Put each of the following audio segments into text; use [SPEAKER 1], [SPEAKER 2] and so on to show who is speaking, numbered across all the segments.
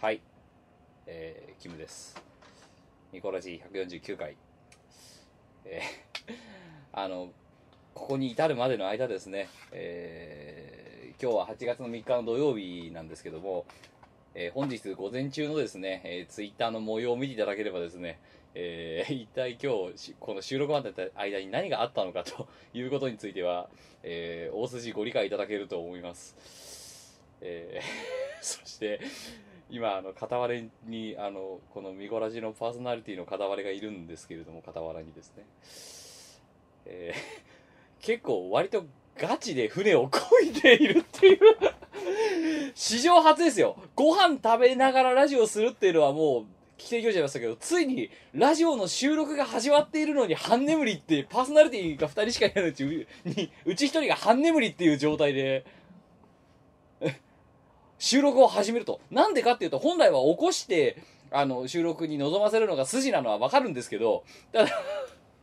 [SPEAKER 1] はい、えーキムです。ミコラジー149回。えー あの、ここに至るまでの間ですね、えー今日は8月の3日の土曜日なんですけども、えー本日午前中のですね、えツイッター Twitter の模様を見ていただければですね、えー一体今日し、この収録までの間に何があったのかということについては、えー大筋ご理解いただけると思います。えー そして、今、あの、片割れに、あの、このミコラジのパーソナリティの片割れがいるんですけれども、片割れにですね。えー 結構割とガチで船を漕いでいるっていう史上初ですよ。ご飯食べながらラジオするっていうのはもう、規定行事ありましたけど、ついにラジオの収録が始まっているのに半眠りって、パーソナリティが2人しかいないうちうに、うち1人が半眠りっていう状態で、 収録を始めると。なんでかっていうと、本来は起こして、あの、収録に臨ませるのが筋なのはわかるんですけど、ただ、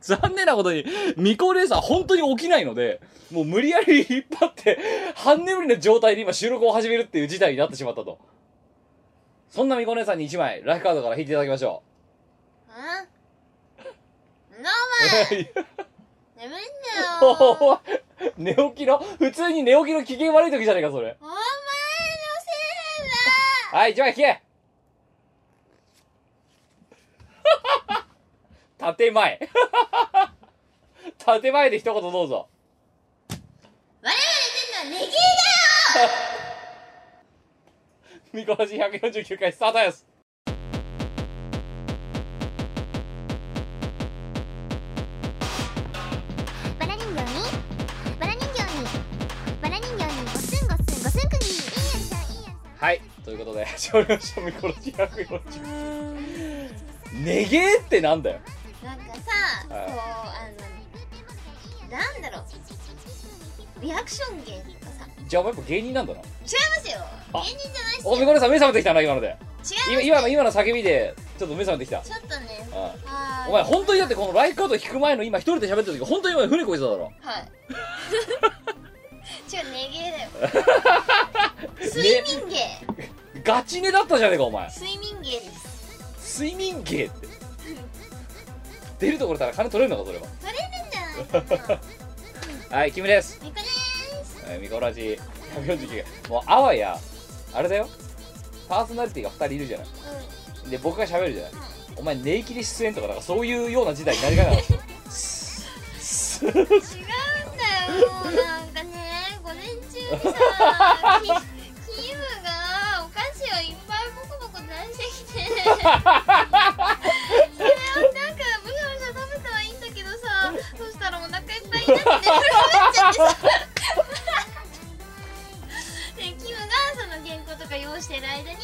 [SPEAKER 1] 残念なことに、未婚レースは本当に起きないので、もう無理やり引っ張って、半眠りの状態で今収録を始めるっていう事態になってしまったと。そんなみこ姉さんに1枚、ライフカードから引いていただきましょ
[SPEAKER 2] んノ
[SPEAKER 1] う。
[SPEAKER 2] マ眠いんだよ
[SPEAKER 1] おい寝起きの普通に寝起きの機嫌悪い時じゃねえか、それ。
[SPEAKER 2] お前の
[SPEAKER 1] はい、一枚引け建前。建前で一言どうぞ。
[SPEAKER 2] せいだ我々出たネギだよ
[SPEAKER 1] ミコラジ149回スタートです。
[SPEAKER 2] バラ人形にバラ人形にバラ人形にゴスンゴスンゴスンクギーいいやんさんいいやんさん
[SPEAKER 1] はい、ということで、始まりました、ミコラジ149。ネゲーってなんだよ。
[SPEAKER 2] なんかさこう
[SPEAKER 1] はい
[SPEAKER 2] あのなんだろうリアクション芸とかさ
[SPEAKER 1] じゃあお前やっぱ芸人なんだな。
[SPEAKER 2] 違いますよ
[SPEAKER 1] あ
[SPEAKER 2] 芸人じゃないっすよ
[SPEAKER 1] お、ミコラジさん目覚めてきたな、今ので。
[SPEAKER 2] 違い
[SPEAKER 1] 今、今の、今の叫びで、ちょっと目覚めてきた。
[SPEAKER 2] ちょっとね
[SPEAKER 1] あ
[SPEAKER 2] あー
[SPEAKER 1] お前、本当にだってこのライフカード引く前の今一人で喋ってる時、本当にお前船越えてただろ。
[SPEAKER 2] はい 違うネギだ
[SPEAKER 1] ね
[SPEAKER 2] よ睡眠芸
[SPEAKER 1] ガチ寝だったじゃねえか、お前。
[SPEAKER 2] 睡眠芸です
[SPEAKER 1] 睡眠芸って。出るところから金取れるのか、それは。
[SPEAKER 2] 取れるんじゃないかな
[SPEAKER 1] はい、キムです。
[SPEAKER 2] みこでーす
[SPEAKER 1] えーミコラジ149回もうあわやあれだよパーソナリティが2人いるじゃないで僕が喋るじゃないお前寝息で出演とかなんかそういうような事態になりかねないす
[SPEAKER 2] 違うんだよもうなんかね午前中にさきキムがお菓子をいっぱいボコボコ出してきてそれをなんかむしゃむしゃ食べたらいいんだけどさそしたらお腹いっぱいになって寝転がっちゃってさでキムがその原稿とか用意してる間にね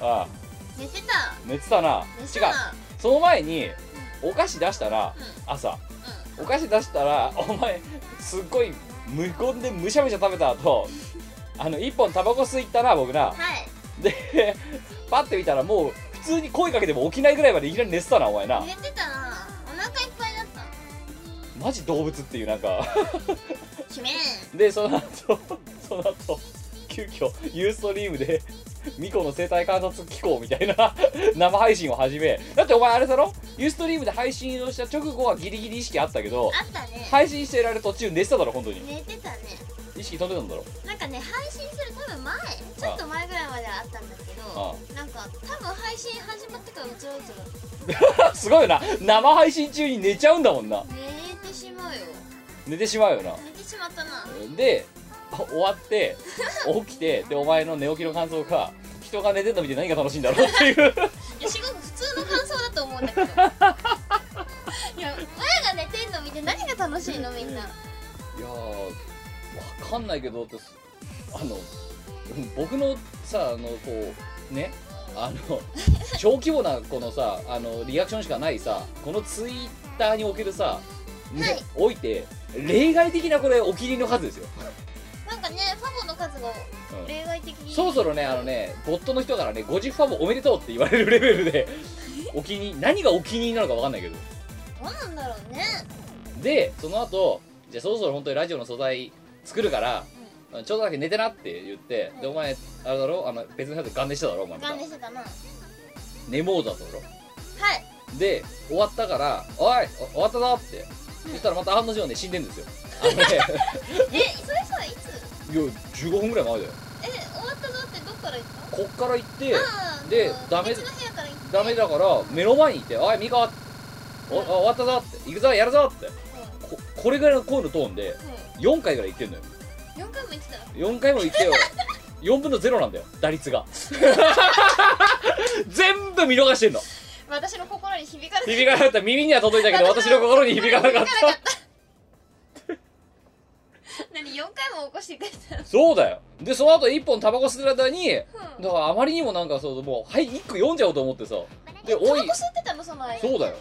[SPEAKER 1] ああ
[SPEAKER 2] 寝てた
[SPEAKER 1] 寝てたな
[SPEAKER 2] 寝て
[SPEAKER 1] 違
[SPEAKER 2] た
[SPEAKER 1] うその前にお菓子出したら
[SPEAKER 2] う
[SPEAKER 1] 朝
[SPEAKER 2] んうん
[SPEAKER 1] お菓子出したらお前すっごい無言でむしゃむしゃ食べた後あの1本タバコ吸いったな僕な
[SPEAKER 2] はい
[SPEAKER 1] でパッて見たらもう普通に声かけても起きないぐらいまでいきなり寝てたなお前な
[SPEAKER 2] 寝てたなお腹いっぱいだった
[SPEAKER 1] マジ動物っていうなんか
[SPEAKER 2] 決めん
[SPEAKER 1] でその後その後急遽ユーストリームでミコの生態観察機構みたいな生配信を始めだってお前あれだろユーストリームで配信をした直後はギリギリ意識あったけど
[SPEAKER 2] あったね
[SPEAKER 1] 配信してられる途中寝てただろ本当に
[SPEAKER 2] 寝てたね
[SPEAKER 1] 意識飛んでたんだろ
[SPEAKER 2] なんかね配信する多分前ちょっと前ぐらいまではあったんだけどなんか多分配信始まってからうつろうつろ
[SPEAKER 1] すごいよな生配信中に寝ちゃうんだもんな
[SPEAKER 2] 寝てしまうよ
[SPEAKER 1] 寝てしまうよな
[SPEAKER 2] 寝てしまったな
[SPEAKER 1] でお終わって起きてでお前の寝起きの感想が人が寝てんの見て何が楽しいんだろうっていう
[SPEAKER 2] いやすごく普通の感想だと思うんだけ どいや親が寝てんの見て何が楽しいのみんない
[SPEAKER 1] やーわかんないけどってあの僕のさあのこうねあの小規模なこのさあのリアクションしかないさこのツイッターにおけるさ、ね
[SPEAKER 2] はい
[SPEAKER 1] おいて例外的なこれお気に入りの数ですよ、
[SPEAKER 2] なんかねファボの数が
[SPEAKER 1] うん
[SPEAKER 2] 例外的に
[SPEAKER 1] そろそろねあのねボットの人からね50ファボおめでとうって言われるレベルでお気に入り何がお気に入りなのかわかんないけど
[SPEAKER 2] どうなんだろうね
[SPEAKER 1] でその後じゃあそろそろ本当にラジオの素材作るから、ちょうどだけ寝てなって言って、で、お前、あれだろあの、別の部屋でガン寝してただろお前また
[SPEAKER 2] ガン。してたなはい
[SPEAKER 1] 寝もうだぞ、で、終わったから、おいお終わったぞって。言ったらまた案の定ね、死んでんですよ。あのね、
[SPEAKER 2] えそれさいつ
[SPEAKER 1] いや、15分ぐらい前だよ。
[SPEAKER 2] え終わったぞってどっから行った
[SPEAKER 1] こっから行って、
[SPEAKER 2] ああ
[SPEAKER 1] で
[SPEAKER 2] ああ
[SPEAKER 1] ダメ
[SPEAKER 2] 別の部屋から行って
[SPEAKER 1] ダメだから、目の前にいて、おい、ミカおお終わったぞって、行くぞ、やるぞって。ここれぐらいの声のトーンで、4回ぐらい言ってんのよ。
[SPEAKER 2] うん、うん、4回も行ってたの
[SPEAKER 1] 4回も言ってよ4分の0なんだよ打率が 全部見逃してんの
[SPEAKER 2] 私の心に響かれて
[SPEAKER 1] 響かなかった耳には届いたけど私の心に響かなかっ
[SPEAKER 2] 響かなかった 何4回も起こしてくれたの
[SPEAKER 1] たそうだよでその後1本タバコ吸ってる間に
[SPEAKER 2] うん
[SPEAKER 1] だからあまりにもなんかそうもうはい1句読んじゃおうと思ってさで
[SPEAKER 2] タバコ
[SPEAKER 1] お
[SPEAKER 2] 吸
[SPEAKER 1] い
[SPEAKER 2] ってたのその間
[SPEAKER 1] そうだよ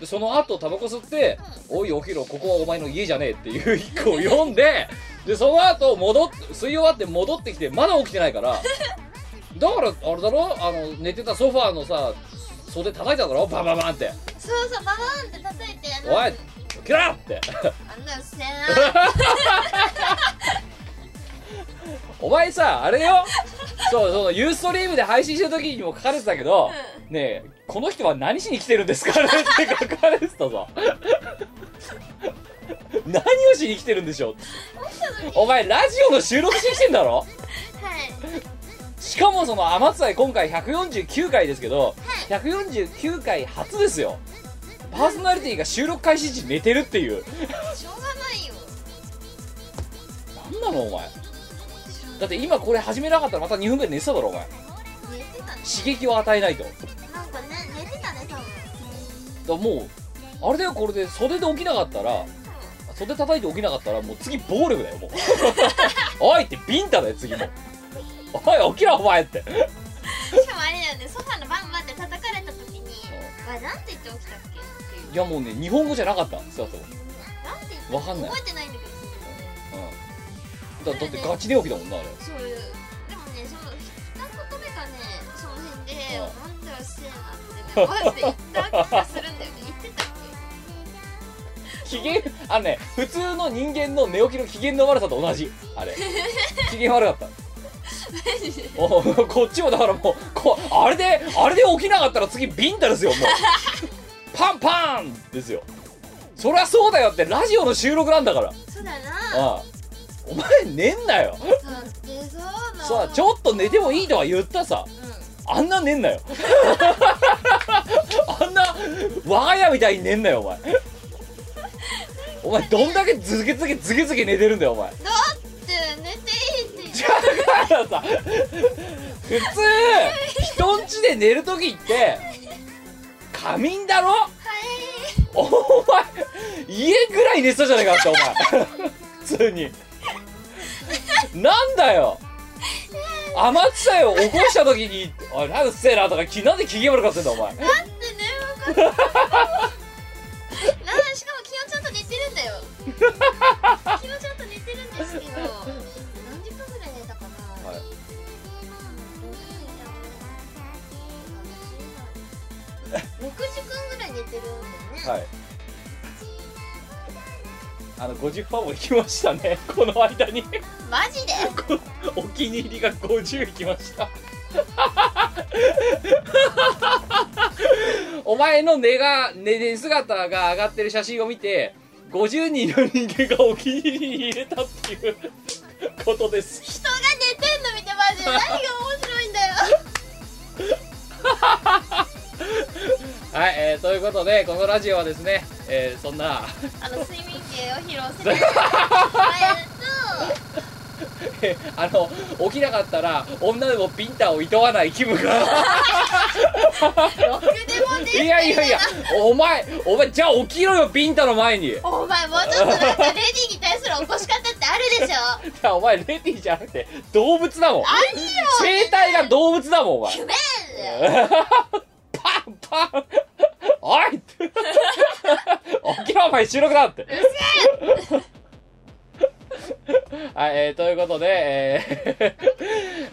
[SPEAKER 1] でその後タバコ吸って「おい起きろここはお前の家じゃねえ」っていう1個を読んででその後戻っ吸い終わって戻ってきてまだ起きてないからだからあれだろあの寝てたソファーのさ袖叩いただろバンバンバンって
[SPEAKER 2] そうそうババーンって叩い
[SPEAKER 1] 「
[SPEAKER 2] てあの
[SPEAKER 1] おい起きろ!」って
[SPEAKER 2] あんなうっせえな
[SPEAKER 1] お前さあれよそうそのユーストリームで配信してる時にも書かれてたけど、ねえこの人は何しに来てるんですかねって書かれてたぞ何をしに来てるんでしょうお前ラジオの収録しに来てんだろ
[SPEAKER 2] はい
[SPEAKER 1] しかもその天津今回149回ですけど149回初ですよパーソナリティが収録開始時に寝てるっていう
[SPEAKER 2] しょうがないよ
[SPEAKER 1] 何なのお前だって今これ始めなかったらまた2分ぐらい寝てただろお前
[SPEAKER 2] 寝てたね
[SPEAKER 1] 刺激を与えないと
[SPEAKER 2] なんかね寝てたね多分
[SPEAKER 1] だからもうあれだよこれで袖で起きなかったら袖叩いて起きなかったらもう次暴力だよもう おいってビンタだよ次もおい起きろお前って
[SPEAKER 2] しかもあれだよねソファーのバンバンって叩かれた時に「わなんて言って起きたっけ?」っていう
[SPEAKER 1] いやもうね日本語じゃなかったそうそう、
[SPEAKER 2] なんて言って
[SPEAKER 1] わかんない
[SPEAKER 2] 覚えてないんだけど
[SPEAKER 1] うん、だだってガチ寝起きだもんなあれ
[SPEAKER 2] そういうでもねその二言目がねその辺で「
[SPEAKER 1] う
[SPEAKER 2] なんてうっせえな」ってねマジで言った気がするんだよね言ってたっ
[SPEAKER 1] 機嫌あのね普通の人間の寝起きの機嫌の悪さと同じあれ機嫌悪かった
[SPEAKER 2] けマジで
[SPEAKER 1] おこっちもだからもうこあれであれで起きなかったら次ビンタですよもうパンパンですよそりゃそうだよってラジオの収録なんだから
[SPEAKER 2] そうだな
[SPEAKER 1] ああお前寝んなよ
[SPEAKER 2] だってそうなの
[SPEAKER 1] さあちょっと寝てもいいとは言ったさ
[SPEAKER 2] うん
[SPEAKER 1] あんな寝んなよあんな我が家みたいに寝んなよお前お前どんだけズケズケズケズケ寝てるんだよお前
[SPEAKER 2] だって寝て いいって
[SPEAKER 1] だからさ普通人んちで寝るときって仮眠だろ
[SPEAKER 2] はい
[SPEAKER 1] お前家ぐらい寝てたじゃねえかってお前 普通になんだよ天草よ起こした時に「おいなんかうっせえな」とか「なんで機嫌悪かったんだお前
[SPEAKER 2] なんでね分かったなんしかも昨日ちゃんと寝てるんだよ 昨日ちゃんと寝てるんですけど何時間ぐらい寝たかな、
[SPEAKER 1] はい
[SPEAKER 2] 6時間ぐらい寝てるんだよね、
[SPEAKER 1] はいあの50ファンも行きましたね この間に
[SPEAKER 2] マジで
[SPEAKER 1] こ お気に入りが50いきました お前の寝が寝寝姿が上がってる写真を見て50人の人間がお気に入りに入れたっていう ことです
[SPEAKER 2] 人が寝てんの見てマジで何が面白いんだよ
[SPEAKER 1] はい、えーということでこのラジオはですね、えーそんな
[SPEAKER 2] あの睡眠系を披露する 前
[SPEAKER 1] あの
[SPEAKER 2] と
[SPEAKER 1] 起きなかったら女でもピンタをいとわない気分が
[SPEAKER 2] ろくでもね
[SPEAKER 1] いやいやいやお前お前じゃあ起きろよピンタの前に
[SPEAKER 2] お前もうちょっとなんかレディーに対する起こし方ってあるでしょ
[SPEAKER 1] いやお前レディじゃなくて動物だもん
[SPEAKER 2] 何よ
[SPEAKER 1] 生態が動物だもんお前
[SPEAKER 2] 夢だよ
[SPEAKER 1] パンパンおいって起きろお前収録だってはい、えーということで、えー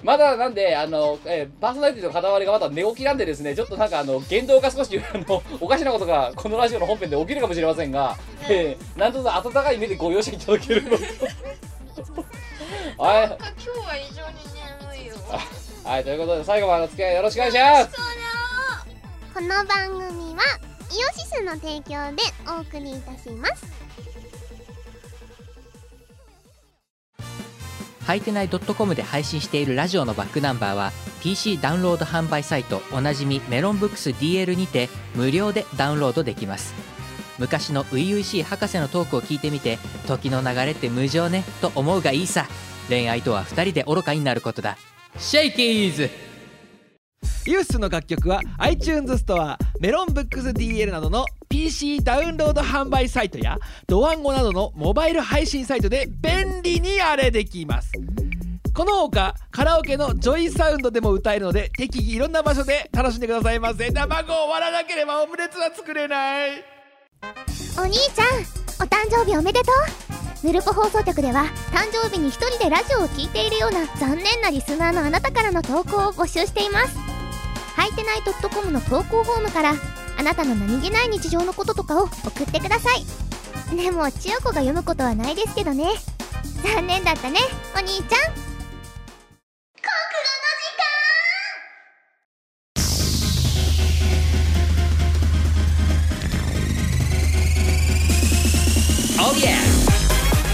[SPEAKER 1] まだなんで、あの、えーパーソナリティの片割れがまだ寝起きなんでですね、ちょっとなんかあの、言動が少し、あの、おかしなことが、このラジオの本編で起きるかもしれませんが、えーなんとぞ温かい目でご容赦いただけるのと。はい
[SPEAKER 2] 今日は異常に眠いよ
[SPEAKER 1] はいということで最後までお付き合いよろしくお願いします
[SPEAKER 3] この番組はイオシスの提供でお送りいたします
[SPEAKER 4] はいてない .com で配信しているラジオのバックナンバーは PC ダウンロード販売サイトおなじみメロンブックス DL にて無料でダウンロードできます昔の初々しい博士のトークを聞いてみて時の流れって無情ねと思うがいいさ恋愛とは二人で愚かになることだシェイキーズ
[SPEAKER 5] ユースの楽曲は iTunes ストアメロンブックス DL などの PC ダウンロード販売サイトやドワンゴなどのモバイル配信サイトで便利にあれできますこのほかカラオケのジョイサウンドでも歌えるので適宜いろんな場所で楽しんでくださいませ卵を割らなければオムレツは作れない
[SPEAKER 3] お兄ちゃんお誕生日おめでとうぬるぽ放送局では誕生日に一人でラジオを聴いているような残念なリスナーのあなたからの投稿を募集していますはいてない .com の投稿フォームからあなたの何気ない日常のこととかを送ってくださいでも千代子が読むことはないですけどね残念だったねお兄ちゃん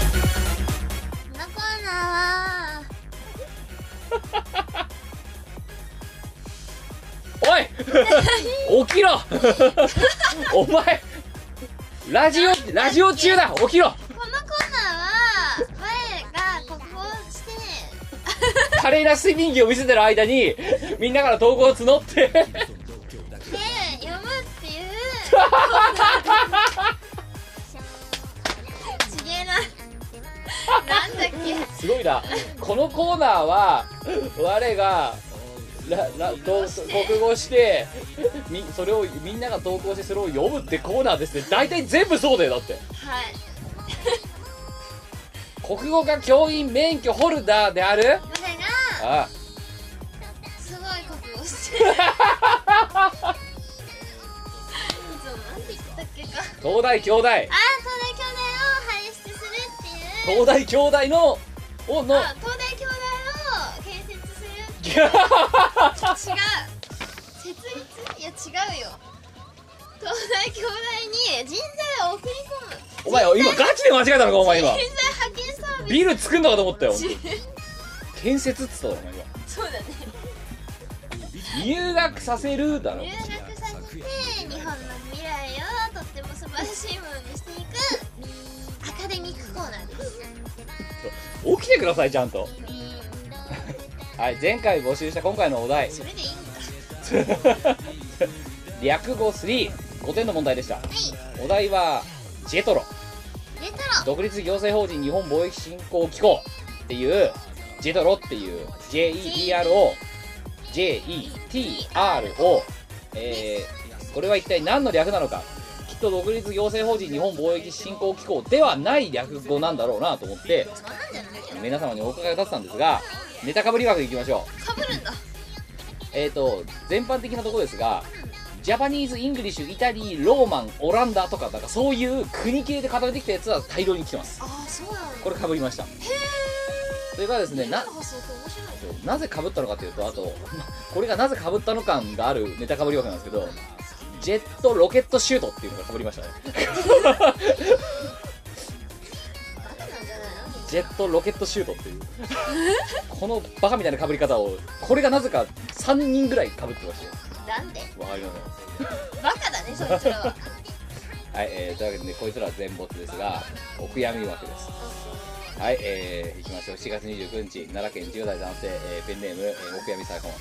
[SPEAKER 2] このコーナーは
[SPEAKER 1] おい起きろお前ラジオラジオ中だ起きろ
[SPEAKER 2] このコーナーは前が国語して
[SPEAKER 1] 華麗な睡眠儀を見せてる間にみんなから投稿を募って
[SPEAKER 2] で読むっていう ちげえななんだっけ
[SPEAKER 1] すごいなこのコーナーは我がららどう国語してみそれをみんなが投稿してそれを読むってコーナーですね大体全部そうだよだって
[SPEAKER 2] はい
[SPEAKER 1] 国語科教員免許ホルダーである
[SPEAKER 2] 前が
[SPEAKER 1] ああ
[SPEAKER 2] すごい覚悟してるいつもなんて言ったっけか
[SPEAKER 1] 東大京大
[SPEAKER 2] あ東大京大を輩出するっていう
[SPEAKER 1] 東大京大のをの
[SPEAKER 2] あ東大京大を建設する違う設立いや違うよ東大京大に人材を送り込む
[SPEAKER 1] お前今ガチで間違えたのかお前今
[SPEAKER 2] 人材派遣サービ
[SPEAKER 1] ビル作んのかと思ったよ
[SPEAKER 2] ス
[SPEAKER 1] 建設っつったわお前今
[SPEAKER 2] そうだね
[SPEAKER 1] 入学させるだろ
[SPEAKER 2] 留学させて日本の未来をとっても素晴らしいものにしていくアカデミックコーナーです
[SPEAKER 1] 起きてくださいちゃんとはい前回募集した今回のお題
[SPEAKER 2] それでいいんだ
[SPEAKER 1] 略語35点の問題でした、お題はジェトロ
[SPEAKER 2] レトロ
[SPEAKER 1] 独立行政法人日本貿易振興機構っていうジェトロっていう JETROJETRO えー、これは一体何の略なのかきっと独立行政法人日本貿易振興機構ではない略語なんだろうなと思って
[SPEAKER 2] そんなんじゃないよ
[SPEAKER 1] 皆様にお伺いを立てたんですがネタかぶり枠いきましょう
[SPEAKER 2] かぶるんだ
[SPEAKER 1] えー、と全般的なところですがジャパニーズ、イングリッシュ、イタリー、ローマン、オランダとかなんかそういう国系で固めてきたやつは大量に来てます
[SPEAKER 2] ああそうなんだ
[SPEAKER 1] これかぶりましたそれからですねな
[SPEAKER 2] 発想って面白いね
[SPEAKER 1] なぜかぶったのかというとあと まこれがなぜかぶったの感があるネタかぶりわけなんですけどジェットロケットシュートっていうのがかぶりましたね
[SPEAKER 2] バカなんじゃないの
[SPEAKER 1] ジェットロケットシュートっていうこのバカみたいなかぶり方をこれがなぜか3人ぐらいかぶってましたよ
[SPEAKER 2] なんで
[SPEAKER 1] わかりません
[SPEAKER 2] バカだねそいつらは
[SPEAKER 1] はい、えー、というわけで、ね、こいつらは全没ですが、お悔やみ枠です。はい、えー、いきましょう。7月29日、奈良県10代男性、えーペンネーム、えーお悔やみ再本。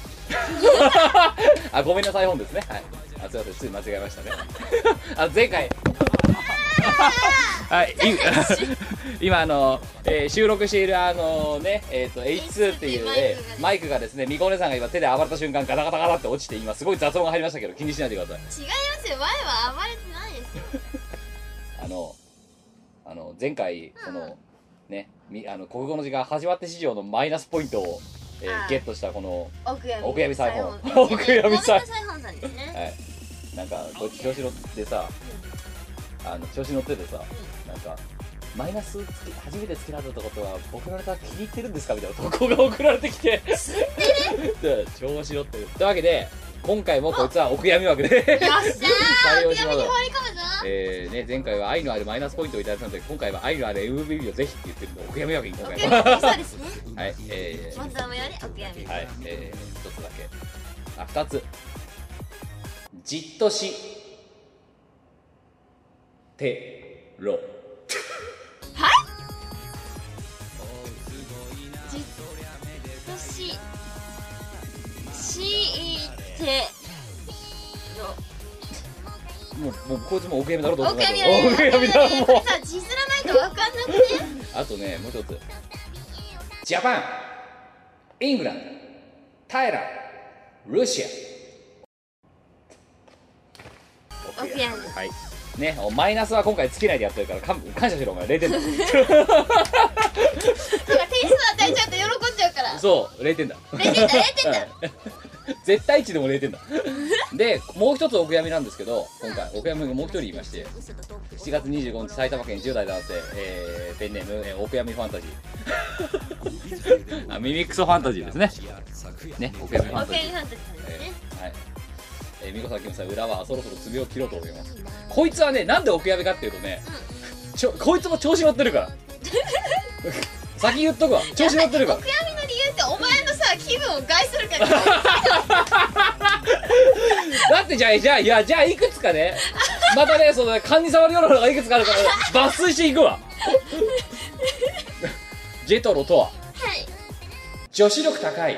[SPEAKER 1] あ、ごめんなさい本ですね。はい。あ、すいません、つい間違えましたね。 あ、前回。 はい、 い今あの、えー収録しているあのね、えっ、と H2 っていう、えーマイクがですね、みこお姉さんが今手で暴れた瞬間ガタガタガタって落ちて今すごい雑音が入りましたけど気にしないでください。
[SPEAKER 2] 違いますよ前は暴れてないですよ
[SPEAKER 1] あの、あの、前回、その、ね、みあの国語の時間始まって史上のマイナスポイントを、えー
[SPEAKER 2] あー
[SPEAKER 1] ゲットしたこの、
[SPEAKER 2] お悔やみ
[SPEAKER 1] お悔やみ再訪
[SPEAKER 2] お悔やみ
[SPEAKER 1] 再
[SPEAKER 2] 再
[SPEAKER 1] 訪
[SPEAKER 2] 訪さんですね
[SPEAKER 1] はい、なんか、こいつ調子乗ってさ、あの、調子乗っててさ、なんか、マイナスつけ初めてつけられたってことは僕のネタ気に入ってるんですかみたいな投稿が 送られてきて で調子よってというわけで今回もこいつはお悔やみ枠で
[SPEAKER 2] よっしゃー
[SPEAKER 1] 採
[SPEAKER 2] お
[SPEAKER 1] 用
[SPEAKER 2] 悔
[SPEAKER 1] し
[SPEAKER 2] や
[SPEAKER 1] ま
[SPEAKER 2] み
[SPEAKER 1] す
[SPEAKER 2] に放り込むぞ
[SPEAKER 1] えーね、前回は愛のあるマイナスポイントをいただいたので今回は愛のある MVP をぜひって言ってるのでお悔やみ枠に今
[SPEAKER 2] お
[SPEAKER 1] 回
[SPEAKER 2] 悔
[SPEAKER 1] は
[SPEAKER 2] やみそうですね
[SPEAKER 1] はいえー
[SPEAKER 2] 問題もやれお悔やみ
[SPEAKER 1] はいえー、一つだけあ二つじっとしてろ
[SPEAKER 2] じっとしして
[SPEAKER 1] もうもうこいつもお悔やみだろ
[SPEAKER 2] お
[SPEAKER 1] どう考
[SPEAKER 2] 悔やみだ
[SPEAKER 1] えても
[SPEAKER 2] ね
[SPEAKER 1] お悔やみだろも
[SPEAKER 2] これ
[SPEAKER 1] う
[SPEAKER 2] さ字すらないと分かんなくて
[SPEAKER 1] あとねもう一つジャパンイングランドタイランルシア
[SPEAKER 2] お悔やみ
[SPEAKER 1] はいねおマイナスは今回つけないでやってるからかん感謝しろお前0点だ
[SPEAKER 2] だから点数与えちゃうと喜んじゃうから
[SPEAKER 1] そう0点だ
[SPEAKER 2] 0点だ0点だ
[SPEAKER 1] 絶対値でも0点だでもう一つお悔やみなんですけど今回お悔やみがもう一人いまして7月25日埼玉県10代男性、えー、ペンネーム、えー、お悔やみファンタジーあミミクソファンタジーですねねお悔やみフ
[SPEAKER 2] お
[SPEAKER 1] ァンタジー
[SPEAKER 2] 悔やみファンタジーなんですね
[SPEAKER 1] はい。えー、美子さん、きむさん、裏はそろそろ爪を切ろうと思います。こいつはね、なんでお悔やみかっていうとね、ちょこいつも調子乗ってるから。先言っとくわ。調子乗ってるから
[SPEAKER 2] お悔。やみの理由ってお前のさ気分を害す るから
[SPEAKER 1] だってじゃあ、じゃあ、いや、じゃあ、いくつかね、またね、その、勘に触るようなのがいくつかあるから、抜粋していくわ。ジェトロとは、
[SPEAKER 2] はい
[SPEAKER 1] 女子力高い、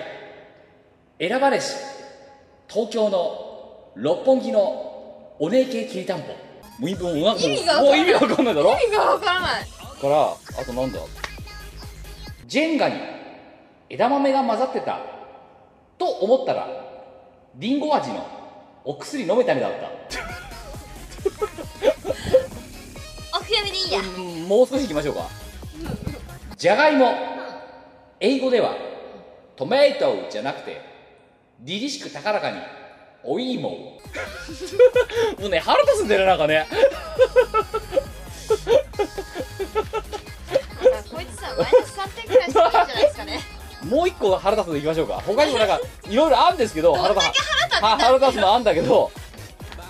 [SPEAKER 1] 選ばれし、東京の、六本木の、お姉系きりたんぽ。もう意味わかん
[SPEAKER 2] 意味がわかん
[SPEAKER 1] も
[SPEAKER 2] ない
[SPEAKER 1] う意味わかんないだろ
[SPEAKER 2] 意味が分からない
[SPEAKER 1] からあとなんだジェンガに枝豆が混ざってたと思ったらリンゴ味のお薬飲めたねだった
[SPEAKER 2] お悔やみでいい や
[SPEAKER 1] うんもう少しいきましょうかじゃがいも英語ではトメイトじゃなくて凛々しく高らかにおいももうね腹立つんだよねなんかね
[SPEAKER 2] なんかこいつさマイナス3点くらいしてもいいんじゃないですかね
[SPEAKER 1] もう一個腹立つのいきましょうか他にもなんかいろいろあるんですけど
[SPEAKER 2] どんだけ
[SPEAKER 1] 腹立つ
[SPEAKER 2] 腹立って
[SPEAKER 1] は
[SPEAKER 2] た
[SPEAKER 1] 腹立つのあんだけど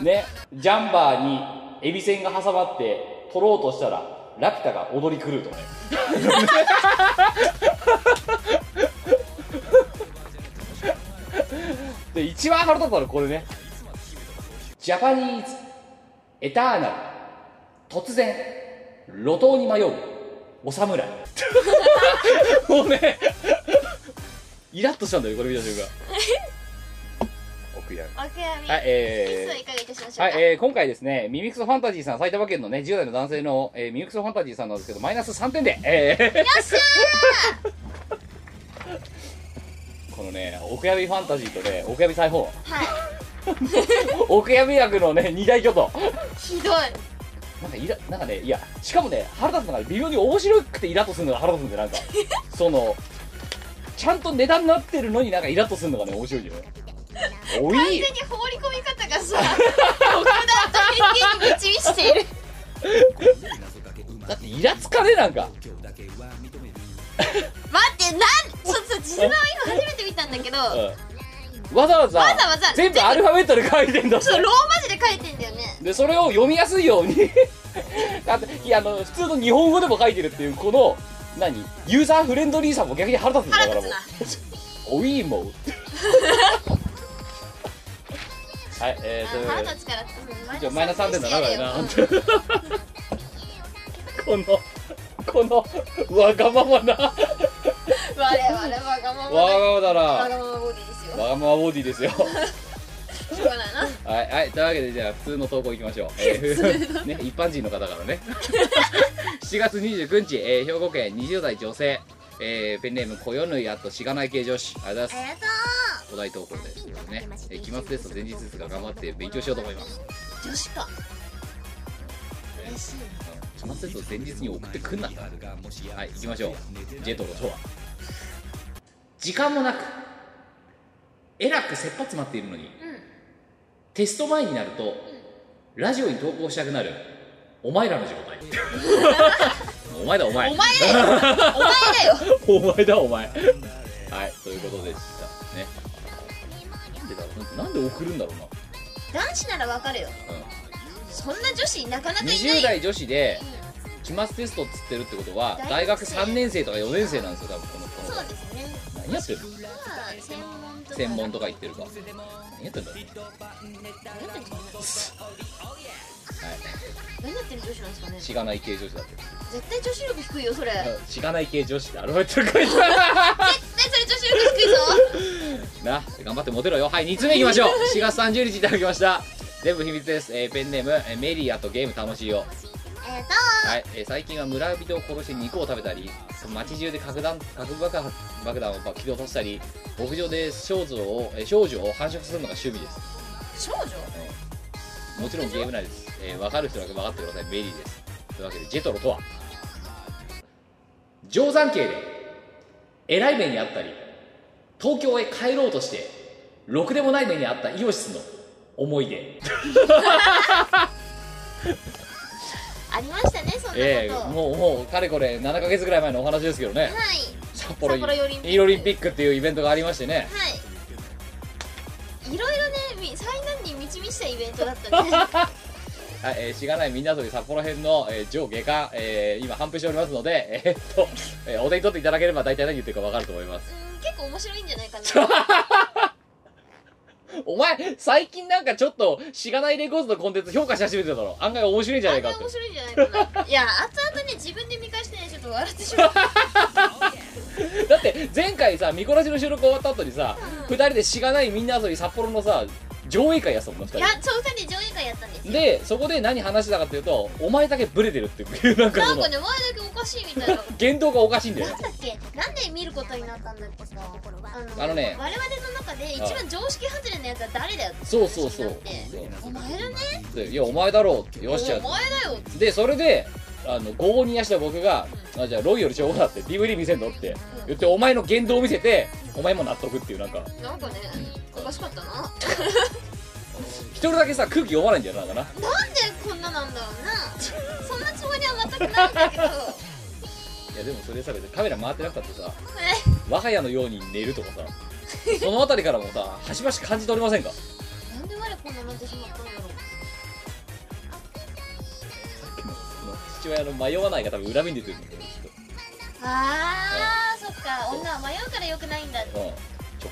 [SPEAKER 1] ねジャンバーにエビせんが挟まって取ろうとしたらラピュタが踊り狂うとね で一番腹立ったのこれねジャパニーズエターナル突然路頭に迷うお 侍もうねイラッとしたんだよこれ見た瞬間 奥や
[SPEAKER 2] お悔やみ
[SPEAKER 1] はい、え
[SPEAKER 2] 点数
[SPEAKER 1] ー
[SPEAKER 2] いかがいたしましょ
[SPEAKER 1] は
[SPEAKER 2] う
[SPEAKER 1] い
[SPEAKER 2] か、
[SPEAKER 1] えー今回ですね、ミミクソファンタジーさん、埼玉県のね、10代の男性の、えーミミクソファンタジーさんなんですけど、マイナス3点で、えー
[SPEAKER 2] よっしゃ
[SPEAKER 1] このね、お悔やみファンタジーとね、お悔やみ裁縫、
[SPEAKER 2] ーはい
[SPEAKER 1] お悔やみ役のね、二大巨頭。
[SPEAKER 2] ひどい
[SPEAKER 1] なんかイラ、なんかね、いや、しかもね、腹立つのが微妙に面白くてイラッとするのが腹立つんで、なん か、その、ちゃんと値段になってるのになんかイラッとするのがね、面白いよね。お
[SPEAKER 2] 完全
[SPEAKER 1] い
[SPEAKER 2] に放り込み方がさ 僕だと偏見に導している
[SPEAKER 1] だってイラつかねなんか。
[SPEAKER 2] 待ってなんちょっと字の今初めて見たんだけど
[SPEAKER 1] うんわざわざ、
[SPEAKER 2] わざわざ
[SPEAKER 1] 全部アルファベットで書いてんだって
[SPEAKER 2] ちょっとローマ字で書いてんだよね
[SPEAKER 1] でそれを読みやすいように だっていやあの普通の日本語でも書いてるっていうこの何ユーザーフレンドリーさも逆に腹立つんだか
[SPEAKER 2] 腹
[SPEAKER 1] らも
[SPEAKER 2] 立つな
[SPEAKER 1] うおい もうはいえー、というわ
[SPEAKER 2] あ
[SPEAKER 1] け
[SPEAKER 2] 腹
[SPEAKER 1] で
[SPEAKER 2] 立つからうん
[SPEAKER 1] じゃあマイナス3点だなこれな
[SPEAKER 2] うん
[SPEAKER 1] 本当このこのわがままなわ
[SPEAKER 2] 我々わが
[SPEAKER 1] がま
[SPEAKER 2] ままだわ
[SPEAKER 1] まだな
[SPEAKER 2] が
[SPEAKER 1] わ
[SPEAKER 2] ままボディですよ
[SPEAKER 1] がままボディですよ
[SPEAKER 2] しょうがないな
[SPEAKER 1] はい、はい、というわけでじゃあ普通の投稿いきましょう、えーね、一般人の方からね7月29日、えー兵庫県20代女性、えーペンネームこよぬいあとしがない系女子ありがとうござい
[SPEAKER 2] あり
[SPEAKER 1] ま
[SPEAKER 2] がと
[SPEAKER 1] すお題投稿ですね、えー期末テスト前日ですが頑張って勉強しようと思います
[SPEAKER 2] う女子か嬉しい
[SPEAKER 1] 期末テスト前日に送ってくんなったはい行きましょうジェトロとは時間もなくえらく切羽詰まっているのに、テスト前にな ると、ラジオに投稿したくなるお前らの状態お前だお
[SPEAKER 2] お
[SPEAKER 1] 前
[SPEAKER 2] 前だよお前だよ
[SPEAKER 1] お前だお 前はいということでしたねなんでだろうなんで送るんだろうな
[SPEAKER 2] 男子ならわかるよ、そんな女子なかなかいない
[SPEAKER 1] 20代女子で期末テストっつってるってことは大
[SPEAKER 2] 大
[SPEAKER 1] 学
[SPEAKER 2] 学生
[SPEAKER 1] 3年生とか4年生なんですよ多分この子
[SPEAKER 2] そうですね
[SPEAKER 1] 何やってるの
[SPEAKER 2] まあ専門とか
[SPEAKER 1] 専門とか言ってるか何やってんだろう
[SPEAKER 2] 何やってるんですかね
[SPEAKER 1] はい
[SPEAKER 2] 何やってる女子なんですかね
[SPEAKER 1] しがない系女子だって
[SPEAKER 2] 絶対女子力低いよそれ絶
[SPEAKER 1] しがない系女子ってアルファベットで書いて
[SPEAKER 2] 対それ女子力低いぞ
[SPEAKER 1] ある な頑張ってモテろよはい2つ目いきましょう4月30日いただきました全部秘密です、えーペンネーム、えーメリアとゲーム楽しいよ
[SPEAKER 2] えっと
[SPEAKER 1] はい、えー最近は村人を殺して肉を食べたり街中で核弾核爆発爆弾を爆起落としたり牧場で少女をえー少女を繁殖するのが趣味です
[SPEAKER 2] 少女
[SPEAKER 1] もちろんゲーム内です、えー分かる人だけ分かってくださいメリーですというわけでジェトロとは定山系で偉い目にあったり東京へ帰ろうとしてろくでもない目にあったイオシスの思い 出
[SPEAKER 2] ありましたねそんなこと、
[SPEAKER 1] ええもうもうかれこれ7ヶ月ぐらい前のお話ですけどね
[SPEAKER 2] はい
[SPEAKER 1] 札幌
[SPEAKER 2] 札幌よりん
[SPEAKER 1] イオリンピックっていうイベントがありましてね
[SPEAKER 2] はいいろいろねみ災難に満ち満ちたイベント だったね
[SPEAKER 1] はい、えー、しがないみんなとり札幌編の、えー、上下巻、えー今反布しておりますので、 えーっと、えーお手に取っていただければ大体何言ってるかわかると思います。
[SPEAKER 2] うん結構面白いんじゃないかな
[SPEAKER 1] お前、最近なんかちょっと、しがないレコードのコンテンツ評価し始めてただろ。案外面白いんじゃな
[SPEAKER 2] あ
[SPEAKER 1] い
[SPEAKER 2] ん
[SPEAKER 1] かっ
[SPEAKER 2] な
[SPEAKER 1] て
[SPEAKER 2] 面。白いんじゃないかないや後々ね自分で見返してねちょっと笑ってしまう
[SPEAKER 1] だって、前回さ、ミコラジの収録終わった後にさ、二人でしがないみんな遊び札幌のさ、上映会やってたもんな、二
[SPEAKER 2] いや
[SPEAKER 1] 人。
[SPEAKER 2] そう二人で上映会やったんですよ
[SPEAKER 1] で、そこで何話してたかっていうと、お前だけブレてるっていう、なんか
[SPEAKER 2] な
[SPEAKER 1] そ
[SPEAKER 2] ん
[SPEAKER 1] の
[SPEAKER 2] か、ね前だけおかしいみたいな
[SPEAKER 1] 言動がおかしいんだよね
[SPEAKER 2] なん。だっけなんで見ることになったんだっけさあ
[SPEAKER 1] あのね
[SPEAKER 2] 我々の中で一番常識外れのやつは誰だよって
[SPEAKER 1] そうそうそう。
[SPEAKER 2] お前だね
[SPEAKER 1] でいや、お前だろうって、よ
[SPEAKER 2] お
[SPEAKER 1] っし
[SPEAKER 2] 前
[SPEAKER 1] ゃ
[SPEAKER 2] だ。よ
[SPEAKER 1] でそれであの合法にやした僕が「あじゃあロイよりしょうだ」って DVD 見せんのって言ってお前の言動を見せてお前も納得っていうなんか
[SPEAKER 2] なんかねおかしかったななんで
[SPEAKER 1] 一人だけさ空気読まないんだよななんかな
[SPEAKER 2] こんななんだろうなそんなつもりは全くないんだ けど
[SPEAKER 1] いやでもそれさ別にカメラ回ってなくたってさ
[SPEAKER 2] え
[SPEAKER 1] 我が家のように寝るとかさその辺りからもさ端々感じ取れませんか
[SPEAKER 2] なんで我こんななってしまったんだろう
[SPEAKER 1] 父親の迷わないが多分恨みに出てるんだよねきっ
[SPEAKER 2] あーそっか女は迷うからよくないんだ
[SPEAKER 1] と、うん、直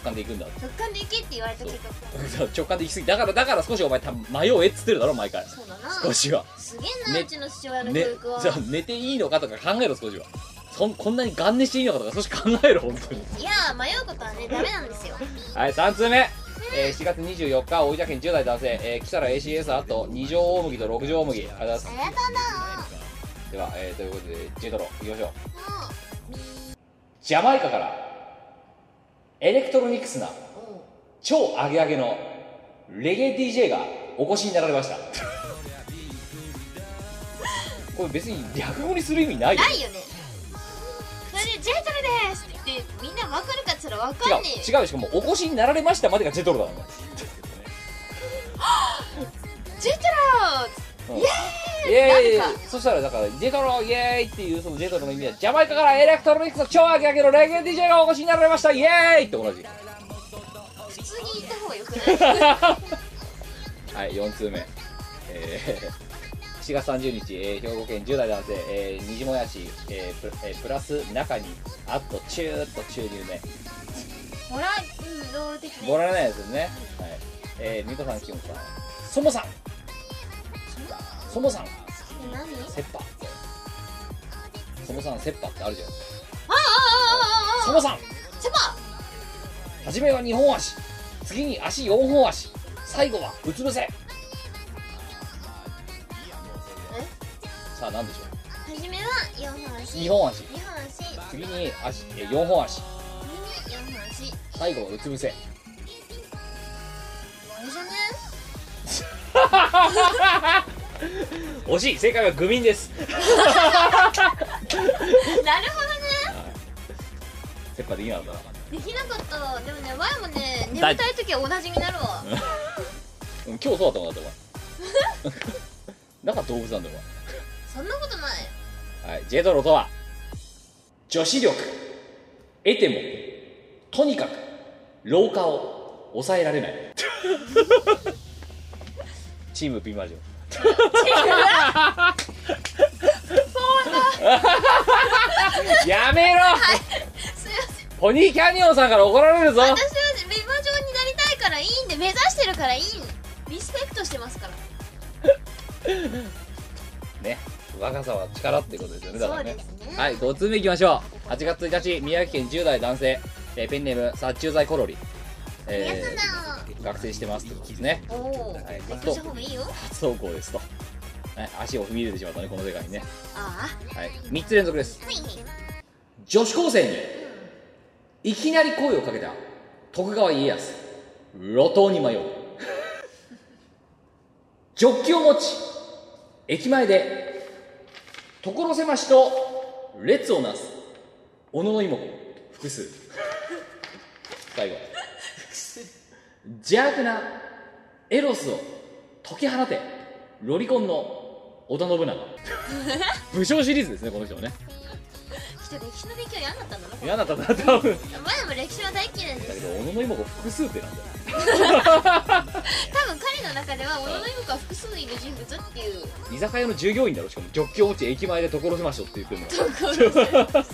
[SPEAKER 1] 感で行くんだ
[SPEAKER 2] 直感で行けって言われた結果
[SPEAKER 1] 直感で行き過ぎだからだから少しお前多分迷えっつってるだろ毎回
[SPEAKER 2] そうだな
[SPEAKER 1] 少しは
[SPEAKER 2] すげえな
[SPEAKER 1] ね
[SPEAKER 2] うちの父親の教
[SPEAKER 1] ね
[SPEAKER 2] 育は
[SPEAKER 1] じゃあ寝ていいのかとか考えろ少しはそんこんなにガン寝していいのかとか少し考えろ本当に
[SPEAKER 2] いやー迷うことはねダメなん ですよ
[SPEAKER 1] はい3通目、えー、7月24日大分県10代男性、えー、来たら ACS あと2畳大麦と6畳大麦ありがとうございます
[SPEAKER 2] ありがと
[SPEAKER 1] では、えー、ということでジェトロいきましょう
[SPEAKER 2] うなも
[SPEAKER 1] ジャマイカからエレクトロニクスな超アゲアゲのレゲエ DJ がお越しになられましたこれ別に略語にする意味ないうよ
[SPEAKER 2] ないよねそれで「ジェイトルです!」って言ってみんなわかるかっつったらわ
[SPEAKER 1] 違う
[SPEAKER 2] かんねえよ
[SPEAKER 1] 違うしかもお越しになられましたまでがジェトロだもん
[SPEAKER 2] 「ジェイト
[SPEAKER 1] うん
[SPEAKER 2] ロ!」
[SPEAKER 1] イエ
[SPEAKER 2] なん
[SPEAKER 1] ーイそしたらだからジェトロイエーイっていうそのジェトロの意味はジャマイカからエレクトロニクスの超アゲアゲのレゲエ DJ がお越しになられましたイエーイって同じ
[SPEAKER 2] 普通に言った方がよく な
[SPEAKER 1] は
[SPEAKER 2] い
[SPEAKER 1] い4通目えー 4月30日、えー兵庫県10代男性、えー、にじもやし、えープラえープラス中に、あっとチューっと注入ね。
[SPEAKER 2] ほらうんロール的
[SPEAKER 1] も
[SPEAKER 2] に
[SPEAKER 1] らえないですよね。はい。えー、みこさん、きもさん、そもさんそもさん
[SPEAKER 2] 何
[SPEAKER 1] セッパってそもさんセッパってあるじゃん
[SPEAKER 2] あああああ
[SPEAKER 1] そ
[SPEAKER 2] ああ
[SPEAKER 1] もさん
[SPEAKER 2] あセパ
[SPEAKER 1] 初めは2本足次に足4本足最後はうつ伏せさあ何でしょ
[SPEAKER 2] 初めは4本足
[SPEAKER 1] う2本足
[SPEAKER 2] 2本足
[SPEAKER 1] 次に足え4本足
[SPEAKER 2] 次に4本足
[SPEAKER 1] 最後はうつ伏 せ
[SPEAKER 2] あれじゃね
[SPEAKER 1] 惜しい正解は愚民です
[SPEAKER 2] なるほどね
[SPEAKER 1] セッパできなかったな
[SPEAKER 2] できなかったでもね前もね眠たい時は同じになるわ
[SPEAKER 1] うん今日そう だったもんだってお前だから動物なんだよお前
[SPEAKER 2] そんなことない
[SPEAKER 1] はい、ジェドロとは女子力得てもとにかく老化を抑えら れないチームピマジョ やめろ
[SPEAKER 2] すいません
[SPEAKER 1] ポニーキャニオンさんから怒られるぞ
[SPEAKER 2] 私は美魔女になりたいからいいんで目指してるからいいんリスペクトしてますから
[SPEAKER 1] ね若さは力ってことですよねだからね
[SPEAKER 2] そうですね
[SPEAKER 1] はい5通目いきましょう8月1日宮城県10代男性、えーペンネーム殺虫剤コロリ、え
[SPEAKER 2] 皆さ
[SPEAKER 1] ー、学生してますってことですね
[SPEAKER 2] んおお勉
[SPEAKER 1] はい
[SPEAKER 2] 強した方がいいよ
[SPEAKER 1] 初走行ですと、はい、足を踏み入れてしまったねこの世界にね、
[SPEAKER 2] あ
[SPEAKER 1] はい、3つ連続です
[SPEAKER 2] あはい
[SPEAKER 1] 女子高生にいきなり声をかけた徳川家康路頭に迷う ジョッキを持ち駅前で所狭しと列をなす小野の妹子複数 最後邪悪なエロスを解き放てロリコンの織田信 長武将シリーズですねこの人もね
[SPEAKER 2] 人歴史の勉強嫌になったんだな
[SPEAKER 1] 嫌だったな多分
[SPEAKER 2] 前も歴史は大嫌いで
[SPEAKER 1] だけ
[SPEAKER 2] す
[SPEAKER 1] ど小野の妹子複数ってなんだよ
[SPEAKER 2] 多分彼の中では小野の妹は複数いる人物っていう
[SPEAKER 1] 居酒屋の従業員だろしかもジョッキを持ち駅前で所狭しとって言ってるの
[SPEAKER 2] とこ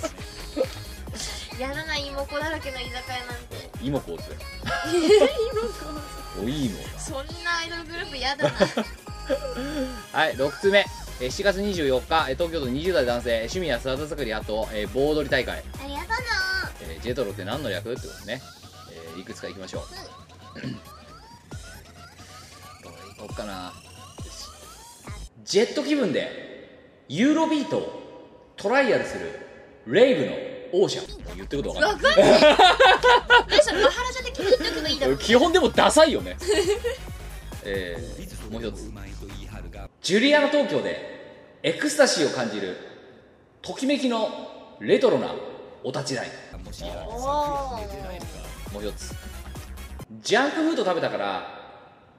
[SPEAKER 2] ろでやらない妹子だらけの居酒屋なんて
[SPEAKER 1] 妹子っておいいの
[SPEAKER 2] そんなアイドルグループ嫌だ な
[SPEAKER 1] はい6つ目えー7月24日えー東京都20代男性趣味や姿作りあと、えー、棒踊り大会、
[SPEAKER 2] ありがとう
[SPEAKER 1] えージェトロって何の役ってことね、えーいくつかいきましょう どれいこっかなよしジェット気分でユーロビートをトライアルするレイブの王者言ってることわかんない
[SPEAKER 2] なわかんないえそれマハラジャで聞いとけばいいだろ
[SPEAKER 1] 基本でもダサいよねえー、もう一つジュリアナ東京でエクスタシーを感じるときめきのレトロなお立ち台
[SPEAKER 2] おお
[SPEAKER 1] もう一つジャンクフード食べたから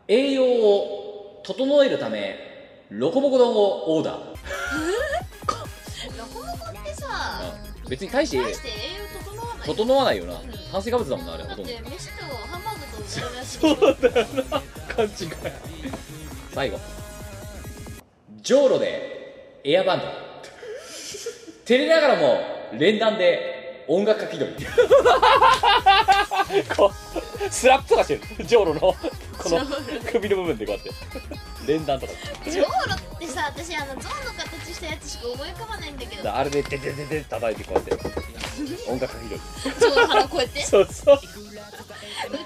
[SPEAKER 1] 栄養を整えるためロコモコ丼をオーダー
[SPEAKER 2] ロコモコってさ
[SPEAKER 1] 別に大して
[SPEAKER 2] 大して栄養整わない
[SPEAKER 1] 整わないよな炭水化物だもんなあれほ
[SPEAKER 2] だ
[SPEAKER 1] と
[SPEAKER 2] っ
[SPEAKER 1] んど
[SPEAKER 2] て飯とハンバーグとおしそうだ
[SPEAKER 1] 勘違い最後じょうろでエアバンド照れながらも連弾で音楽書き取りこうスラップとかしてるじょうろのこの首の部分でこうやって連弾とか
[SPEAKER 2] ジョーロってさ私あのゾウの形したやつしか思い浮かばないんだけど
[SPEAKER 1] あれでてててて叩いてこうやって音楽書き取り
[SPEAKER 2] ゾウの腹こうやって
[SPEAKER 1] そうそう
[SPEAKER 2] う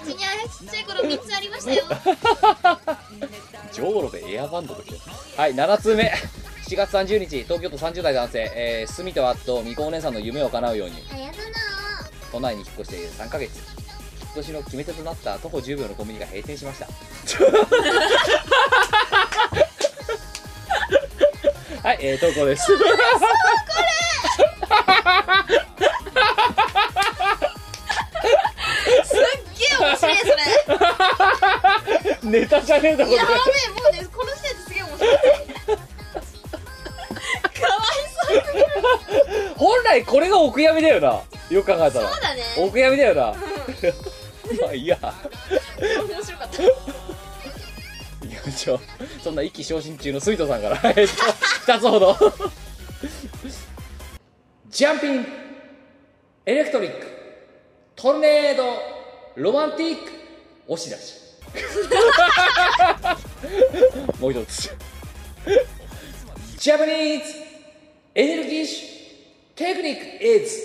[SPEAKER 2] ちにあれちっちゃい頃3つあり ましたよ
[SPEAKER 1] ジョーロでエアバンドときはい7通目7月30日東京都30代男性、えー、住とあとみこお姉さんの夢を叶うように
[SPEAKER 2] ありがとう
[SPEAKER 1] 都内に引っ越して3ヶ月引っ越しの決め手となった徒歩10秒のコンビニが閉店しましたはい、えー、投稿です
[SPEAKER 2] すっげえ面白いそれや
[SPEAKER 1] ネタじゃねえだこれ
[SPEAKER 2] べえもうねこの時点ですげえ面白いかわいそう
[SPEAKER 1] 本来これがお悔やみだよなよく考えたら
[SPEAKER 2] そうだね
[SPEAKER 1] お悔やみだよな、 まあいいや
[SPEAKER 2] 面白かった
[SPEAKER 1] いきましょうそんな意気昇進中のスイトさんから えっと2つほどジャンピングエレクトリックトルネードロマンティック押し出 しもう一つジャパニーズエネルギッシュテクニックイズ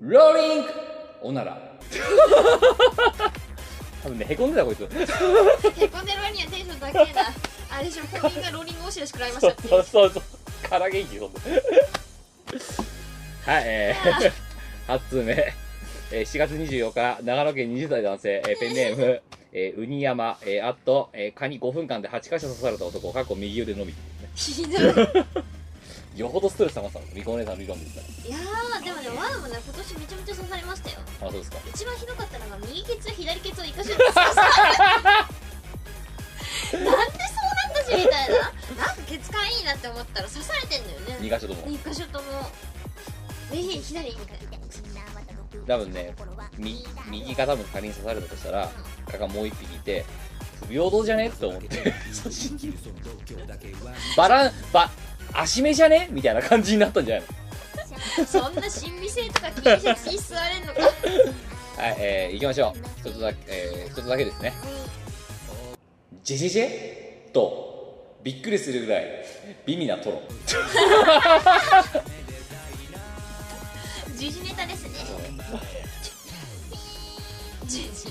[SPEAKER 1] ローリングおなら多分ねへこんでたこいつ
[SPEAKER 2] へこんでる割にはテンション高えなあれでしょコンビニがローリングオシラし食らいまし
[SPEAKER 1] そ
[SPEAKER 2] た
[SPEAKER 1] う
[SPEAKER 2] って
[SPEAKER 1] そうそうそうから元気そんなはいえー、8つ目、えー、7月24日長野県20代男性、えーペンネーム、えー、ウニヤマ、えー、あと、えー、蚊に5分間で8箇所刺された男かっこ右腕のみ
[SPEAKER 2] ひどいいや
[SPEAKER 1] よほどストレス溜まってたのみこお姉さんの理論ですか
[SPEAKER 2] ーでもねワーもね今年めちゃめちゃ刺されましたよ
[SPEAKER 1] らあそうですか
[SPEAKER 2] 一番ひどかったのが右ケツ左ケツを一箇所に刺されたなんでそうなったしみたいななんかケツ感いいななって思ったら刺されてんだよ
[SPEAKER 1] 2
[SPEAKER 2] ね
[SPEAKER 1] 箇所とも
[SPEAKER 2] 2箇所とも右左みたいな
[SPEAKER 1] 多分ねみ右肩も仮に刺されたとしたら蚊がもう一匹いて不平等じゃねって思ってバランバ足目じゃねみたいな感じになったんじゃないの
[SPEAKER 2] そんな神秘性とか気にせずに座れんのか
[SPEAKER 1] はいえー、行きましょう一つだけ、えー一つだけですねジェジェジェとびっくりするぐらい美味なトロ
[SPEAKER 2] 時事ネタですね時事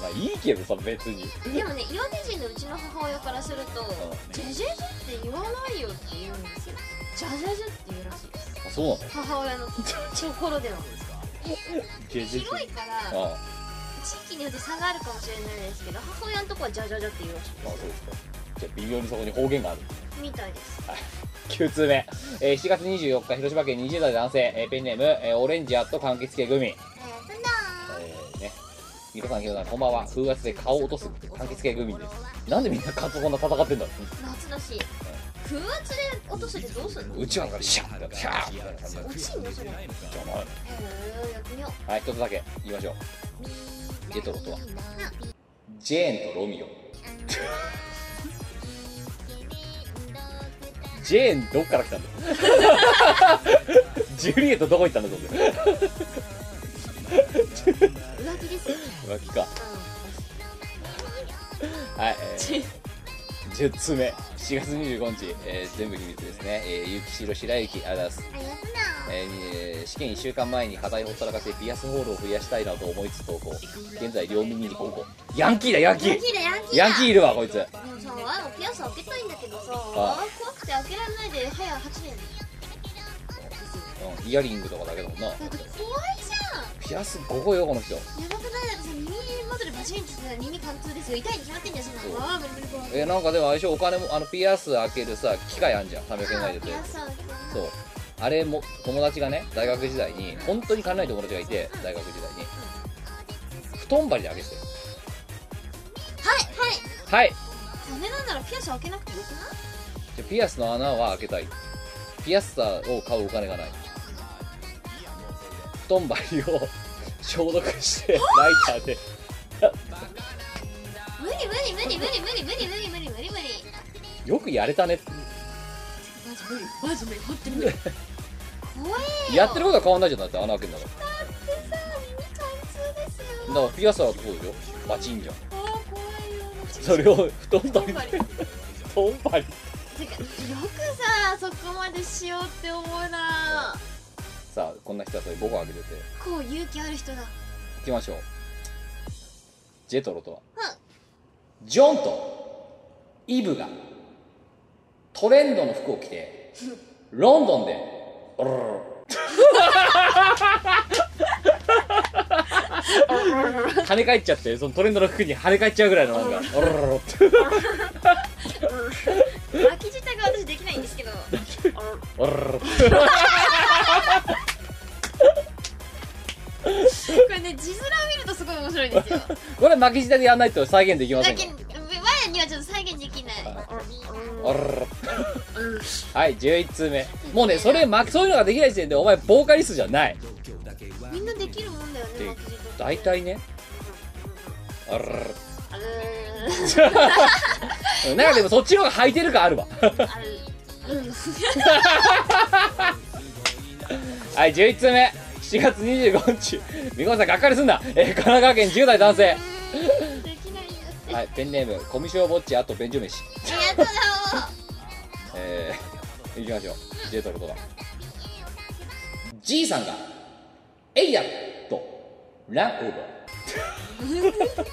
[SPEAKER 1] まあいいけどさ別に
[SPEAKER 2] でもね岩手人のうちの母親からすると「ジェジェジェって言わないよ」って言うんですよ「ジャジャジェ」って言うらしいです
[SPEAKER 1] あそうなの
[SPEAKER 2] 母親のところでは
[SPEAKER 1] ジェジェジ
[SPEAKER 2] 広い
[SPEAKER 1] ェ
[SPEAKER 2] から
[SPEAKER 1] あ
[SPEAKER 2] 地域によって差があるかもしれないですけど母親のとこは「ジャジャジェ」って言うらしい
[SPEAKER 1] あそうですかじゃあ微妙にそこに方言がある
[SPEAKER 2] みたいです
[SPEAKER 1] 9通目、えー7月24日広島県20代男性、えーペンネーム、えーオレンジアット柑橘系グミ、えーねミコさんヒロさんこんばんは風圧で顔を落とす柑橘系グミですなんでみんなカツこんな戦ってんだろ
[SPEAKER 2] 夏だし風圧で落とすってどうするの
[SPEAKER 1] ううちわからシャッシャッみたいな感じになる
[SPEAKER 2] 落ちんのそれへ
[SPEAKER 1] じゃない
[SPEAKER 2] えやってみよう
[SPEAKER 1] はい一つだけ言いましょうジェトロとはジェーンとロミオジェーンどっから来たんだジュリエットどこ行ったんだと思って
[SPEAKER 2] 浮気ですよね
[SPEAKER 1] 浮気かはい、えー10つ目7月25日、えー全部秘密ですね、えー、雪城白雪ありがとうございます、えーえー試験1週間前に課題をほったらかしてピアスホールを増やしたいなと思いつつ投稿現在両耳に高校ヤンキーだヤンキ
[SPEAKER 2] ヤン
[SPEAKER 1] ー
[SPEAKER 2] キーだヤンキーだ
[SPEAKER 1] ヤンキーいるわこいつ
[SPEAKER 2] でもさ、あのピアス開けたいんだけどさ、
[SPEAKER 1] あ
[SPEAKER 2] 怖くて開けられないで、早8年。
[SPEAKER 1] うんイヤリングとかだけだもんな
[SPEAKER 2] だって怖いじゃ
[SPEAKER 1] ピアス5個よこの人
[SPEAKER 2] ん。やばくないだってさ、耳元でバチンってさ、耳貫通ですよ。痛いに決まってんじゃん、そんなの。ああ、無理無理怖い。
[SPEAKER 1] えーなんかでもあれでしょお金もあのピアス開けるさ機械あんじゃん300円ぐらいで
[SPEAKER 2] ピアス開けた
[SPEAKER 1] そうあれも友達がね大学時代に本当に金ない友達がいて大学時代に布団張りで開けてたよ
[SPEAKER 2] はい、はい。
[SPEAKER 1] はい
[SPEAKER 2] ダメなんならピアス開けなくてよくない
[SPEAKER 1] じゃあピアスの穴は開けたいピアスターを買うお金がない布団張りを 消毒 してライターで
[SPEAKER 2] 無理無理無理無理無理無理無理無理無理無理。
[SPEAKER 1] よくやれたね
[SPEAKER 2] マジ無理、マジ無理、本当に無理。怖えよ。
[SPEAKER 1] やってること
[SPEAKER 2] だ
[SPEAKER 1] は変わんないじゃんだって穴開けんだか
[SPEAKER 2] ってさ、耳貫通です
[SPEAKER 1] ら
[SPEAKER 2] よ。
[SPEAKER 1] だからピアスターはどうでしょバチンじゃん
[SPEAKER 2] ああ、怖いよ。
[SPEAKER 1] それを布団
[SPEAKER 2] ほ
[SPEAKER 1] 張
[SPEAKER 2] ん
[SPEAKER 1] り
[SPEAKER 2] まに
[SPEAKER 1] で布団張り
[SPEAKER 2] てかよくさそこまでしようって思うな
[SPEAKER 1] さあこんな人はそれ5個開けてて
[SPEAKER 2] こう勇気ある人だ
[SPEAKER 1] 行きましょうジェトロとは、
[SPEAKER 2] は
[SPEAKER 1] ジョンとイブがトレンドの服を着てロンドンでおろろろ跳ね返っちゃってそのトレンドの服に跳ね返っちゃうぐらいのなんかおろろろって
[SPEAKER 2] 巻き自体が私できないんですけどあ
[SPEAKER 1] おろろろ
[SPEAKER 2] これね字面を見るとすごい面白いんですよだ
[SPEAKER 1] これ巻き舌でやんないと再現できませんか
[SPEAKER 2] け
[SPEAKER 1] ら
[SPEAKER 2] 前にはちょっと再現できない
[SPEAKER 1] おろろろはい11通目もうねそれ巻きそういうのができない時点でお前ボーカリストじゃない
[SPEAKER 2] みんなできるもんだよね
[SPEAKER 1] で
[SPEAKER 2] 巻き舌
[SPEAKER 1] 大体ねあららら
[SPEAKER 2] あれー
[SPEAKER 1] うんなんかでもそっちの方が履いてる感あるわ
[SPEAKER 2] あれーうん
[SPEAKER 1] はい11通目7月25日みこさんがっかりすんな、えー神奈川県10代男性
[SPEAKER 2] できないんだって
[SPEAKER 1] はいペンネームコミショウぼっちあと便所飯
[SPEAKER 2] ありがと
[SPEAKER 1] えー、いきましょうジェイトルトだじいさんが「えいや!」とランオーバー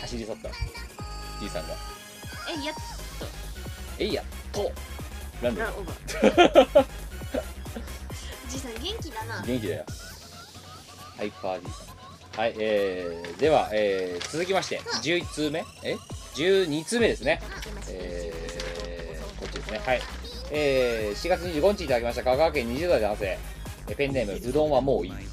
[SPEAKER 1] 走り去ったじいさんが
[SPEAKER 2] うえやっ
[SPEAKER 1] 「えいや!」とランオーバー
[SPEAKER 2] オーバーじいさん元気だな
[SPEAKER 1] 元気だよハイパー D さんはいえー、では、えー、続きまして11通目え12通目ですねえー、こっちですねはいえー、4月25日いただきました香川県20代男性えペンネームうどんはもういい
[SPEAKER 2] ね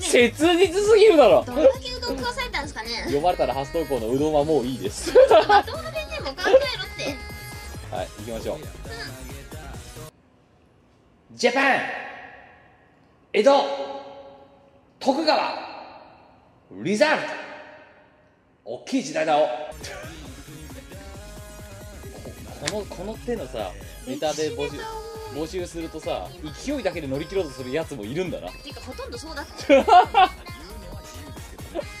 [SPEAKER 1] 切実すぎるだろ
[SPEAKER 2] どんだけうどん食わされたんですかね
[SPEAKER 1] 呼ばれたら初投稿のうどんはもういいです
[SPEAKER 2] まともな弁でも考えろって
[SPEAKER 1] はい行きましょうジャパン江戸徳川リザルト大きい時代だおこのこの手のさネタで募集募集するとさ勢いだけで乗り切ろうとするやつもいるんだな
[SPEAKER 2] ていうかほとんどそうだった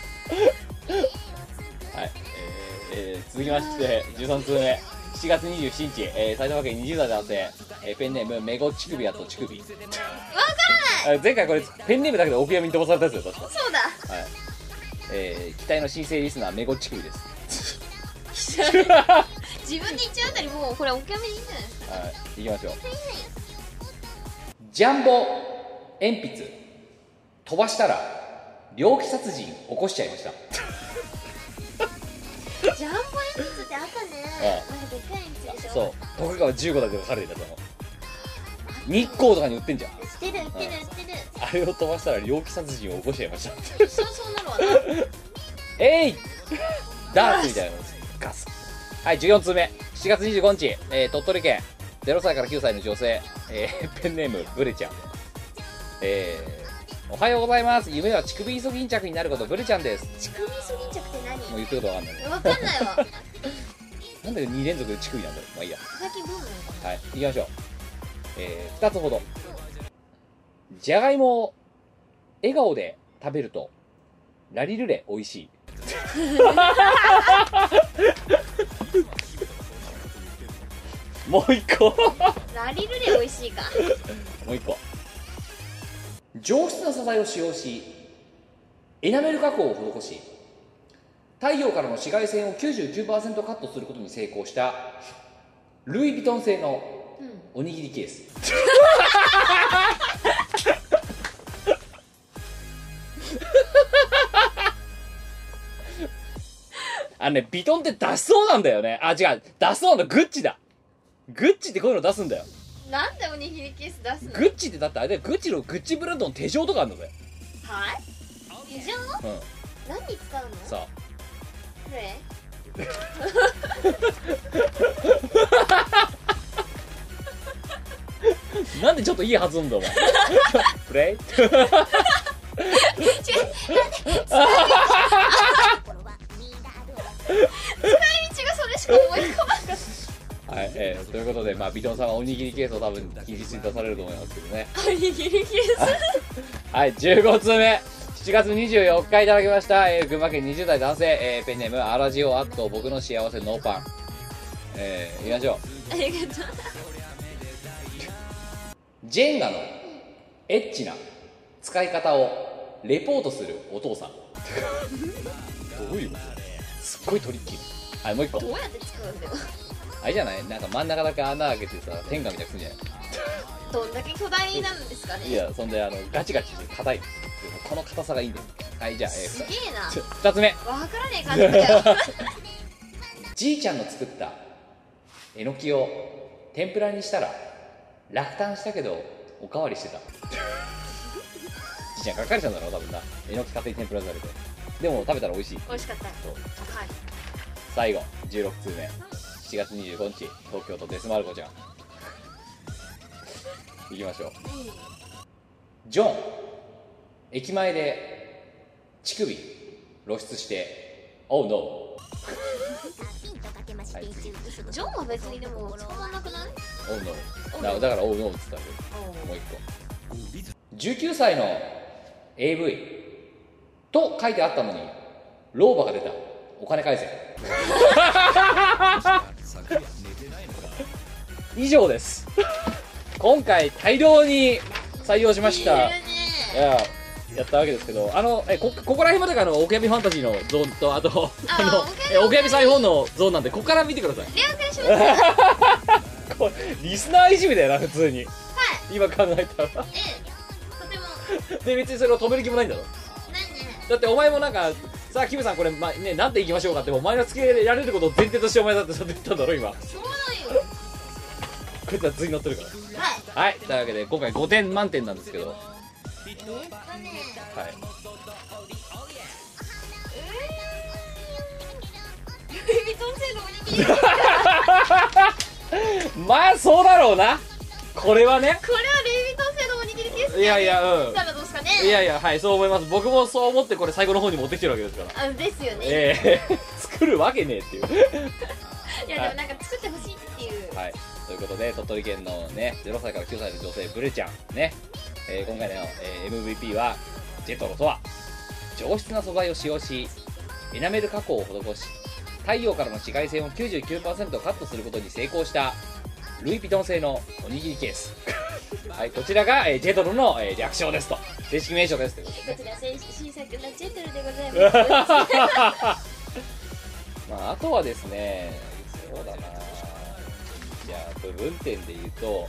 [SPEAKER 1] はい、えーえー続きまして13通目7月27日、えー埼玉県20代男性、えーペンネームメゴチクビアとチクビわからない前回これペンネームだけでお悔やみに飛ばされたやつよ確か、
[SPEAKER 2] そうだ
[SPEAKER 1] はいえー、期待の新生リスナーメゴチクビです
[SPEAKER 2] 自分で一応あたりもうこれおきゃめでいいんじゃないですか
[SPEAKER 1] はい、行きましょう。ジャンボ鉛筆飛ばしたら猟奇殺人起こしちゃいました。
[SPEAKER 2] ジャンボ鉛筆ってあったねなんかでっかい鉛筆でしょ
[SPEAKER 1] そう、徳川15代で書かれてたと思う。日光とかに売ってんじゃん。
[SPEAKER 2] 売ってる売ってる売ってる
[SPEAKER 1] あれを飛ばしたら猟奇殺人を起こしちゃいました。
[SPEAKER 2] そうそうなるわな
[SPEAKER 1] えいダーツみたいなもんですガスはい14通目7月25日、えー鳥取県0歳から9歳の女性、えーペンネームブレちゃんえーおはようございます夢は乳首イソギンチャクになることブレちゃんです
[SPEAKER 2] 乳首そぎんちゃくって
[SPEAKER 1] もう
[SPEAKER 2] 何
[SPEAKER 1] 言ってることわかんないね
[SPEAKER 2] わかんないわ
[SPEAKER 1] なんで2連続で乳首なんだろうまあいいや
[SPEAKER 2] 最近ブームなのか
[SPEAKER 1] はい行きましょうえ2つほどじゃがいもを笑顔で食べるとラリルレ美味しい もう一個
[SPEAKER 2] なラリルレ美味しいか
[SPEAKER 1] もう一個上質な素材を使用しエナメル加工を施し太陽からの紫外線を99%カットすることに成功したルイ・ヴィトン製のおにぎりケース、あのねヴィトンって出しそうなんだよねあ違う出しそうなのグッチだグッチってこういうの出すんだよ
[SPEAKER 2] なんでおにぎりケース出すの
[SPEAKER 1] グッチってだってあれだよグッチのグッチブランドの手錠とかあるのだよ
[SPEAKER 2] はい以上
[SPEAKER 1] うん
[SPEAKER 2] 何に使うの
[SPEAKER 1] さ
[SPEAKER 2] これ
[SPEAKER 1] あなんでちょっといい発音だお前 プレイ
[SPEAKER 2] 道がそれしか思い浮かばない
[SPEAKER 1] はい、えーということでまあビトンさんはおにぎりケースを多分厳しに出されると思いますけどね
[SPEAKER 2] おにぎりケー
[SPEAKER 1] はい15通目7月24日いただきました、えー群馬県20代男性、えーペンネームアラジオアット僕の幸せノーパンえー、いきましょう
[SPEAKER 2] スありがとう
[SPEAKER 1] ジェンガのエッチな使い方をレポートするお父さん どういうことすっごいトリッキーはいもう一個
[SPEAKER 2] どうやって使うんだよ
[SPEAKER 1] あれじゃないなんか真ん中だけ穴開けてさ天下みたいにするんじゃない
[SPEAKER 2] どんだけ巨大なんですかね
[SPEAKER 1] いやそんであのガチガチして硬いこの硬さがいいんだよはいじゃあ、え
[SPEAKER 2] すげ
[SPEAKER 1] ー、
[SPEAKER 2] えな
[SPEAKER 1] 2, つ目
[SPEAKER 2] わからねえ感じだよ
[SPEAKER 1] じいちゃんの作ったえのきを天ぷらにしたら落胆したけどおかわりしてたじいちゃんがっかりしたんだろう多分なえのき家庭天ぷらにされてでも食べたら美味しい
[SPEAKER 2] 美味しかった
[SPEAKER 1] そう
[SPEAKER 2] はい
[SPEAKER 1] 最後16通目7月25日東京都デスマルコちゃん行きましょうジョン駅前で乳首露出して「Oh no
[SPEAKER 2] ジョンは別にでも使わなくない
[SPEAKER 1] Oh no」
[SPEAKER 2] Oh
[SPEAKER 1] だ
[SPEAKER 2] no
[SPEAKER 1] だから「Oh no」っつったんだけどもう一個19歳の AV と書いてあったのに老婆が出たお金 返せ以上です今回大量に採用しまし
[SPEAKER 2] い
[SPEAKER 1] た
[SPEAKER 2] るね
[SPEAKER 1] いややったわけですけどあのえこここら辺までがあのおけやみファンタジーのゾーンとあと
[SPEAKER 2] あ
[SPEAKER 1] あの
[SPEAKER 2] おけ
[SPEAKER 1] え
[SPEAKER 2] やみ
[SPEAKER 1] おけやみ裁縫のゾーンなんでここから見てください
[SPEAKER 2] 了解しました
[SPEAKER 1] これリスナーいじめだよな普通に今考えたら
[SPEAKER 2] ええとても
[SPEAKER 1] で別にそれを止める気もないんだろ
[SPEAKER 2] ないね
[SPEAKER 1] だってお前もなんかさあキムさんこれ、まね、なんていきましょうかってお前のつけられることを前提としてお前だってそう言ったんだろ今こ
[SPEAKER 2] しょうがないよ
[SPEAKER 1] いつは図に乗ってるから
[SPEAKER 2] は
[SPEAKER 1] はい
[SPEAKER 2] い
[SPEAKER 1] というわけで今回5点満点なんですけど
[SPEAKER 2] えーっとね
[SPEAKER 1] はい
[SPEAKER 2] ルイ・ヴィトン製のおにぎりこれは
[SPEAKER 1] まあそうだろうなこれはね
[SPEAKER 2] ルイ・ヴィトン製のおにぎりです
[SPEAKER 1] いやいやうん
[SPEAKER 2] したらどうですかね
[SPEAKER 1] いやいやはいそう思います僕もそう思ってこれ最後の方に持ってきてるわけですから
[SPEAKER 2] あですよね、
[SPEAKER 1] え え作るわけねえっていう
[SPEAKER 2] いやでもなんか作ってほしいっていう、
[SPEAKER 1] はいということで鳥取県のね0歳から9歳の女性ブレちゃんね、えー今回の、えー MVP はジェトロとは上質な素材を使用しエナメル加工を施し太陽からの紫外線を99%カットすることに成功したルイ・ピトン製のおにぎりケースはいこちらが、えージェトロの、えー略称ですと正式名称ですということで
[SPEAKER 2] こちら新新作のジェントルでござい ます
[SPEAKER 1] まあ、あとはですね、そうだな、じゃあ、部分点で言うと、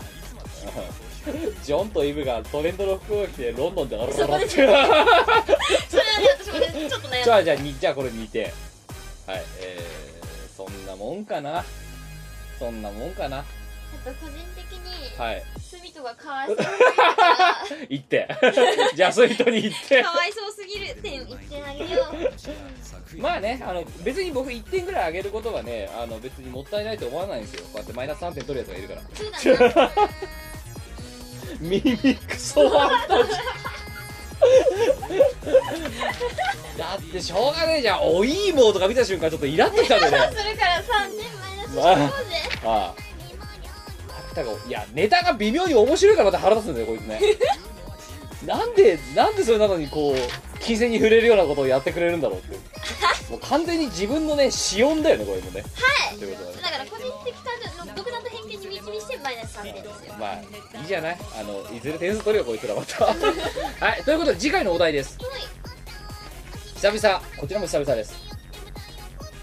[SPEAKER 1] ジョンとイブがトレンドの服を着てロンドンであら
[SPEAKER 2] そ
[SPEAKER 1] ら
[SPEAKER 2] こ
[SPEAKER 1] っ
[SPEAKER 2] で
[SPEAKER 1] て。
[SPEAKER 2] す
[SPEAKER 1] じゃ
[SPEAKER 2] よそれはね私もねちょっと悩ん だ
[SPEAKER 1] あ、じゃあ、にじゃあこれ2点。はい、えー、そんなもんかな。そんなもんかな。
[SPEAKER 2] あと個人的に、
[SPEAKER 1] はい、
[SPEAKER 2] スミトがかわいそうすぎるか
[SPEAKER 1] 1点。 じゃあ、そういう人に1点
[SPEAKER 2] ら。かわいそうすぎる点言ってあげよう
[SPEAKER 1] まあね、あの、別に僕1点ぐらい上げることはね、あの、別にもったいないと思わないんですよ。こうやってマイナス3点取るやつがいるから。
[SPEAKER 2] そうだな
[SPEAKER 1] 耳クソワンタジー だってしょうがねえじゃんおいい棒とか見た瞬間ちょっとイラッとしたんだよね
[SPEAKER 2] するから3年マイナスしようぜ
[SPEAKER 1] ああ角田がいやネタが微妙に面白いからまた腹立つんだよこいつねなんでなんでそれなのにこう金銭に触れるようなことをやってくれるんだろうってもう完全に自分のね私音だよねこれもねはいということで
[SPEAKER 2] だから個人的感情の独断と偏見に導いてマイナス3点ですよ
[SPEAKER 1] まあいいじゃないあのいずれ点数取るよこいつらま たはいということで次回のお題です久々こちらも久々です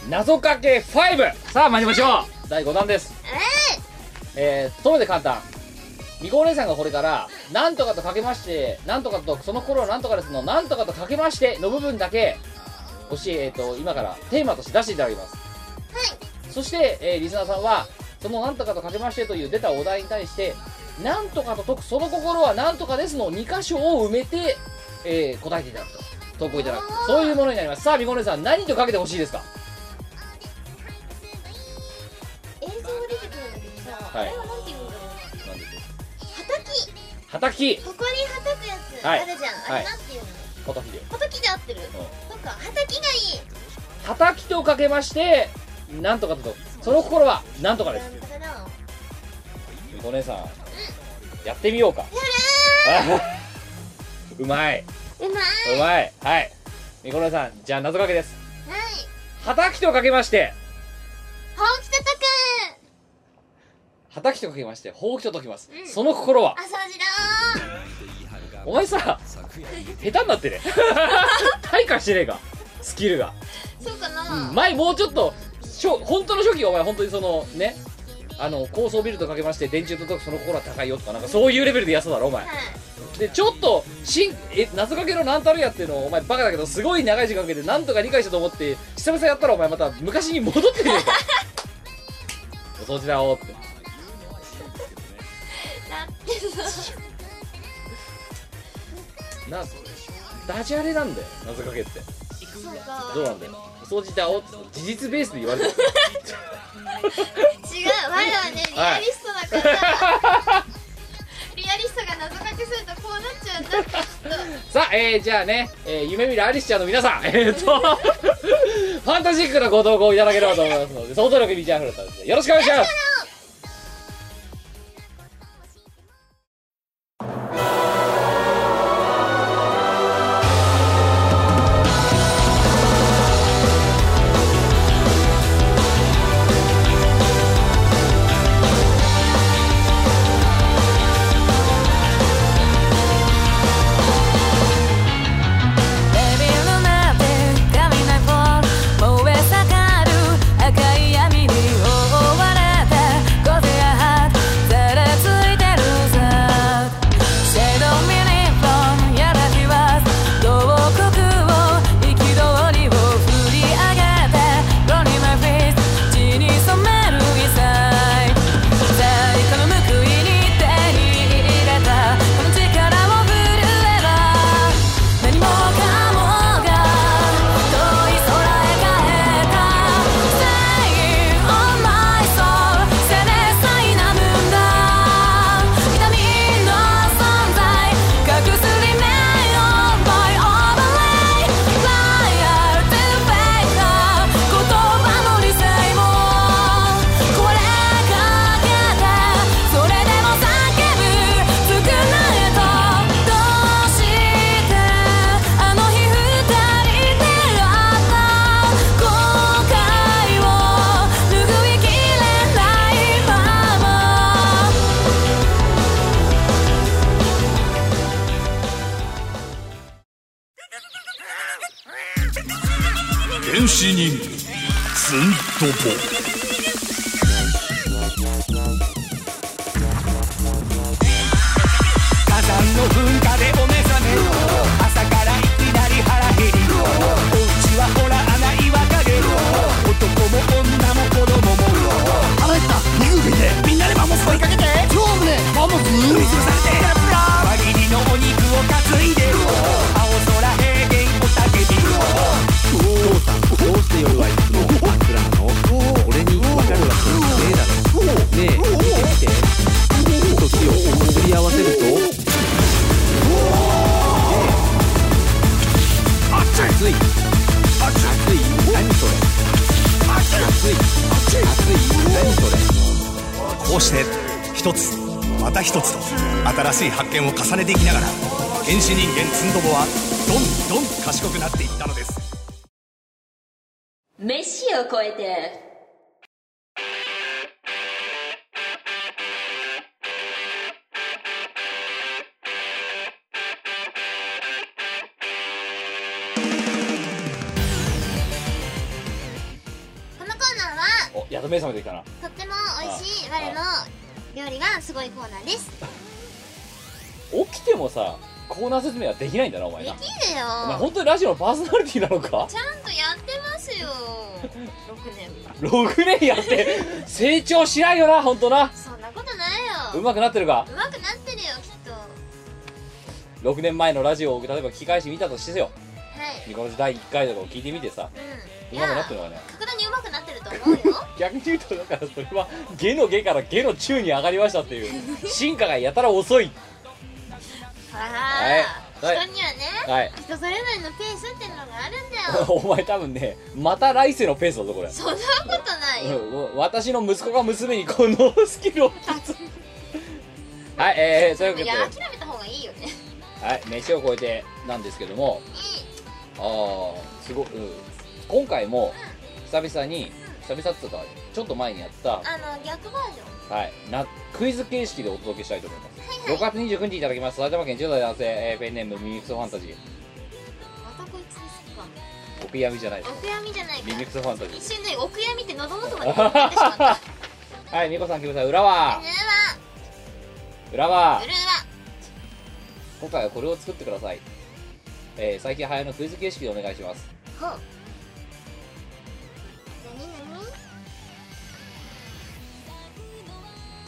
[SPEAKER 1] 謎かけ5さあ参りましょう、第5弾ですえー、とめて簡単みこお姉さんがこれから「なんとかとかけましてなんとかとその頃なんとかですのなんとかとかけまして」の部分だけ教え、えー、と今からテーマとして出していただきますそして、えーリスナーさんは、そのなんとかとかけましてという出たお題に対して、なんとかと解く、その心はなんとかですの2箇所を埋めて、えー答えていただくと。投稿いただくと。そういうものになります。さあ、みこねさん、何とかけてほしいですか
[SPEAKER 2] 映像が出てくるんだけどさ、
[SPEAKER 1] はい
[SPEAKER 2] あれはなんて言うんだろうはたき
[SPEAKER 1] はたき、
[SPEAKER 2] ここにはたくやつ
[SPEAKER 1] はい
[SPEAKER 2] あるじゃん、
[SPEAKER 1] はい
[SPEAKER 2] あれなんていうの
[SPEAKER 1] ことひで。
[SPEAKER 2] はたきで合ってるなんかはたきがいい
[SPEAKER 1] はたきとかけまして、なんとかと解く、その心はなんとかです
[SPEAKER 2] な。んとかな
[SPEAKER 1] みこねさん、やってみようか。うまい、
[SPEAKER 2] うまいう
[SPEAKER 1] まい。はい。みこねさん、じゃあ謎かけです。
[SPEAKER 2] はい
[SPEAKER 1] はたきとかけまして、
[SPEAKER 2] ほうきととくん
[SPEAKER 1] はたきとかけましてほうきと解きます、
[SPEAKER 2] うん
[SPEAKER 1] その心は
[SPEAKER 2] あそうじろう
[SPEAKER 1] お前さ下手になって ね退化してねえかスキルが、
[SPEAKER 2] そうかな、
[SPEAKER 1] 前もうちょっとしょ本当の初期はお前本当にそのねあの高層ビルとかけまして電柱と解くその心は高いよとかなんかそういうレベルでやそうだろお前
[SPEAKER 2] はい
[SPEAKER 1] でちょっとしんえ謎かけのなんたるやっていうのをお前バカだけどすごい長い時間かけてなんとか理解したと思って久々やったらお前また昔に戻ってくれ たお掃除だおって
[SPEAKER 2] だってさ
[SPEAKER 1] なダジャレなんだよ謎かけって
[SPEAKER 2] そうか
[SPEAKER 1] どうなんだよ掃除だおって事実ベースで言われてる
[SPEAKER 2] 違う我はねリアリストだから、 リアリストが謎かけするとこうなっちゃうんだってきっと
[SPEAKER 1] さあ、えー、じゃあね、えー、夢見るアリスちゃんの皆さん えー、っとファンタジックなご投稿をいただければと思いますので想像力に満ち溢れたのでよろしくお願いします
[SPEAKER 6] 「レビルなんて雷も燃え盛る」「赤い闇に覆われて」
[SPEAKER 7] 原始人ズンドボ
[SPEAKER 8] 火山の噴火でお目覚め朝からいきなり腹減りお家はほら穴岩陰男も女も子供も腹減った肉食いてみんなでマンモス追いかけて超危ねえマンモス食い潰されてラッラ輪切りのお肉を担いで青空平原おたけび
[SPEAKER 7] こうして一つまた一つと新しい発見を重ねていきながら原始人間ツンドボはどんどん賢くなっていったのです
[SPEAKER 9] 飯を超えて
[SPEAKER 2] このコーナーは
[SPEAKER 1] おやっと目覚めてきたな
[SPEAKER 2] とっても美味しい我の料理がすごいコーナーです
[SPEAKER 1] 起きてもさコーナー説明はできないんだなお前
[SPEAKER 2] で
[SPEAKER 1] な
[SPEAKER 2] きる
[SPEAKER 1] お前
[SPEAKER 2] よ
[SPEAKER 1] 本当にラジオのパーソナリティなのか
[SPEAKER 2] ちゃんとやってますよ6年も
[SPEAKER 1] 6年や って成長しないよな本当な
[SPEAKER 2] そんなことないうよ
[SPEAKER 1] まくなってるか
[SPEAKER 2] うまくなってるよきっとは
[SPEAKER 1] 6年前のラジオを例えば聞き返してみたとしてよ
[SPEAKER 2] い
[SPEAKER 1] ニコラジ第1回とかを聞いてみてさ
[SPEAKER 2] う
[SPEAKER 1] う
[SPEAKER 2] んい
[SPEAKER 1] まくな
[SPEAKER 2] や
[SPEAKER 1] ってるのかね
[SPEAKER 2] 格段にうまくなってると思 うよ
[SPEAKER 1] 逆に言うとだからそれは下の下から下の中に上がりましたっていう進化がやたら遅い
[SPEAKER 2] は
[SPEAKER 1] はいはい
[SPEAKER 2] 人にはね
[SPEAKER 1] はい
[SPEAKER 2] 人それぞれのペースっていうのがあるんだよ
[SPEAKER 1] お前多分ねまた来世のペースだぞこれ
[SPEAKER 2] そんなことないよ
[SPEAKER 1] うん私の息子が娘にこのスキルをはいえー、そういうわけ
[SPEAKER 2] い
[SPEAKER 1] で
[SPEAKER 2] や諦めた方がいいよね
[SPEAKER 1] はい飯を超えてなんですけどもああすごく、うん今回も久々に久々っていうかちょっと前にやった
[SPEAKER 2] あの逆バージョン
[SPEAKER 1] はい、なクイズ形式でお届けしたいと思います、6月29日いただきます埼玉県10代男性、えーペンネームミミクソファンタジー
[SPEAKER 2] またこいつですか
[SPEAKER 1] お悔やみじゃないです
[SPEAKER 2] お悔やみじゃないか
[SPEAKER 1] ミミクソファンタジ
[SPEAKER 2] 一瞬ねお悔やみって喉元まで出てしまった
[SPEAKER 1] ーはいミコさんキムさん裏は
[SPEAKER 2] うるわ
[SPEAKER 1] 裏は
[SPEAKER 2] うるわ
[SPEAKER 1] 今回はこれを作ってください、えー最近流行りのクイズ形式でお願いします
[SPEAKER 2] ほうなになに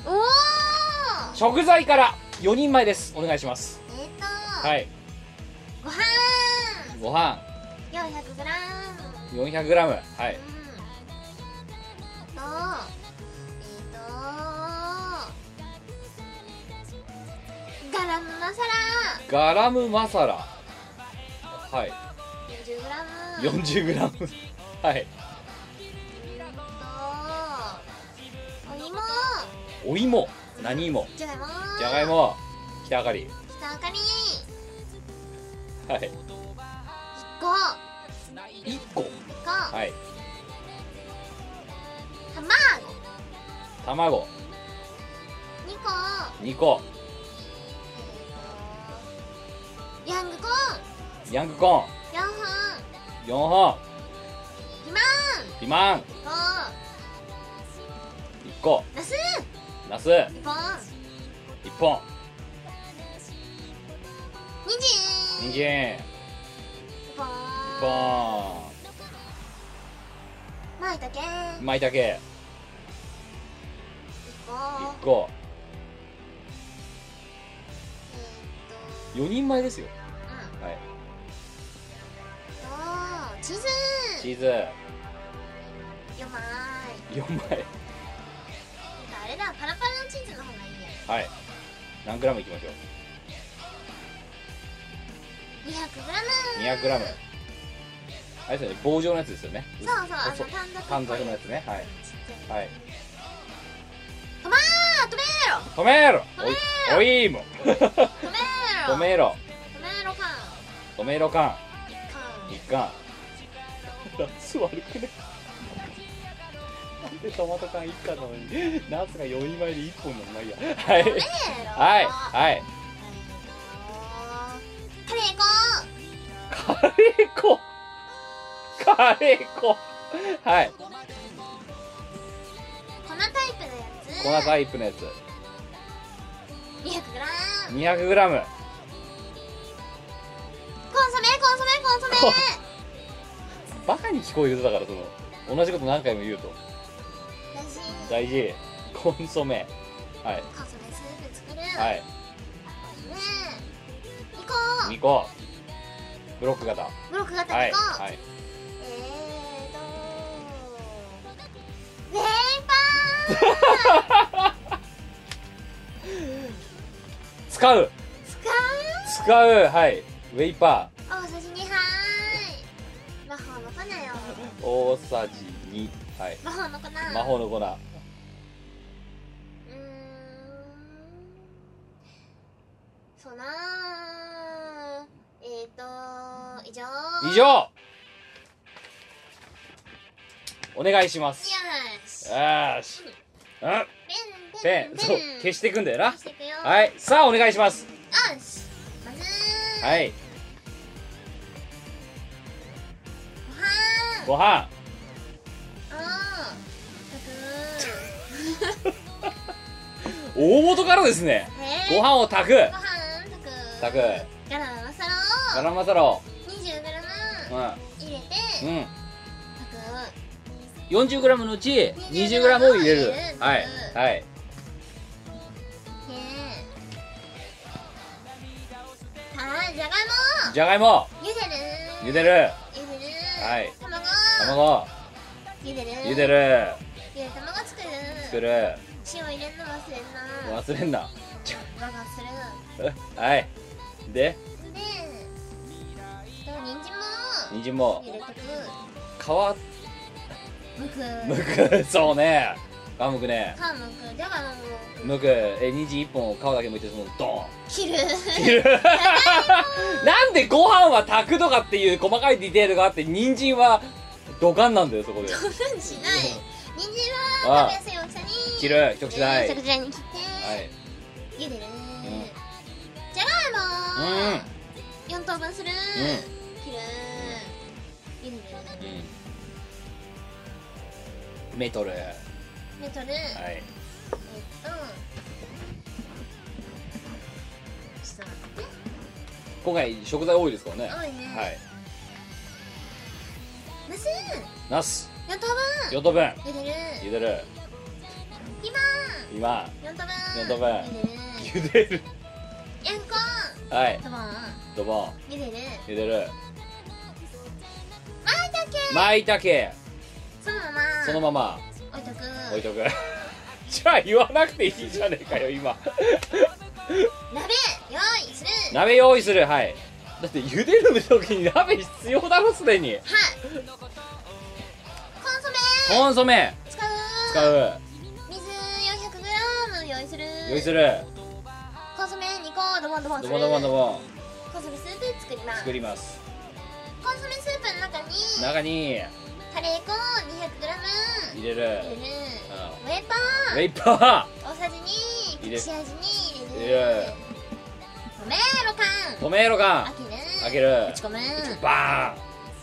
[SPEAKER 2] おお
[SPEAKER 1] 食材から4人前ですお願いします
[SPEAKER 2] えっ、と、
[SPEAKER 1] はい
[SPEAKER 2] ご飯
[SPEAKER 1] ご飯
[SPEAKER 2] 4 0 0グラム
[SPEAKER 1] 400g はい
[SPEAKER 2] うんとえっ、とガラムマサラ
[SPEAKER 1] ガラムマサラはい
[SPEAKER 2] 40グラム
[SPEAKER 1] 40g はい
[SPEAKER 2] と
[SPEAKER 1] お
[SPEAKER 2] お芋
[SPEAKER 1] 芋何芋
[SPEAKER 2] じゃがいも
[SPEAKER 1] じゃがいも北あかり
[SPEAKER 2] 北あかり
[SPEAKER 1] はい
[SPEAKER 2] ご
[SPEAKER 1] 1個
[SPEAKER 2] ご、
[SPEAKER 1] はい
[SPEAKER 2] 卵
[SPEAKER 1] 卵
[SPEAKER 2] 2
[SPEAKER 1] 2
[SPEAKER 2] 個
[SPEAKER 1] 個
[SPEAKER 2] えーとヤングコーン
[SPEAKER 1] ヤングコ
[SPEAKER 2] 4
[SPEAKER 1] ー
[SPEAKER 2] 本
[SPEAKER 1] ン4本
[SPEAKER 2] ピ
[SPEAKER 1] ピ
[SPEAKER 2] マ
[SPEAKER 1] マン
[SPEAKER 2] ン5
[SPEAKER 1] 1個
[SPEAKER 2] ナス
[SPEAKER 1] ナス1
[SPEAKER 2] 2本
[SPEAKER 1] 本
[SPEAKER 2] ニンジン
[SPEAKER 1] 人参
[SPEAKER 2] 1
[SPEAKER 1] 1
[SPEAKER 2] 本
[SPEAKER 1] 本
[SPEAKER 2] マイタケ1
[SPEAKER 1] 舞茸
[SPEAKER 2] 個
[SPEAKER 1] 1個
[SPEAKER 2] えー
[SPEAKER 1] 4人前ですよはい
[SPEAKER 2] っとチーズ
[SPEAKER 1] チーズ
[SPEAKER 2] 4枚
[SPEAKER 1] 4枚
[SPEAKER 2] あれだパラパラのチーズの方がいいや
[SPEAKER 1] はい何グラムいきましょう
[SPEAKER 2] 200g
[SPEAKER 1] 200グラムあれですよね棒状のやつですよね
[SPEAKER 2] そうそうあの
[SPEAKER 1] 細
[SPEAKER 2] 短冊っぽい
[SPEAKER 1] 短冊のやつねはい
[SPEAKER 2] ちっちゃい
[SPEAKER 1] はい
[SPEAKER 2] トマートメー
[SPEAKER 1] 止め
[SPEAKER 2] ロ
[SPEAKER 1] ろおいおいも
[SPEAKER 2] トメーロ
[SPEAKER 1] 止めろ
[SPEAKER 2] トメーロ
[SPEAKER 1] 止めろ
[SPEAKER 2] パン
[SPEAKER 1] 缶
[SPEAKER 2] 缶
[SPEAKER 1] 一貫夏悪くねなんでトマト缶一貫なのに夏が4人前で1本なのまあいいやはいはい
[SPEAKER 2] トメーロあ
[SPEAKER 1] はい
[SPEAKER 2] カレー粉
[SPEAKER 1] カレー粉カカレー粉はい
[SPEAKER 2] 粉タイプのやつ
[SPEAKER 1] 粉タイプのやつ
[SPEAKER 2] 200g コン
[SPEAKER 1] 200g
[SPEAKER 2] ソメコンソメコンソメ
[SPEAKER 1] こ バカに聞こえるだからその同じこと何回も言うと大
[SPEAKER 2] 大事
[SPEAKER 1] 事コンソメはい
[SPEAKER 2] コンソメスープ作る
[SPEAKER 1] はいい
[SPEAKER 2] ねえ行こ
[SPEAKER 1] 2個ブロック型は
[SPEAKER 2] うブロック型
[SPEAKER 1] いは
[SPEAKER 2] 行こう
[SPEAKER 1] い
[SPEAKER 2] えーとウェイパー
[SPEAKER 1] 使う
[SPEAKER 2] 使
[SPEAKER 1] 使うはいウェイパ
[SPEAKER 2] う大さじ2杯魔法の粉よ
[SPEAKER 1] ー大さじ2はい
[SPEAKER 2] 魔法の粉
[SPEAKER 1] 魔法の粉
[SPEAKER 2] うーんそうなーえーと以上
[SPEAKER 1] 以上お願いします
[SPEAKER 2] よし
[SPEAKER 1] よーしうん
[SPEAKER 2] ペ
[SPEAKER 1] ペ
[SPEAKER 2] ン
[SPEAKER 1] ンそう消していくんだよな
[SPEAKER 2] 消してくよ
[SPEAKER 1] はいいさあお願いします
[SPEAKER 2] よしまずー
[SPEAKER 1] はい
[SPEAKER 2] ご
[SPEAKER 1] ご
[SPEAKER 2] 飯
[SPEAKER 1] 飯
[SPEAKER 2] おー
[SPEAKER 1] 大元からですね
[SPEAKER 2] へー
[SPEAKER 1] ご飯を炊く
[SPEAKER 2] ご飯
[SPEAKER 1] 炊
[SPEAKER 2] 炊く
[SPEAKER 1] く
[SPEAKER 2] ガラムマサロ
[SPEAKER 1] ガラムマサロ
[SPEAKER 2] を 20g
[SPEAKER 1] う
[SPEAKER 2] 入れて
[SPEAKER 1] んうん
[SPEAKER 2] 炊く
[SPEAKER 1] 40g のうち 20g を入れるはいはい
[SPEAKER 2] ねえあーじゃがい
[SPEAKER 1] じゃがいも
[SPEAKER 2] も茹でる
[SPEAKER 1] 茹でる
[SPEAKER 2] 茹でる
[SPEAKER 1] はい
[SPEAKER 2] 卵
[SPEAKER 1] 卵
[SPEAKER 2] 茹でる
[SPEAKER 1] 茹でる
[SPEAKER 2] ゆで卵作る
[SPEAKER 1] 作る
[SPEAKER 2] 塩入れるの忘れ
[SPEAKER 1] 忘れ
[SPEAKER 2] んな
[SPEAKER 1] んな
[SPEAKER 2] 我慢する
[SPEAKER 1] はいで
[SPEAKER 2] でと人参も
[SPEAKER 1] 人参も
[SPEAKER 2] 入れとく
[SPEAKER 1] 皮
[SPEAKER 2] むく
[SPEAKER 1] むく そうね皮むくね
[SPEAKER 2] 皮むくじゃがいも
[SPEAKER 1] むくえ人参1本を皮だけむいてそのド
[SPEAKER 2] 切る
[SPEAKER 1] ーン切る なんでご飯は炊くとかっていう細かいディテールがあって人参は土管なんだよそこで
[SPEAKER 2] 取るんしない人参は
[SPEAKER 1] ああ
[SPEAKER 2] 食べやすい大きさに
[SPEAKER 1] 切る一口大
[SPEAKER 2] 一口大に切って、
[SPEAKER 1] はい
[SPEAKER 2] 茹でる
[SPEAKER 1] ん
[SPEAKER 2] じゃがいも
[SPEAKER 1] う
[SPEAKER 2] 4等分する、
[SPEAKER 1] ん
[SPEAKER 2] 切る茹で
[SPEAKER 1] ん
[SPEAKER 2] る
[SPEAKER 1] うんメトルは
[SPEAKER 2] で取る、
[SPEAKER 1] い
[SPEAKER 2] えっとちょっと待って
[SPEAKER 1] 今回食材多いですからね
[SPEAKER 2] 多いね
[SPEAKER 1] はい
[SPEAKER 2] ナス
[SPEAKER 1] ナス
[SPEAKER 2] 4等
[SPEAKER 1] 4等分
[SPEAKER 2] 分茹でる
[SPEAKER 1] 茹でる
[SPEAKER 2] ピーマ
[SPEAKER 1] 今
[SPEAKER 2] ン4等分
[SPEAKER 1] 四等分
[SPEAKER 2] 茹でる
[SPEAKER 1] 茹でる
[SPEAKER 2] ヤンコ
[SPEAKER 1] はい
[SPEAKER 2] ンドボン
[SPEAKER 1] ドボン
[SPEAKER 2] 茹でる
[SPEAKER 1] 茹でる
[SPEAKER 2] マイタ
[SPEAKER 1] 舞
[SPEAKER 2] ケ
[SPEAKER 1] 茸
[SPEAKER 2] そのまま
[SPEAKER 1] そのまま
[SPEAKER 2] 置いとく
[SPEAKER 1] 置いとく じゃあ言わなくていいじゃねえかよ今
[SPEAKER 2] 鍋用意する
[SPEAKER 1] 鍋用意するはいだって茹でる時に鍋必要だろすでに
[SPEAKER 2] はいコンソメ
[SPEAKER 1] コンソメ
[SPEAKER 2] 使う
[SPEAKER 1] 使う
[SPEAKER 2] 水 400g 用意する
[SPEAKER 1] 用意する
[SPEAKER 2] コンソメ2個ドボンドボンす
[SPEAKER 1] ド
[SPEAKER 2] る
[SPEAKER 1] ボンドボンドボン
[SPEAKER 2] コンソメスープ作ります
[SPEAKER 1] 作ります
[SPEAKER 2] コンソメスープの中に
[SPEAKER 1] 中に
[SPEAKER 2] カレー粉 200g
[SPEAKER 1] 入れる
[SPEAKER 2] 入れる
[SPEAKER 1] う
[SPEAKER 2] ウェイパ
[SPEAKER 1] ウ
[SPEAKER 2] ー
[SPEAKER 1] ェイパ
[SPEAKER 2] 大さじ
[SPEAKER 1] 入
[SPEAKER 2] に
[SPEAKER 1] れ
[SPEAKER 2] 隠し味に
[SPEAKER 1] ー入
[SPEAKER 2] 入れ
[SPEAKER 1] れ
[SPEAKER 2] る
[SPEAKER 1] る
[SPEAKER 2] 米ロカン
[SPEAKER 1] 止めろ
[SPEAKER 2] 開
[SPEAKER 1] か
[SPEAKER 2] ける
[SPEAKER 1] 開ける
[SPEAKER 2] 打ち込む
[SPEAKER 1] バ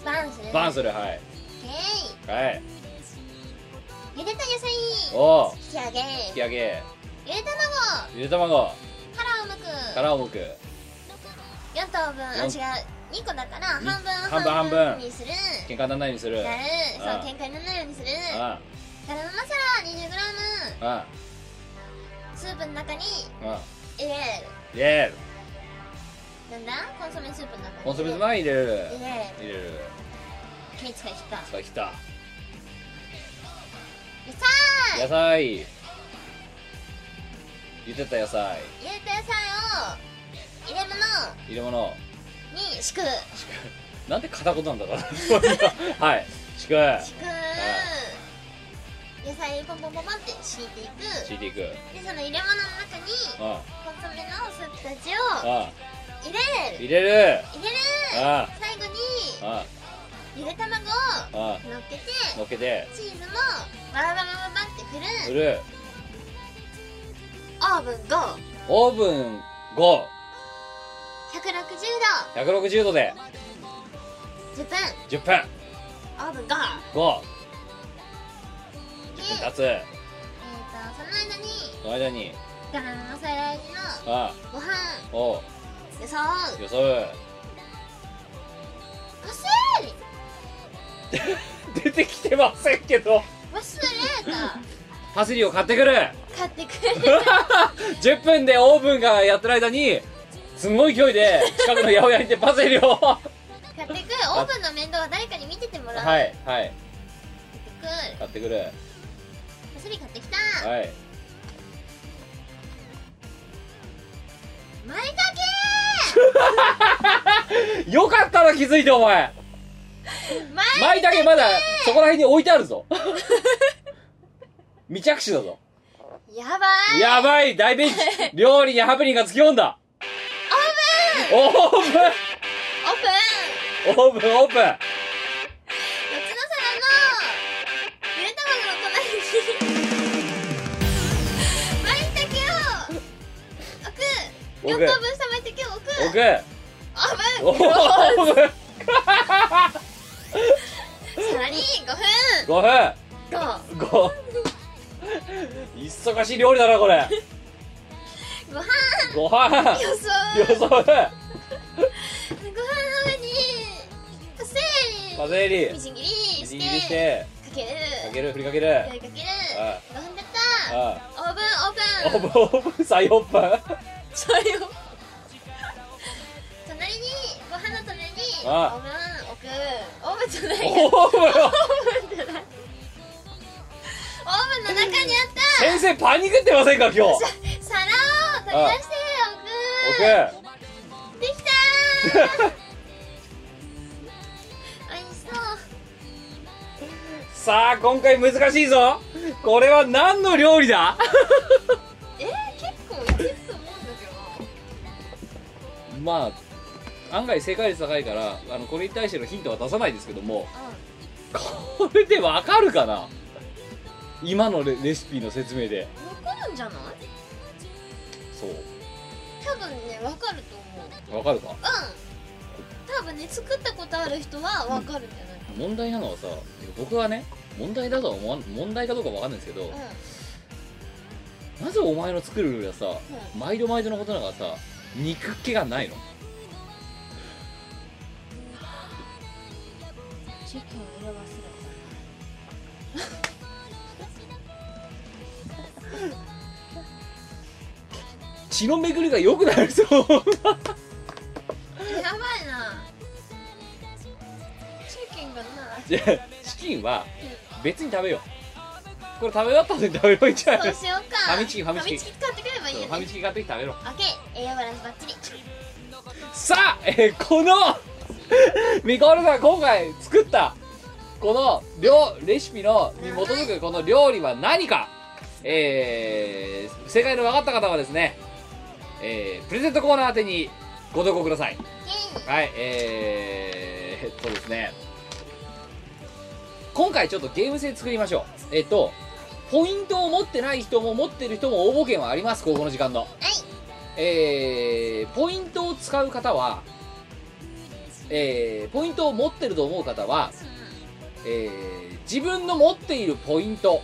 [SPEAKER 2] バンす
[SPEAKER 1] ー
[SPEAKER 2] る
[SPEAKER 1] ンバーンす
[SPEAKER 2] る
[SPEAKER 1] るはいはい
[SPEAKER 2] ゆでた野菜
[SPEAKER 1] おお
[SPEAKER 2] 引き上げ
[SPEAKER 1] 引き上げ
[SPEAKER 2] ゆで卵
[SPEAKER 1] ゆで卵
[SPEAKER 2] 殻をむく
[SPEAKER 1] 殻をむく
[SPEAKER 2] 4等分あ
[SPEAKER 1] 四
[SPEAKER 2] 違う2個だから半分
[SPEAKER 1] 半分半分
[SPEAKER 2] にする
[SPEAKER 1] 喧嘩にならないようにする
[SPEAKER 2] やるそう
[SPEAKER 1] ああ
[SPEAKER 2] 喧嘩にならないようにする
[SPEAKER 1] あ
[SPEAKER 2] ガラムマサラ 20g
[SPEAKER 1] ああ
[SPEAKER 2] スープの中に
[SPEAKER 1] あああ
[SPEAKER 2] 入れる
[SPEAKER 1] イエーイ
[SPEAKER 2] なんだコンソメスープの中に
[SPEAKER 1] コンソメスープは入れる
[SPEAKER 2] 入れる
[SPEAKER 1] 入れる
[SPEAKER 2] ケツが引った
[SPEAKER 1] さあ来た
[SPEAKER 2] 野
[SPEAKER 1] 野
[SPEAKER 2] 菜
[SPEAKER 1] 菜茹でた野菜
[SPEAKER 2] 入れた野菜を入れ物
[SPEAKER 1] 入れ物
[SPEAKER 2] に敷く
[SPEAKER 1] なんで片言なんだろう はい敷く
[SPEAKER 2] 敷く野菜ポンポンポンポンって敷いていく
[SPEAKER 1] 敷いていく
[SPEAKER 2] でその入れ物の中に
[SPEAKER 1] あ
[SPEAKER 2] コンソメのスープたち
[SPEAKER 1] あ
[SPEAKER 2] を
[SPEAKER 1] あ
[SPEAKER 2] 入れ
[SPEAKER 1] あ
[SPEAKER 2] る
[SPEAKER 1] 入れる
[SPEAKER 2] 入れる
[SPEAKER 1] あ
[SPEAKER 2] 最後
[SPEAKER 1] ああ
[SPEAKER 2] にゆで卵
[SPEAKER 1] ああ
[SPEAKER 2] を乗っけて
[SPEAKER 1] あのっけて
[SPEAKER 2] チーズもバラバラバラバラってく
[SPEAKER 1] 振
[SPEAKER 2] る
[SPEAKER 1] る
[SPEAKER 2] オーブン
[SPEAKER 1] オーブン5
[SPEAKER 2] 5160
[SPEAKER 1] 160度で
[SPEAKER 2] 度10分
[SPEAKER 1] 10分
[SPEAKER 2] あるが
[SPEAKER 1] 5
[SPEAKER 2] で、え
[SPEAKER 1] 2
[SPEAKER 2] ー、と
[SPEAKER 1] つ
[SPEAKER 2] その間に
[SPEAKER 1] の間に
[SPEAKER 2] ガランサラエビの
[SPEAKER 1] あ
[SPEAKER 2] ご飯
[SPEAKER 1] を
[SPEAKER 2] よそう
[SPEAKER 1] よそう
[SPEAKER 2] 忘れる
[SPEAKER 1] 出てきてませんけど
[SPEAKER 2] 忘れた
[SPEAKER 1] パセリを買ってくる
[SPEAKER 2] 買ってくれる
[SPEAKER 1] 10分でオーブンがやってる間にすんごい勢いで近くの八百屋に行ってパセリを は
[SPEAKER 2] 買ってくるオーブンの面倒は誰かに見ててもらう、
[SPEAKER 1] いはい
[SPEAKER 2] 買ってくる
[SPEAKER 1] 買ってくる
[SPEAKER 2] パセリ買ってきた、
[SPEAKER 1] はい
[SPEAKER 2] 舞茸
[SPEAKER 1] よかったな気づいてお前
[SPEAKER 2] 舞
[SPEAKER 1] 舞茸まだそこら辺に置いてあるぞ未着手だぞ
[SPEAKER 2] やばい
[SPEAKER 1] やばい大ピンチ料理にハプニングがつき込んだオー
[SPEAKER 2] オープン
[SPEAKER 1] ブンオーブンオーブンオーブン
[SPEAKER 2] 夏の皿のゆで卵の隣に舞茸を置
[SPEAKER 1] 置く
[SPEAKER 2] く4等分した舞茸を置く
[SPEAKER 1] 置く
[SPEAKER 2] オ
[SPEAKER 1] オ
[SPEAKER 2] ーブン
[SPEAKER 1] ーブン
[SPEAKER 2] さらに
[SPEAKER 1] 5分
[SPEAKER 2] 5分
[SPEAKER 1] ご忙しい料理だなこれ
[SPEAKER 2] ご
[SPEAKER 1] ご
[SPEAKER 2] ご飯
[SPEAKER 1] 飯
[SPEAKER 2] よ
[SPEAKER 1] よ
[SPEAKER 2] そうご飯
[SPEAKER 1] そえ
[SPEAKER 2] の上にパセ
[SPEAKER 1] パセ
[SPEAKER 2] リみ
[SPEAKER 1] リ
[SPEAKER 2] じん切
[SPEAKER 1] み
[SPEAKER 2] り
[SPEAKER 1] じ
[SPEAKER 2] し
[SPEAKER 1] ん
[SPEAKER 2] て
[SPEAKER 1] 切りして
[SPEAKER 2] かけ
[SPEAKER 1] か
[SPEAKER 2] る
[SPEAKER 1] ける振りかける
[SPEAKER 2] かける
[SPEAKER 1] あ
[SPEAKER 2] 5分だった
[SPEAKER 1] あ
[SPEAKER 2] オーブ
[SPEAKER 1] オ
[SPEAKER 2] ンオー
[SPEAKER 1] ーブ
[SPEAKER 2] ブン
[SPEAKER 1] ンオーブン最オープン
[SPEAKER 2] そうよ隣にご飯の隣にオ
[SPEAKER 1] あ
[SPEAKER 2] ーブン置くオーブンじゃない
[SPEAKER 1] オ
[SPEAKER 2] よ
[SPEAKER 1] ーブン
[SPEAKER 2] オーブンじゃないオーブンの中にあった
[SPEAKER 1] 先生パニックってませんか今日置
[SPEAKER 2] 皿を取り出して
[SPEAKER 1] く
[SPEAKER 2] 置くできた ーおいしそう
[SPEAKER 1] さあ今回難しいぞこれは何の料理だ
[SPEAKER 2] えー、結構いけると思うんだけど
[SPEAKER 1] まあ案外正解率高いからあのこれに対してのヒントは出さないですけども
[SPEAKER 2] な
[SPEAKER 1] これでわかるかな今のレレシピの説明で
[SPEAKER 2] うんわかるんじゃない
[SPEAKER 1] そう
[SPEAKER 2] 多分ねわかると思う
[SPEAKER 1] わかるか
[SPEAKER 2] うん多分ね作ったことある人はわかるんじゃない
[SPEAKER 1] 問題なのはさ僕はね問題だとは思わん問題かどうかわかんないですけど、
[SPEAKER 2] か
[SPEAKER 1] なぜお前の作る料理はさ、
[SPEAKER 2] う
[SPEAKER 1] 毎度毎度のことながらさ肉気がないの
[SPEAKER 2] うんチキンを入れ忘れ
[SPEAKER 1] 血の巡りが良くなるそう
[SPEAKER 2] たやばいなチキンがない
[SPEAKER 1] じゃあチキンは別に食べようこれ食べ終わった後に食べよういいんじゃない
[SPEAKER 2] そうしようか
[SPEAKER 1] ファミチキファミチキ
[SPEAKER 2] 買ってくればいい
[SPEAKER 1] そう
[SPEAKER 2] よ
[SPEAKER 1] ファミ
[SPEAKER 2] ね
[SPEAKER 1] チキ買ってきて食べろ
[SPEAKER 2] オッケー栄養バランスバッチリ
[SPEAKER 1] さあ、えーこの ミコールが今回作ったこの料レシピのに基づくこの料理は何か、えー、正解の分かった方はですね、えープレゼントコーナー宛てにご投稿くださいはいえー、えっとですね今回ちょっとゲーム性作りましょうえっとポイントを持ってない人も持ってる人も応募権はありますここの時間のはいえー、ポイントを使う方はえー、ポイントを持ってると思う方は、えー、自分の持っているポイント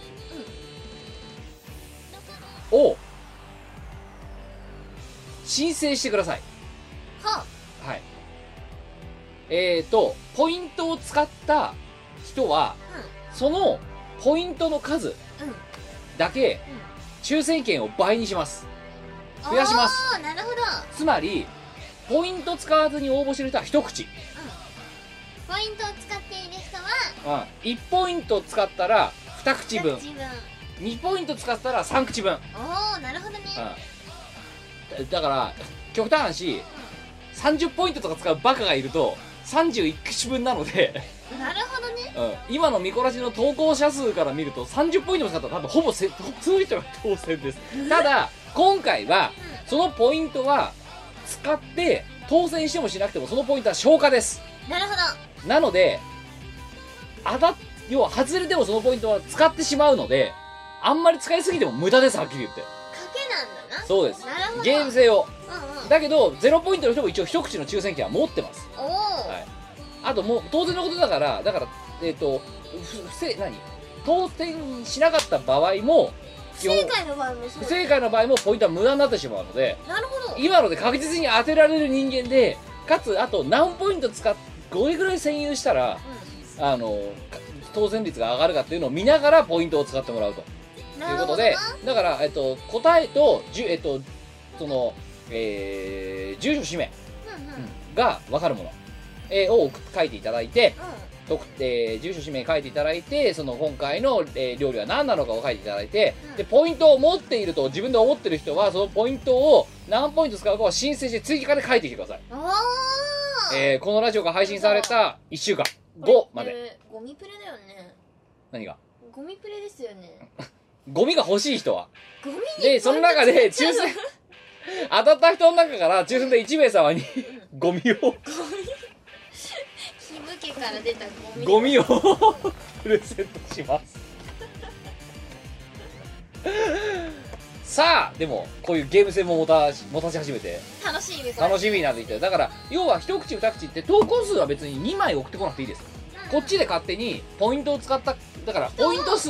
[SPEAKER 1] を申請してください
[SPEAKER 2] ほう
[SPEAKER 1] はい。えーと、ポイントを使った人は、そのポイントの数
[SPEAKER 2] うん
[SPEAKER 1] だけ、
[SPEAKER 2] うん
[SPEAKER 1] 抽選券を倍にします。増やします
[SPEAKER 2] おーなるほど
[SPEAKER 1] つまり、ポイント使わずに応募してる人は一口。
[SPEAKER 2] ポイントを使っている人
[SPEAKER 1] う
[SPEAKER 2] は
[SPEAKER 1] ん。1ポイント使ったら2口分。
[SPEAKER 2] 自分
[SPEAKER 1] 2ポイント使ったら3口分。
[SPEAKER 2] おおなるほどね
[SPEAKER 1] うん。だから、極端な話、30ポイントとか使うバカがいると、31口分なので、
[SPEAKER 2] なるほどね
[SPEAKER 1] うん、今のミコラジの投稿者数から見ると30ポイントも使ったら多分ほぼせ普通の人が当選ですただ今回はそのポイントは使って当選してもしなくてもそのポイントは消化です
[SPEAKER 2] なるほど
[SPEAKER 1] なので当たっ要は外れてもそのポイントは使ってしまうのであんまり使いすぎても無駄ですはっきり言って
[SPEAKER 2] 賭けなんだな
[SPEAKER 1] そうです
[SPEAKER 2] なるほど
[SPEAKER 1] ゲーム性を
[SPEAKER 2] うんうん
[SPEAKER 1] だけど0ポイントの人も一応一口の抽選券は持ってます
[SPEAKER 2] おお、
[SPEAKER 1] はいあともう当然のことだからだからえっ、とふ不正何当選しなかった場合も
[SPEAKER 2] 不正解の場合もそ
[SPEAKER 1] 不
[SPEAKER 2] う
[SPEAKER 1] 正解の場合もポイントは無駄になってしまうので
[SPEAKER 2] なるほど
[SPEAKER 1] 今ので確実に当てられる人間でかつあと何ポイント使ってどれぐらい占有したらあのか当選率が上がるかっていうのを見ながらポイントを使ってもらうとということでだから、えっと、答えとじゅ、えっとそのえー住所氏名が分かるもの、えーを送って書いていただいて、特えー住所氏名書いていただいてその今回の、えー料理は何なのかを書いていただいて、でポイントを持っていると自分で思ってる人はそのポイントを何ポイント使うかを申請して追加で書いてきてください、
[SPEAKER 2] おー
[SPEAKER 1] えーこのラジオが配信された1週間後まで
[SPEAKER 2] でゴミプレだよね
[SPEAKER 1] 何が
[SPEAKER 2] ゴミプレですよね
[SPEAKER 1] ゴミが欲しい人は
[SPEAKER 2] ゴミ に
[SPEAKER 1] で、その中で、抽選、当たった人の中から、抽選で1名様に、ゴミを、
[SPEAKER 2] 日向家から出たゴミ
[SPEAKER 1] ゴミを、 プレゼントします。さあ、でも、こういうゲーム性も持たし持たし始めて、
[SPEAKER 2] 楽しいです
[SPEAKER 1] 楽しみになってきて、だから、要は一口二口って、投稿数は別に2枚送ってこなくていいです。こっちで勝手に、ポイントを使った、だから、ポイント数、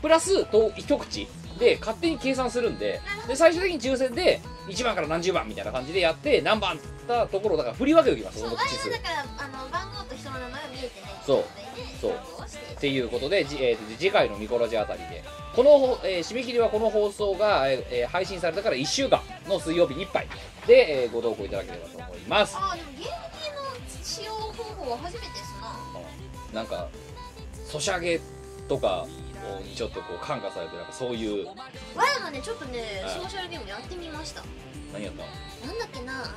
[SPEAKER 1] プラス、と一口で、勝手に計算するんで、で、最終的に抽選で、1番から何十番みたいな感じでやって、何番って言ったところ、だから振り分けておきます、そ
[SPEAKER 2] そう
[SPEAKER 1] の
[SPEAKER 2] あれ
[SPEAKER 1] 口数。
[SPEAKER 2] はだ
[SPEAKER 1] っ
[SPEAKER 2] からあの番号と人の名前は見えてない
[SPEAKER 1] そうそう
[SPEAKER 2] そうして
[SPEAKER 1] ていうことで、じえーと次回のミコラジあたりで、このほ、えー締め切りはこの放送が、えーえー配信されたから1週間の水曜日いっぱいで、えーご投稿いただければと思います。
[SPEAKER 2] ああでもゲーム系の使用方法は初めてですな
[SPEAKER 1] なんかソシャゲとかにちょっとこう感化されてなんかそういう
[SPEAKER 2] わやもねちょっとね
[SPEAKER 1] はい
[SPEAKER 2] ソーシャルゲームやってみました
[SPEAKER 1] 何やったの
[SPEAKER 2] なんだっけなあのね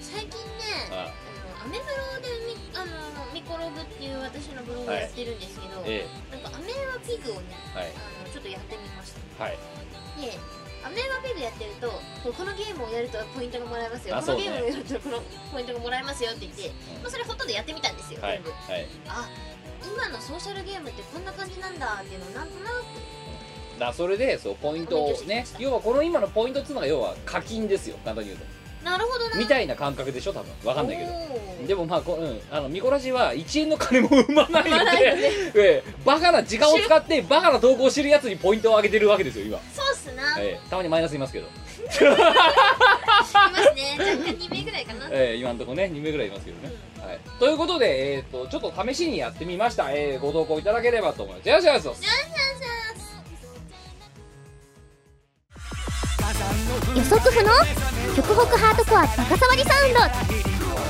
[SPEAKER 2] 最近ね
[SPEAKER 1] あ
[SPEAKER 2] あのアメブロでみあのミコログっていう私のブログをやってるんですけど、
[SPEAKER 1] え
[SPEAKER 2] なんかアメーバピグをね
[SPEAKER 1] えはい
[SPEAKER 2] あのちょっとやってみました
[SPEAKER 1] はい
[SPEAKER 2] でアメーバピグやってるとこうこのゲームをやるとポイントがもらえますよ、
[SPEAKER 1] あ
[SPEAKER 2] こ
[SPEAKER 1] そう
[SPEAKER 2] の
[SPEAKER 1] ね
[SPEAKER 2] ゲームをやるとこのポイントがもらえますよって言って、まあ、それほとんどやってみたんですよ、
[SPEAKER 1] はい
[SPEAKER 2] 全部
[SPEAKER 1] はい
[SPEAKER 2] あ今のソーシャルゲームってこんな感じなんだっていうのをなんとな
[SPEAKER 1] だそれでそうポイントをね要はこの今のポイントっていうのが要は課金ですよ簡単に言う
[SPEAKER 2] くなるほどな
[SPEAKER 1] とみたいな感覚でしょ多分わかんないけど
[SPEAKER 2] ど
[SPEAKER 1] でもまあこ、うん、あのミコラジは1円の金も生まないの
[SPEAKER 2] 生まないの
[SPEAKER 1] で
[SPEAKER 2] で
[SPEAKER 1] ええバカな時間を使ってバカな投稿してるやつにポイントを上げてるわけですよ今、
[SPEAKER 2] そうっすな、い
[SPEAKER 1] ええたまにマイナスいますけど、
[SPEAKER 2] ますね若干2名ぐらいかな
[SPEAKER 1] ええ今んとこね2名ぐらいいますけどねはい、ということで、えー、とちょっと試しにやってみました、えーご投稿いただければと思いますじゃあじゃあじゃあ
[SPEAKER 3] 予測不能極北ハードコアバカ触りサウン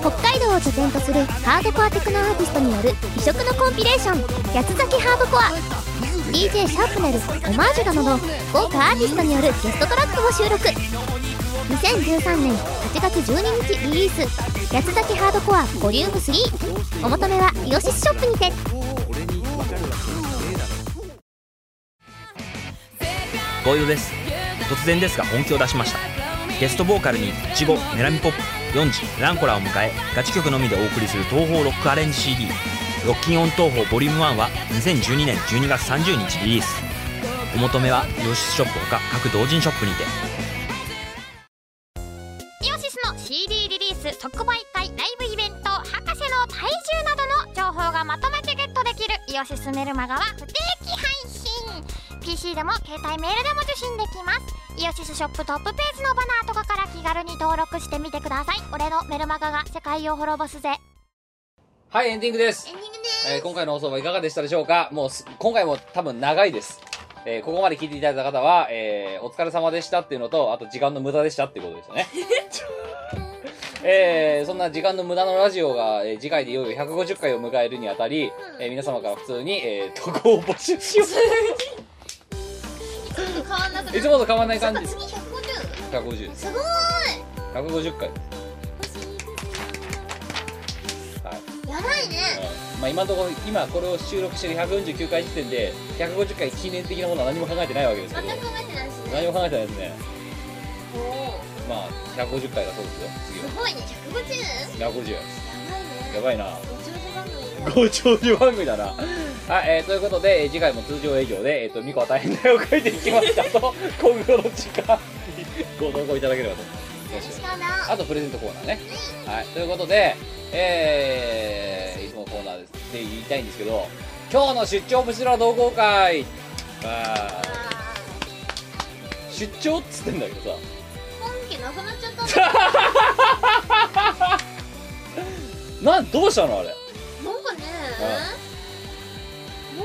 [SPEAKER 3] ド北海道を拠点とするハードコアテクノアーティストによる異色のコンピレーション「八つ咲きハードコア」DJ シャープネルオマージュなどの豪華アーティストによるゲストトラックを収録2013年8月12日リリース「八つ咲きハードコア Vol.3」お求めはイオシスショップにて
[SPEAKER 10] ゴイドです突然ですが本気を出しましたゲストボーカルにいちごねらみポップ4時ランコラを迎えガチ曲のみでお送りする東宝ロックアレンジ CD「ロッキンオン東宝ボリューム1は2012年12月30日リリースお求めは洋室ショップほか各同人ショップにて
[SPEAKER 3] イオシスの CD リリース即売会ライブイベント博士の体重などの情報がまとめてゲットできるイオシスメルマガは不定期配信 PC でも携帯メールでも受信できますイオシスショップトップページのバナーとかから気軽に登録してみてください俺のメルマガが世界を滅ぼすぜ
[SPEAKER 1] はいエンディングです
[SPEAKER 2] エンディングね
[SPEAKER 1] えー今回の放送はいかがでしたでしょうかもうす今回も多分長いです、えーここまで聞いていただいた方は、えーお疲れ様でしたっていうのとあと時間の無駄でしたっていうことでした ねえーそんな時間の無駄のラジオが、えー次回でいよいよ150回を迎えるにあたり、えー皆様から普通に、えー投稿を募集 しよ
[SPEAKER 2] 変わんなくな
[SPEAKER 1] うい
[SPEAKER 2] る
[SPEAKER 1] つもと変わらない感じ
[SPEAKER 2] 次 150?
[SPEAKER 1] 150です
[SPEAKER 2] すごー
[SPEAKER 1] 150回はい
[SPEAKER 2] いやばいね
[SPEAKER 1] まあ、今のところ今これを収録してる149回時点で150回記念的なものは何も考えてないわけですけ
[SPEAKER 2] 全
[SPEAKER 1] ど
[SPEAKER 2] く考えてないですね
[SPEAKER 1] 何も考えてないですね
[SPEAKER 2] おお
[SPEAKER 1] まあ150回だそうですよ
[SPEAKER 2] すごいね 150?
[SPEAKER 1] 次は150
[SPEAKER 2] やば
[SPEAKER 1] やば
[SPEAKER 2] いね
[SPEAKER 1] いな
[SPEAKER 2] ご長
[SPEAKER 1] ご長寿
[SPEAKER 2] 寿番組だ
[SPEAKER 1] 番組だなはい、えーということでえー次回も通常営業で「えー、とミコは大変だよ」書いていきましたと今後の時間にご投稿いただければと思いますよろしくお願いします
[SPEAKER 2] 力だ
[SPEAKER 1] あとプレゼントコーナーね。はい、ということで、えー、いつものコーナーです。って言いたいんですけど今日の出張ブチラ同好会あー出張っつってんだけどさ
[SPEAKER 2] 本家なくなっちゃったん だ
[SPEAKER 1] なんどうしたのあれ
[SPEAKER 2] なんかね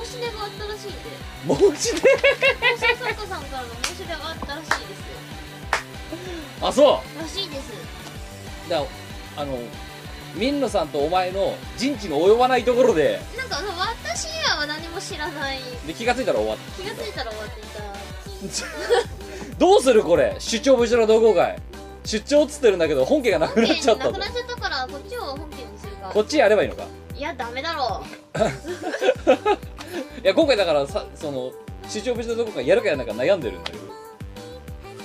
[SPEAKER 2] 申し出があったらしいんで
[SPEAKER 1] 申し出
[SPEAKER 2] 放送作家さんからの申し出があったらしいです
[SPEAKER 1] あそ
[SPEAKER 2] らしいです
[SPEAKER 1] うだあのミンノさんとお前の人知の及ばないところで
[SPEAKER 2] なんかあの私以外は何も知らない
[SPEAKER 1] で気がついたら終わっ
[SPEAKER 2] 気がついたら終わっていた
[SPEAKER 1] たどうするこれ出張ブチラ同好会出張っつってるんだけど本家がなく
[SPEAKER 2] 本
[SPEAKER 1] なっ
[SPEAKER 2] 家に
[SPEAKER 1] ちゃ
[SPEAKER 2] な
[SPEAKER 1] ったん
[SPEAKER 2] く
[SPEAKER 1] だ
[SPEAKER 2] なっちゃったからこっちを本家にするか
[SPEAKER 1] こっちやればいいのか
[SPEAKER 2] いやダメだろ
[SPEAKER 1] いや今回だからさその出張ブチラ同好会やるかやらないか悩んでるんだけど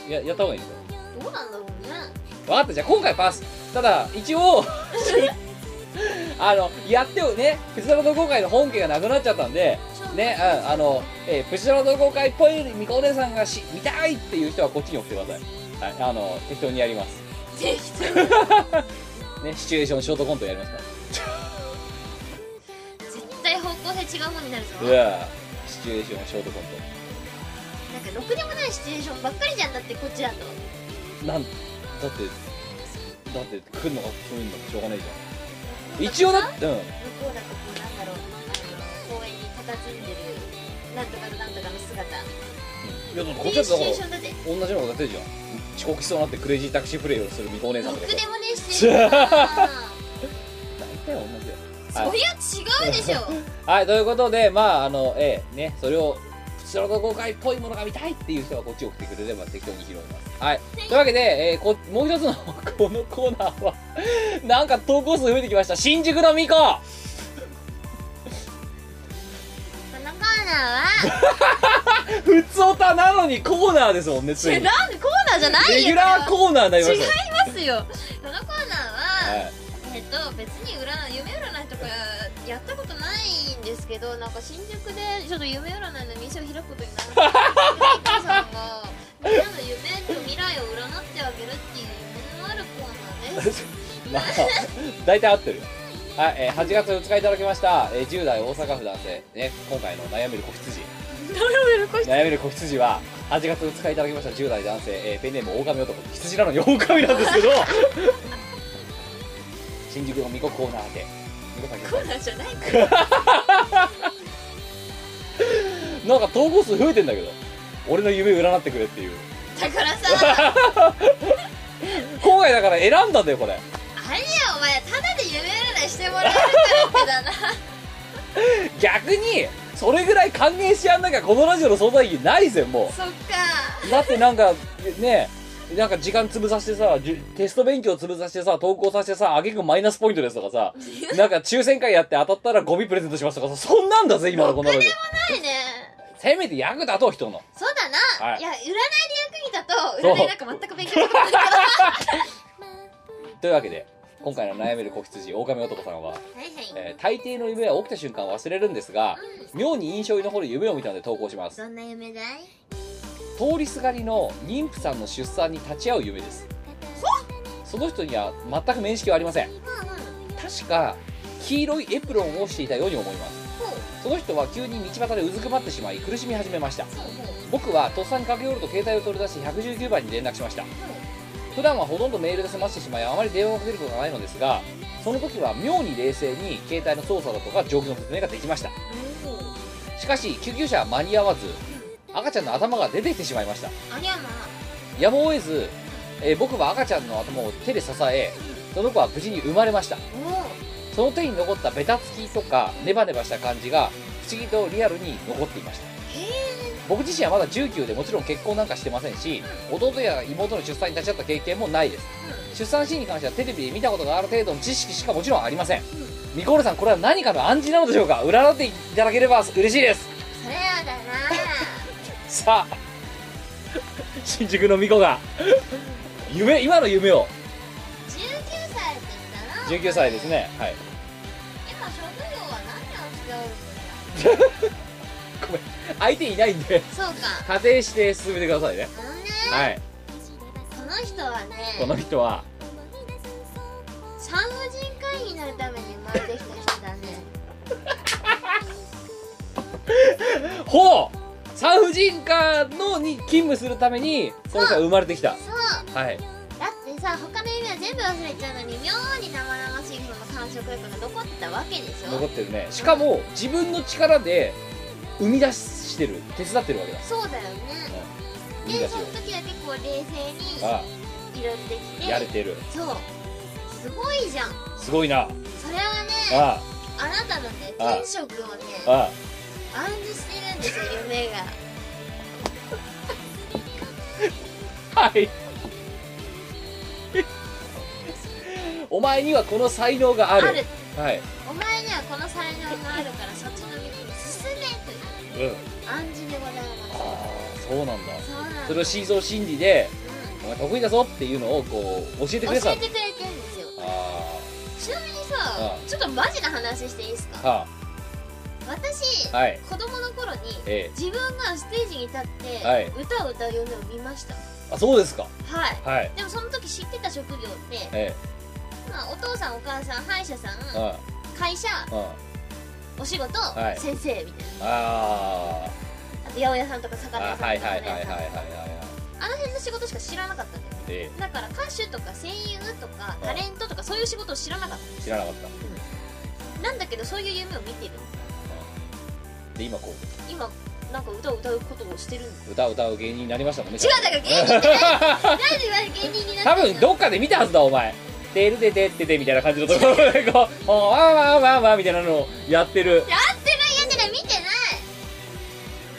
[SPEAKER 1] いややった方がいいのか
[SPEAKER 2] うどうなんだろうね
[SPEAKER 1] 分かったじゃあ今回パスただ一応 あのやってもねプチドラ同好会の本家がなくなっちゃったんでねうんあの、えープチドラ同好会っぽいみこお姉さんがし見たいっていう人はこっちに送ってくださいはいあの適当にやります
[SPEAKER 2] ぜひ
[SPEAKER 1] ねシチュエーションショートコントやりますか
[SPEAKER 2] 絶対方向性違うもんになるぞ
[SPEAKER 1] らうわーシチュエーションショートコン
[SPEAKER 2] なんかろくでもないシチュエーションばっかりじゃんだってこっちだと
[SPEAKER 1] トなんだってだって来るのが来るのがしょうがないじゃん一応だってうん
[SPEAKER 2] 向こうだとこうなんだろうあの公園に佇んでるなんとかとなんとかの姿
[SPEAKER 1] いやだってこ
[SPEAKER 2] い
[SPEAKER 1] っ
[SPEAKER 2] い
[SPEAKER 1] ちだ
[SPEAKER 2] シ
[SPEAKER 1] っ
[SPEAKER 2] チュエー
[SPEAKER 1] て
[SPEAKER 2] シ
[SPEAKER 1] だ
[SPEAKER 2] ョ
[SPEAKER 1] か
[SPEAKER 2] ン
[SPEAKER 1] ら同
[SPEAKER 2] だぜ
[SPEAKER 1] じようなことやってるじゃん遅刻しそうになってクレイジータクシープレイをするみこお姉さん
[SPEAKER 2] ろ
[SPEAKER 1] と
[SPEAKER 2] く
[SPEAKER 1] か
[SPEAKER 2] でもねえシチ
[SPEAKER 1] ち
[SPEAKER 2] ュ
[SPEAKER 1] ょ
[SPEAKER 2] エーションだな
[SPEAKER 1] 大体同じだよ
[SPEAKER 2] そ
[SPEAKER 1] はい、
[SPEAKER 2] りゃ違うでしょ
[SPEAKER 1] はい、ということでまああのええねそれをプチドラ同好会っぽいものが見たいっていう人はこっちに送ってくれれば適当に拾いますはいというわけで、えーこもう一つの このコーナーはなんか投稿数増えてきました新宿のみこ
[SPEAKER 2] このコーナーは
[SPEAKER 1] 普通オタなのにコーナーですもんねつい
[SPEAKER 2] え
[SPEAKER 1] に
[SPEAKER 2] なんでコーナーじゃないよ
[SPEAKER 1] レギュラーコーナーになりま
[SPEAKER 2] 違い
[SPEAKER 1] した
[SPEAKER 2] ますよこのコーナーは、
[SPEAKER 1] はい
[SPEAKER 2] えっと別に占い夢占いとかやったことないんですけどなんか新宿でちょっと夢占いの店を開くことになるお母さんがみんなの夢と未来を占ってあげるっていう夢のあるコーナーです
[SPEAKER 1] まあ、大体合ってる。はい、えー8月2日いただきました、えー10代大阪府男性、ね、今回の悩める子羊。悩める子羊は、8月2日いただきました、10代男性、えーペンネーム狼男。羊なのに狼なんですけ ど、新宿の巫女コーナーで、巫女さん来て
[SPEAKER 2] コーナーじゃないか
[SPEAKER 1] なんか投稿数増えてんだけど、俺の夢占ってくれって いう。
[SPEAKER 2] だからさ
[SPEAKER 1] 今回だから選んだんだよ、これ。
[SPEAKER 2] あれやお前ただで夢占いしてもらえるからってだな
[SPEAKER 1] 逆に、それぐらい歓迎してやんなきゃ、このラジオの存在意義ないぜ、もう。
[SPEAKER 2] そっか
[SPEAKER 1] だってなんかねなんか時間潰させてさじゅテスト勉強潰させてさ投稿させてさあげくマイナスポイントですとかさなんか抽選会やって当たったらゴミプレゼントしますとかさそんなんだぜ今のこの ラジオ
[SPEAKER 2] ないね
[SPEAKER 1] せめて役立とう人の
[SPEAKER 2] そうだな、
[SPEAKER 1] はい
[SPEAKER 2] い、や占いで役にだと
[SPEAKER 1] そう
[SPEAKER 2] 占いなんか全く勉強できないから
[SPEAKER 1] というわけで今回の悩める子羊狼男さんは、
[SPEAKER 2] はいはい
[SPEAKER 1] えー大抵の夢は起きた瞬間忘れるんですが妙に印象に残る夢を見たので投稿します
[SPEAKER 2] そんな夢だい
[SPEAKER 1] 通りすがりの妊婦さんの出産に立ち会う夢ですその人には全く面識はありません確か黄色いエプロンをしていたように思いますその人は急に道端でうずくまってしまい苦しみ始めました僕はとっさに駆け寄ると携帯を取り出し119番に連絡しました普段はほとんどメールで済ましてしまいあまり電話をかけることがないのですがその時は妙に冷静に携帯の操作だとか状況の説明ができましたしかし救急車は間に合わず赤ちゃんの頭が出てきてしまいました
[SPEAKER 2] ありゃま
[SPEAKER 1] やむを得ず、えー僕は赤ちゃんの頭を手で支えその子は無事に生まれましたその手に残ったベタつきとかネバネバした感じが不思議とリアルに残っていました僕自身はまだ19でもちろん結婚なんかしてませんし弟や妹の出産に立ち会った経験もないです出産シーンに関してはテレビで見たことがある程度の知識しかもちろんありませんミコールさんこれは何かの暗示なのでしょうか占っていただければ嬉しいです
[SPEAKER 2] それやだな
[SPEAKER 1] さあ新宿のミコが夢今の夢を
[SPEAKER 2] 19歳って言ったな
[SPEAKER 1] 19歳ですねはい
[SPEAKER 2] 今職業は何をしておる
[SPEAKER 1] ごめん相手いないんで
[SPEAKER 2] そうか
[SPEAKER 1] 仮定して進めてくださいね
[SPEAKER 2] あのね、
[SPEAKER 1] はい
[SPEAKER 2] この人はね
[SPEAKER 1] この人は
[SPEAKER 2] 産婦人科医になるために生まれてきた人だね
[SPEAKER 1] ほう産婦人科のに勤務するためにこの人は生まれてきた
[SPEAKER 2] そう
[SPEAKER 1] はい
[SPEAKER 2] だってさ他の意味は全部忘れちゃうのに妙に生々しいその感触力が残ってたわけでしょ
[SPEAKER 1] 残ってるねしかも自分の力で生み出してる手伝ってるわけだ
[SPEAKER 2] そうだよね
[SPEAKER 1] うん生み
[SPEAKER 2] で
[SPEAKER 1] 出し
[SPEAKER 2] そ
[SPEAKER 1] を
[SPEAKER 2] の時は結構冷
[SPEAKER 1] あ
[SPEAKER 2] 静にいろってきて
[SPEAKER 1] やれてる
[SPEAKER 2] そうすごいじゃん
[SPEAKER 1] すごいな
[SPEAKER 2] それはね
[SPEAKER 1] あ
[SPEAKER 2] あなたのね
[SPEAKER 1] あ
[SPEAKER 2] 天職をね
[SPEAKER 1] あああ
[SPEAKER 2] 暗示してるんですよ夢が
[SPEAKER 1] はい。 お前にはこの才能がある。
[SPEAKER 2] ある
[SPEAKER 1] はい。
[SPEAKER 2] お前にはこの才能があるからそっちの道に進めという
[SPEAKER 1] うん。
[SPEAKER 2] 暗示でござい
[SPEAKER 1] あ
[SPEAKER 2] ま
[SPEAKER 1] あ、そうなんだ。
[SPEAKER 2] すそうなん
[SPEAKER 1] そ
[SPEAKER 2] で
[SPEAKER 1] れをシーゾー心理で、お前得意だぞっていうのをこう教えてくれ
[SPEAKER 2] 教
[SPEAKER 1] た
[SPEAKER 2] え。てくれてるんですよ
[SPEAKER 1] あ
[SPEAKER 2] ちなみに
[SPEAKER 1] あ
[SPEAKER 2] さちょっとマジな話していいです
[SPEAKER 1] あ。
[SPEAKER 2] か
[SPEAKER 1] は
[SPEAKER 2] 私
[SPEAKER 1] あ。はい。
[SPEAKER 2] 子供の頃に
[SPEAKER 1] え
[SPEAKER 2] 自分がステージに立っ
[SPEAKER 1] はい
[SPEAKER 2] て歌を歌う夢を見ました
[SPEAKER 1] え。あ、そうですか。
[SPEAKER 2] はい
[SPEAKER 1] はい。
[SPEAKER 2] でもその時知ってた職業って、
[SPEAKER 1] ええ。
[SPEAKER 2] まあ、お父さんお母さん歯医者さ
[SPEAKER 1] うん
[SPEAKER 2] ん。会社
[SPEAKER 1] うん。
[SPEAKER 2] お仕事、
[SPEAKER 1] はい
[SPEAKER 2] 先生みたい
[SPEAKER 1] あ
[SPEAKER 2] なあと八百屋さんとか
[SPEAKER 1] あ。
[SPEAKER 2] 魚
[SPEAKER 1] あ
[SPEAKER 2] 屋さんとか
[SPEAKER 1] はいはいはい
[SPEAKER 2] ラーメン
[SPEAKER 1] はいはいはい
[SPEAKER 2] 屋さんとか
[SPEAKER 1] はい。
[SPEAKER 2] あの辺の仕事しか知らなかったんだよ
[SPEAKER 1] え
[SPEAKER 2] ねだから歌手とか声優とか
[SPEAKER 1] うん
[SPEAKER 2] タレントとかそういう仕事を知らなかっ
[SPEAKER 1] え。知らなかった
[SPEAKER 2] なんだけどそういう夢を見てる
[SPEAKER 1] た。で、今こ
[SPEAKER 2] 今なんか歌を歌うことをしてるんだ
[SPEAKER 1] う、歌を歌う芸人になりましたもんね。
[SPEAKER 2] 違うんだから芸人って何 なんで今芸人にな
[SPEAKER 1] 多
[SPEAKER 2] って
[SPEAKER 1] 分
[SPEAKER 2] んの
[SPEAKER 1] どっかで見たはずだお前「てるでてってて」みたいな感じのところでこう「おーわーわーわーわー」みたいなのをやってる
[SPEAKER 2] やってないやってない見て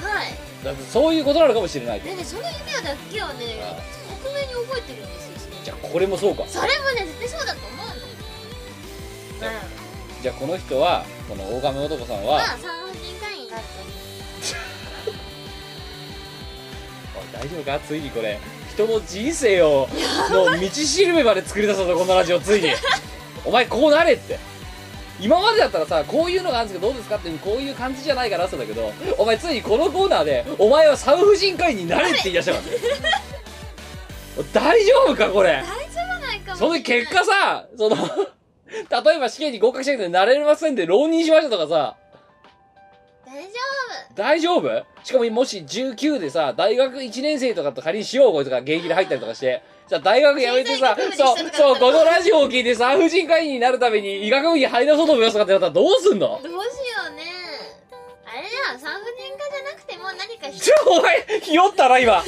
[SPEAKER 2] ないはい
[SPEAKER 1] だってそういうことなのかもしれないと
[SPEAKER 2] でねその夢だけはね
[SPEAKER 1] あ
[SPEAKER 2] 克明に覚えてるんですよその
[SPEAKER 1] じゃあこれもそうか
[SPEAKER 2] それもね絶対そうだと思うの
[SPEAKER 1] じゃあ
[SPEAKER 2] うん
[SPEAKER 1] じゃあこの人はこの大亀男さんは
[SPEAKER 2] まあ産婦人科医になると思う
[SPEAKER 1] おい大丈夫かついにこれ人の人生をの道しるべまで作り出したぞこのラジオついに お前こうなれって今までだったらさこういうのがあるんですけどどうですかってこういう感じじゃないからってだけどお前ついにこのコーナーでお前は産婦人科医になれって言い出したからねおい 大丈夫かこれ
[SPEAKER 2] 大丈夫ないかもしれ
[SPEAKER 1] そ
[SPEAKER 2] な
[SPEAKER 1] の
[SPEAKER 2] い
[SPEAKER 1] 結果さその 例えば試験に合格しなくてなれませんで浪人しましたとかさ
[SPEAKER 2] 大丈
[SPEAKER 1] 大丈夫しかももし19でさ大学1年生とかと仮に志望校とか現役で入ったりとかしてじゃあ大学辞めてさ
[SPEAKER 2] 経済
[SPEAKER 1] そ
[SPEAKER 2] 学
[SPEAKER 1] う
[SPEAKER 2] 部にしたとか
[SPEAKER 1] そうこのラジオを聞いて産婦人科医になるために医学部に入らそうと思いますとかってなったらどうすんの
[SPEAKER 2] 夫どうしようねあれだ産婦人科じゃなくても何か
[SPEAKER 1] ちょお前ひよったな今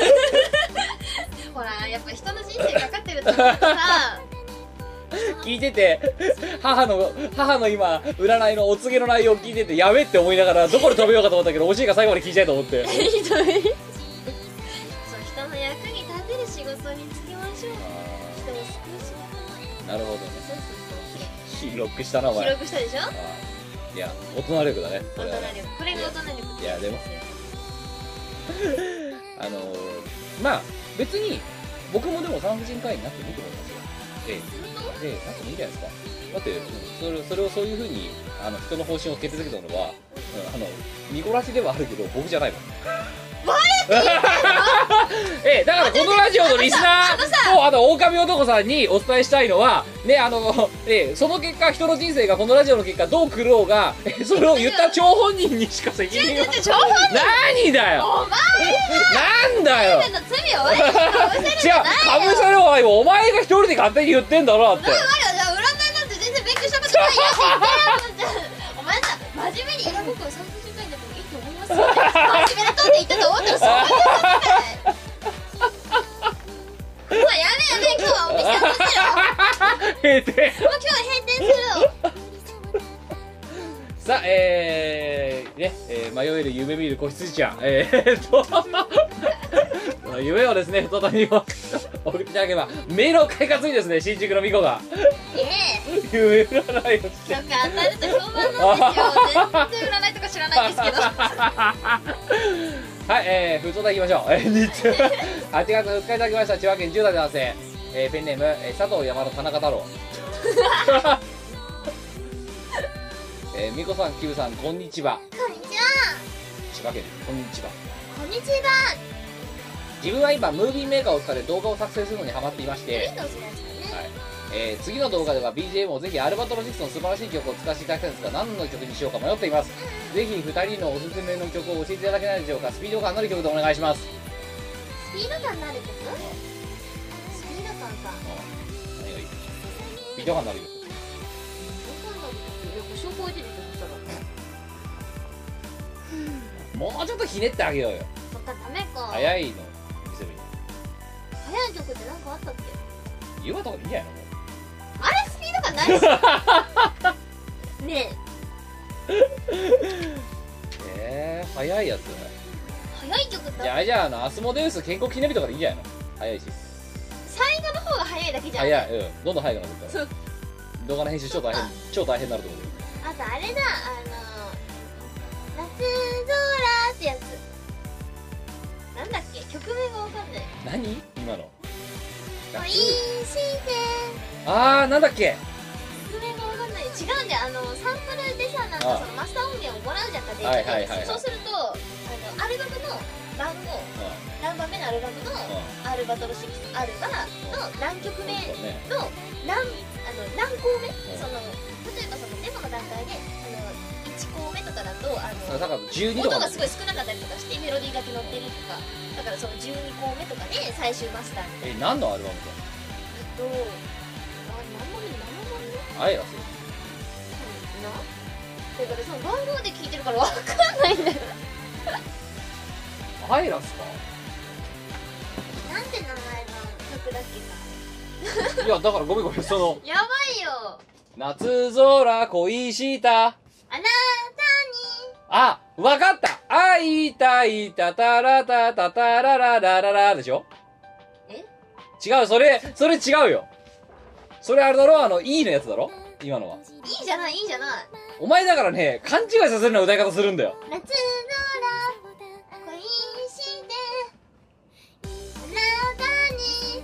[SPEAKER 2] ほ らやっぱ人の人生かかってると思うからさ
[SPEAKER 1] 聞いてて母の母の今占いのお告げの内容を聞いててやべって思いながらどこで止めようかと思ったけど惜しいから最後まで聞いちゃいと思って
[SPEAKER 2] ひどいそう人の役に立てる仕事につきましょう人を救う仕事
[SPEAKER 1] なるほどね
[SPEAKER 2] そうそうそう
[SPEAKER 1] 広くしたなお前
[SPEAKER 2] 広くしたでしょ
[SPEAKER 1] あーいや大人力だねこ
[SPEAKER 2] 大
[SPEAKER 1] れは
[SPEAKER 2] 人
[SPEAKER 1] ね
[SPEAKER 2] 力これが大人力ってうんですよ
[SPEAKER 1] あのーまあ別に僕もでも産婦人科医になってもいいと思いますよええええなってもいいじゃないですかだってそれそれをそういうふうにあの人の方針を受け続けたのは、うんあの見こらしではあるけど僕じゃないもん ええ、だからこのラジオのリスナーとあの狼男さんにお伝えしたいのはねあの、ええ、その結果人の人生がこのラジオの結果どう狂おうがええそれを言った張本人にしか責任は
[SPEAKER 2] ちょちょ本
[SPEAKER 1] 何だよな
[SPEAKER 2] お
[SPEAKER 1] んだよ
[SPEAKER 2] 前の罪を負える人は負えるん
[SPEAKER 1] 違
[SPEAKER 2] じ
[SPEAKER 1] う
[SPEAKER 2] ゃない
[SPEAKER 1] か
[SPEAKER 2] よ
[SPEAKER 1] ぶせるわよお前が一人で勝手に言ってんだろだって
[SPEAKER 2] 我々は占いなんて全然勉強したことないよって言ってる お前さ真面目にいや僕は産婦人科医でもいいと思いますよ真面目なトーンで言ったと思ったらそういうことじゃないもうやめやめ今日はお店閉じろ
[SPEAKER 1] えで
[SPEAKER 2] もう今日は閉店するよ
[SPEAKER 1] さあえー、ね、えー迷える夢見る子羊ちゃんえー、っと この夢をですね再び送ってい ただければ目の快活にですね新宿の巫女が
[SPEAKER 2] ええ
[SPEAKER 1] 夢占いをして
[SPEAKER 2] なんか当たると評判なんですよ全然占いとか知らないんですけど
[SPEAKER 1] はい、えー、ふつおたいきましょう。えー、 日中、8月2日いただきました、千葉県10代男性、えー、ペンネーム、えー、佐藤山の田中太郎。 えー、みこさん、きぶさん、こんにちは。
[SPEAKER 2] こんにちは
[SPEAKER 1] 千葉県、こんにちは。
[SPEAKER 2] こんにちは
[SPEAKER 1] 自分は今、ムービーメーカーを使って動画を作成するのにハマっていまして、
[SPEAKER 2] Windows のやつだね
[SPEAKER 1] はい、えー次の動画では BGM をぜひアルバトロシスの素晴らしい曲を使わせていただきたいのですが何の曲にしようか迷っていますぜひ2人のおすすめの曲を教えていただけないでしょうかスピード感のある曲でお願いします
[SPEAKER 2] スピード感のある曲スピード感か
[SPEAKER 1] 何がいいスピード感のある曲
[SPEAKER 2] スピード感のある曲いや腰を超えてる曲したら
[SPEAKER 1] もうちょっとひねってあげようよ
[SPEAKER 2] そっかダメか
[SPEAKER 1] 早いの見せる
[SPEAKER 2] 早い曲って何かあったっけ
[SPEAKER 1] 言うとかでいいんじゃないの
[SPEAKER 2] あれスピード感ないしね
[SPEAKER 1] え
[SPEAKER 2] え
[SPEAKER 1] ー、早いやつだね
[SPEAKER 2] 早い曲っ
[SPEAKER 1] いや
[SPEAKER 2] て
[SPEAKER 1] あれじゃああのアスモデウス健康記念日とかでいいんじゃないの早いし
[SPEAKER 2] 最後の方が早いだけじゃん
[SPEAKER 1] 早いうんどんどん早くなっていくか
[SPEAKER 2] そ
[SPEAKER 1] ら
[SPEAKER 2] う
[SPEAKER 1] 動画の編集超大変超大変になると思うよ
[SPEAKER 2] あとあれだあの「夏空」ってやつなんだっけ曲名がわかんない
[SPEAKER 1] 何今の
[SPEAKER 2] 「恋して」
[SPEAKER 1] あーなんだっけ
[SPEAKER 2] 曲名がわかんない違うんだよあのサンプルでさなん
[SPEAKER 1] ああ
[SPEAKER 2] かそのマスター音源をもらうじゃんかデ
[SPEAKER 1] は
[SPEAKER 2] ー
[SPEAKER 1] いはいはい
[SPEAKER 2] タ
[SPEAKER 1] はい
[SPEAKER 2] でそうするとあのアルバムの番号
[SPEAKER 1] うんう
[SPEAKER 2] 何番目のアルバムの
[SPEAKER 1] ん
[SPEAKER 2] アルバトル6アルバの何曲目
[SPEAKER 1] そうね
[SPEAKER 2] の何あの何項目
[SPEAKER 1] ん
[SPEAKER 2] その例えばそのデモの段階であの1項目とかだとあ
[SPEAKER 1] だから
[SPEAKER 2] の
[SPEAKER 1] 12とか
[SPEAKER 2] 音がすごい少なかったりとかしてメロディーだけ乗ってるとかだからその12項目とかで最終マスターみたい
[SPEAKER 1] え
[SPEAKER 2] な
[SPEAKER 1] 何のアルバム
[SPEAKER 2] とあ何もね何もね
[SPEAKER 1] かアイラス
[SPEAKER 2] なだからその番号で聞いてるから分かんないんだよ
[SPEAKER 1] アイラスか
[SPEAKER 2] なんて名前の曲だっけない
[SPEAKER 1] やだからごめんごめんそ の
[SPEAKER 2] やばいよ
[SPEAKER 1] 夏空恋した
[SPEAKER 2] あなたに
[SPEAKER 1] あわかった会いたいたたらたたたらららららでしょ
[SPEAKER 2] え
[SPEAKER 1] 違うそれそれ違うよそれあれだろあの E のやつだろ今のはい
[SPEAKER 2] いじゃないいいじゃない
[SPEAKER 1] お前だからね勘違いさせるような歌い方するんだよ
[SPEAKER 2] 夏の空恋してあなたに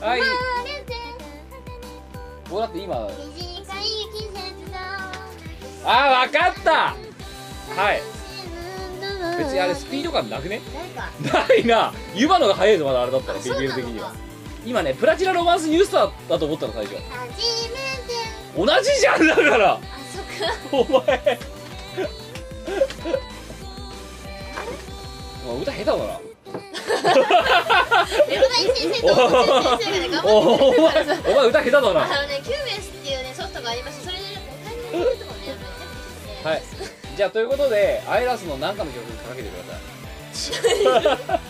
[SPEAKER 1] はい
[SPEAKER 2] 生まれて
[SPEAKER 1] こうだって今
[SPEAKER 2] 短い季節の
[SPEAKER 1] あわかったはい
[SPEAKER 2] い
[SPEAKER 1] 別にあれスピード感なくね
[SPEAKER 2] なんか
[SPEAKER 1] ないな湯葉のが早いぞまだあれだったら
[SPEAKER 2] あそうな
[SPEAKER 1] BGM 的に
[SPEAKER 2] の
[SPEAKER 1] は
[SPEAKER 2] か
[SPEAKER 1] 今ねプラチナロマンスニュースターだと思ったの最初
[SPEAKER 2] 初めて
[SPEAKER 1] 同じじゃんだから
[SPEAKER 2] あそっか
[SPEAKER 1] お前お前歌下手だな
[SPEAKER 2] メロダイ先生と宇宙先生がね頑張ってくれてるからさ
[SPEAKER 1] お前歌下手だな
[SPEAKER 2] あのね、キューベースっていうねソフトがありましてそれでね、お金に入れるとかね、やっぱりね
[SPEAKER 1] はいじゃあということでアイラスの何かの曲かけてください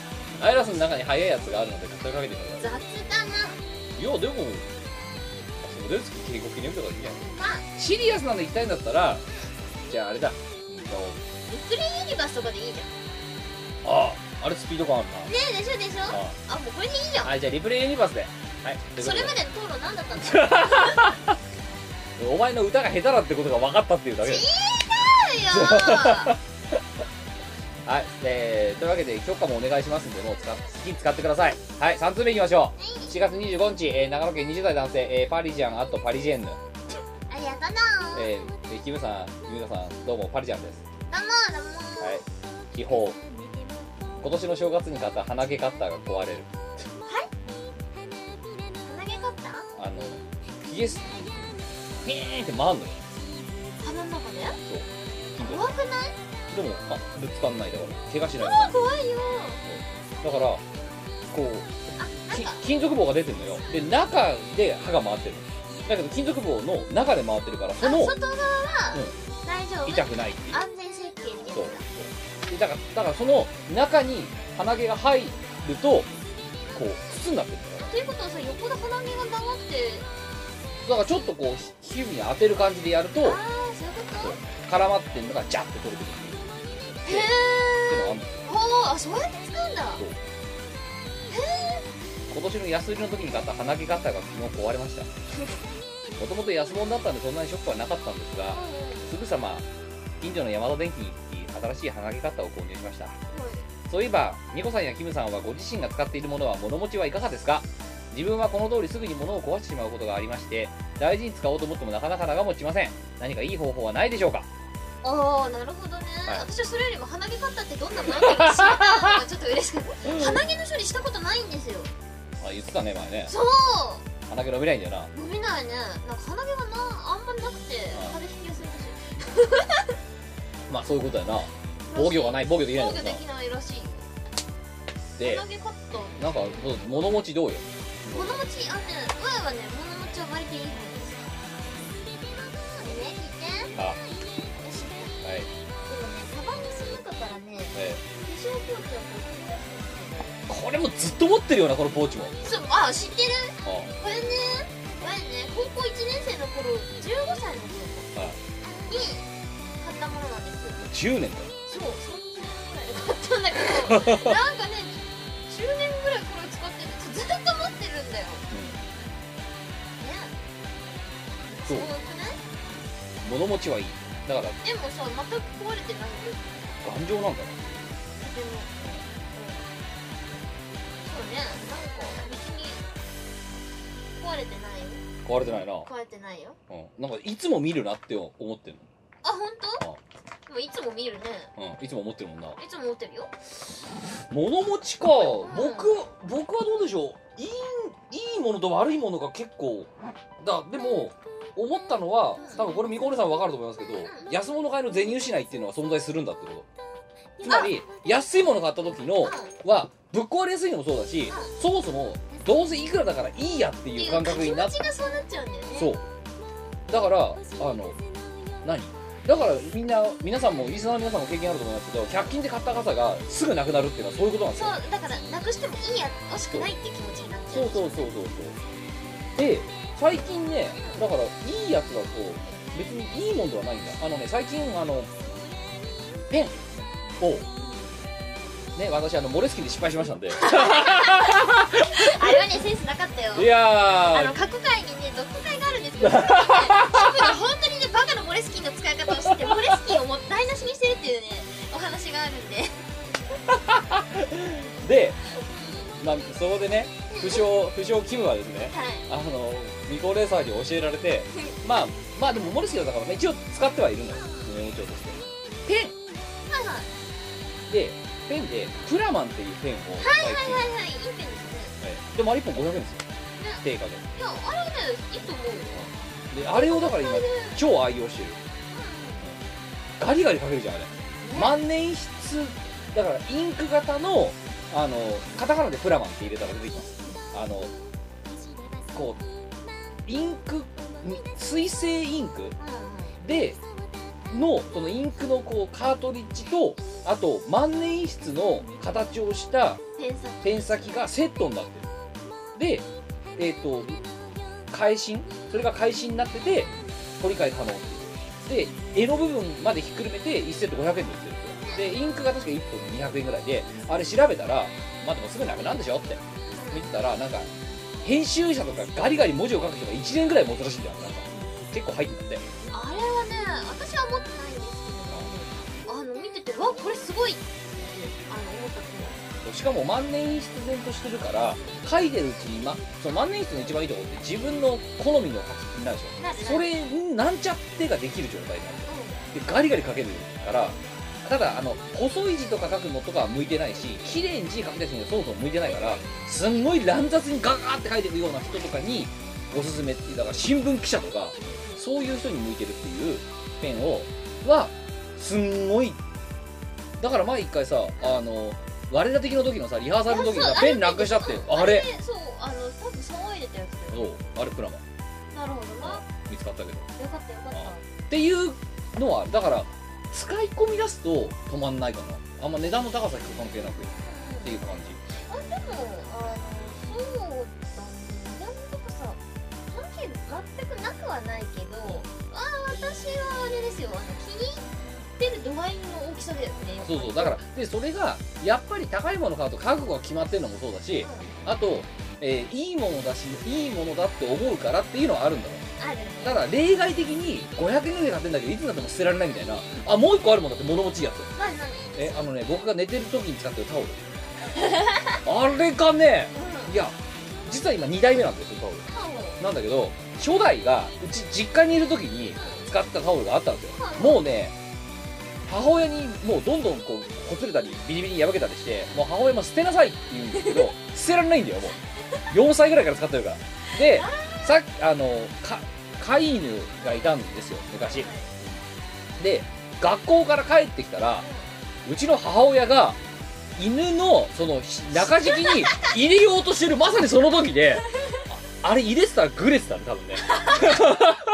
[SPEAKER 1] アイラスの中に速いやつがあるのでそれかけてくだ
[SPEAKER 2] 雑
[SPEAKER 1] さ
[SPEAKER 2] だな。
[SPEAKER 1] いいやでもそうです警告記念日とかでいいんじゃない
[SPEAKER 2] まあ、
[SPEAKER 1] シリアスなの行きたいんだったらじゃああれだうんと
[SPEAKER 2] ミックリンユニバースとかでいいじゃん。
[SPEAKER 1] あああれスピード感ある
[SPEAKER 2] ねえ、でしょでしょ
[SPEAKER 1] あ
[SPEAKER 2] あ、もうこれでいいじゃ
[SPEAKER 1] なはいじゃあリプレイユニバースではいとい
[SPEAKER 2] ん。
[SPEAKER 1] うこ
[SPEAKER 2] そ
[SPEAKER 1] と
[SPEAKER 2] れ
[SPEAKER 1] で
[SPEAKER 2] までの討論何だったんだろ う
[SPEAKER 1] お前の歌が下手だってことが分かったっていうだけです
[SPEAKER 2] 違 うよ
[SPEAKER 1] はい、えー、というわけで許可もお願いしますんでもう使っ好きに使ってくださいはい3通目いきましょう7月25日、えー長野県20代男性、えーパリジャンあとパリジェンヌ、
[SPEAKER 2] ありがとうな
[SPEAKER 1] えー、えーキムさんユミカさんどうもパリジャンです
[SPEAKER 2] どうもどうも
[SPEAKER 1] はい秘宝今年の正月に買った鼻毛カッターが壊れる
[SPEAKER 2] 鼻毛カッタ
[SPEAKER 1] あ
[SPEAKER 2] ー
[SPEAKER 1] のヒゲすピーンって回んのよ
[SPEAKER 2] 鼻の中で
[SPEAKER 1] そう金
[SPEAKER 2] 怖くない
[SPEAKER 1] でもあぶつかんないだから怪我しない
[SPEAKER 2] あ怖いよ
[SPEAKER 1] だからこう
[SPEAKER 2] あ、なん
[SPEAKER 1] き
[SPEAKER 2] か
[SPEAKER 1] 金属棒が出てるのよで中で歯が回ってるのだけど金属棒の中で回ってるからそ
[SPEAKER 2] あ、
[SPEAKER 1] の
[SPEAKER 2] 外側は大丈夫
[SPEAKER 1] 痛くないっていう
[SPEAKER 2] 安全設計って
[SPEAKER 1] そう
[SPEAKER 2] や
[SPEAKER 1] でだからだからその中に鼻毛が入るとこう筒になってるんだよ
[SPEAKER 2] つということはさ、横で鼻毛が長くて
[SPEAKER 1] だからちょっとこうひ皮膚に当てる感じでやると
[SPEAKER 2] あー、そういうこと
[SPEAKER 1] 絡まってるのがジャッて取れてくる
[SPEAKER 2] へ
[SPEAKER 1] っていう
[SPEAKER 2] ー
[SPEAKER 1] のがあるんです
[SPEAKER 2] おーあそうやって使うんだ
[SPEAKER 1] そう今年の安売りの時に買った鼻毛カッターが昨日壊れま したもともと安物だったんでそんなにショックはなかったんですがすぐさま近所のヤマダ電機に行き新しい鼻毛カッターを購入しましたそういえばニコさんやキムさんはご自身が使っているものは物持ちはいかがですか自分はこの通りすぐに物を壊してしまうことがありまして大事に使おうと思ってもなかなか長持ちません何かいい方法はないでしょうか
[SPEAKER 2] ああなるほどね、
[SPEAKER 1] はい
[SPEAKER 2] 私はそれよりも鼻毛カッターってどんなものか知らなかった のがちょっと嬉しかった鼻毛の処理したことないんですよ
[SPEAKER 1] あ言ってたね前ね
[SPEAKER 2] そう
[SPEAKER 1] 鼻毛伸びないんだよな
[SPEAKER 2] 伸びないねなんか鼻毛がなあんまりなくて風邪ひきやすいらしい
[SPEAKER 1] まあそういうことだよな防御がない防御できない
[SPEAKER 2] 防
[SPEAKER 1] んだ
[SPEAKER 2] 御
[SPEAKER 1] よな
[SPEAKER 2] できないらしいよ
[SPEAKER 1] で
[SPEAKER 2] 鼻毛カット
[SPEAKER 1] なんかそう物持ちどうよ
[SPEAKER 2] 物持ちあね前はね物持ちは割といい方ですね聞いて
[SPEAKER 1] あはい
[SPEAKER 2] 私ねでもねカバンの中からね
[SPEAKER 1] え
[SPEAKER 2] 化粧ポーチを持ってきた
[SPEAKER 1] えこれもずっと持ってるようなこのポーチも
[SPEAKER 2] そうあ知ってる
[SPEAKER 1] あ
[SPEAKER 2] これね前ね高校1年生の頃15歳の頃
[SPEAKER 1] ああ
[SPEAKER 2] に買ったものなんです
[SPEAKER 1] 10年だよ
[SPEAKER 2] そうそんなぐらいで買ったんだけどなんかね10年ぐらいこれ使っててずっと持ってるんだよね
[SPEAKER 1] そう
[SPEAKER 2] すごくない
[SPEAKER 1] 物持ちはいいだから
[SPEAKER 2] でもさ全く壊れてないんだよ
[SPEAKER 1] 頑丈なんだな
[SPEAKER 2] でも、そうねなんか別に壊れてないよ
[SPEAKER 1] 壊れてないな、
[SPEAKER 2] 壊れてないよ
[SPEAKER 1] うん、なんかいつも見るなって思ってる
[SPEAKER 2] あ本当でもいつも見るね
[SPEAKER 1] の、うん、いつも持ってるもんない
[SPEAKER 2] つも持ってるよ
[SPEAKER 1] 物持ちか、僕僕はどうでしょういいいいものと悪いものが結構だでも思ったのは多分これみこねさん分かると思いますけど安物買いの銭失いっていうのは存在するんだってことつまり安いもの買った時のはぶっ壊れやすいのもそうだしそもそもどうせいくらだからいいやって
[SPEAKER 2] って
[SPEAKER 1] い
[SPEAKER 2] いうう
[SPEAKER 1] 感
[SPEAKER 2] か
[SPEAKER 1] 覚
[SPEAKER 2] 気
[SPEAKER 1] にな
[SPEAKER 2] 持
[SPEAKER 1] って
[SPEAKER 2] ちがそうなっちゃうんだよね
[SPEAKER 1] そうだからあの何だからみんな皆さんもリスナーの皆さんも経験あると思いますけど100均で買った傘がすぐなくなるっていうのはそういうことなんです
[SPEAKER 2] そ
[SPEAKER 1] よ
[SPEAKER 2] うだからなくしてもいいや惜しくないって気持ちになっちゃ
[SPEAKER 1] そううそうそうそうそうで最近ねだからいいやつだと別にいいもんではないんだあのね最近あのペンをね私あのモレスキンで失敗しましたん で
[SPEAKER 2] あれはねセンスなかったよ
[SPEAKER 1] いや
[SPEAKER 2] あ
[SPEAKER 1] ー
[SPEAKER 2] の過去会にね読書会があるんですけどそこにねシェフが本当にねバカなモレスキンの使い方を知ってモレスキンをもう台無しにしてるっていうねお話があるんで
[SPEAKER 1] で、まあ、そこでね不詳不詳キムはですね
[SPEAKER 2] はい
[SPEAKER 1] あのミコレーサーに教えられてまあまあでもモレスキンだからね一応使ってはいるのよメモ帳としてペ
[SPEAKER 2] はいはい
[SPEAKER 1] ンでペンでプラマンっていうペンを
[SPEAKER 2] はい
[SPEAKER 1] 最
[SPEAKER 2] は
[SPEAKER 1] 近
[SPEAKER 2] いはいはいいいペンですね
[SPEAKER 1] ええでもあれ1本500円ですよ定価
[SPEAKER 2] いやあれはねいいと思うよ
[SPEAKER 1] でであれをだから今超愛用してるガリガリかけるじゃんあれ万年筆だからインク型のあのカタカナでプラマンって入れたら出てきますあのこうインクに水性インクでのそのインクのこうカートリッジとあと万年筆の形をした
[SPEAKER 2] ペン先
[SPEAKER 1] ペン先がセットになってるでえっ、と返しそれが返しになってて取り替え可能っていうで絵の部分までひっくるめて1セット500円で売ってるでインクが確か1本200円ぐらいであれ調べたらまあでもすぐなくなるんでしょって見てたらなんか編集者とかガリガリ文字を書く人が1年ぐらい持つらしいんだよなんか結構入ってたって
[SPEAKER 2] あれはね私は持ってないんですけどあの見ててわこれすごいってあの思ったけど
[SPEAKER 1] しかも万年筆然としてるから書いてるうちに、ま、その万年筆の一番いいところって自分の好みの書き方になるでしょ
[SPEAKER 2] なるなる
[SPEAKER 1] それになんちゃってができる状態になるでガリガリ書けるからただあの細い字とか書くのとかは向いてないし綺麗に字書き出すのはそもそも向いてないからすんごい乱雑にガガーって書いてるような人とかにおすすめっていうだから新聞記者とかそういう人に向いてるっていうペンをはすんごいだから前一回さあの我ら的の時のさリハーサルの時にさ
[SPEAKER 2] あそう
[SPEAKER 1] ペンなくしたって
[SPEAKER 2] あ
[SPEAKER 1] あれ
[SPEAKER 2] そうあの多分騒いでたやつだよ
[SPEAKER 1] そうあれプラマ
[SPEAKER 2] なるほどな
[SPEAKER 1] 見つかったけど
[SPEAKER 2] よかったよか
[SPEAKER 1] あ
[SPEAKER 2] った
[SPEAKER 1] っていうのはだから使い込み出すと止まんないかなあんま値段の高さと関係なくっていう感じ
[SPEAKER 2] あでもあのそうだねなんとかさ関係全くなくはないけどあ私はあれですよあの気に入ってる度合いの大きさだよね
[SPEAKER 1] そうそうだからでそれがやっぱり高いもの買うと覚悟が決まってるのもそうだしあと、えーいいものだしいいものだって思うからっていうのはあるんだろう
[SPEAKER 2] あるね
[SPEAKER 1] ただ例外的に500円ぐらいで買ってんだけどいつになっても捨てられないみたいなあもう一個あるもんだって物持ちいいやつ
[SPEAKER 2] 何何
[SPEAKER 1] えあのね僕が寝てる時に使ってるタオルあれがねいや実は今2代目なんですよタオル
[SPEAKER 2] タオル
[SPEAKER 1] なんだけど初代がうち実家にいる時に使ったタオルがあったんですよもうね母親にもうどんどんこうこつれたりビリビリに破けたりしてもう母親も捨てなさいって言うんですけど捨てられないんだよもう4歳ぐらいから使ってるからでさっきあのか飼い犬がいたんですよ昔で学校から帰ってきたらうちの母親が犬のそのひ中敷きに入れようとしてるまさにその時でああれ入れてたらグレてたね多分ね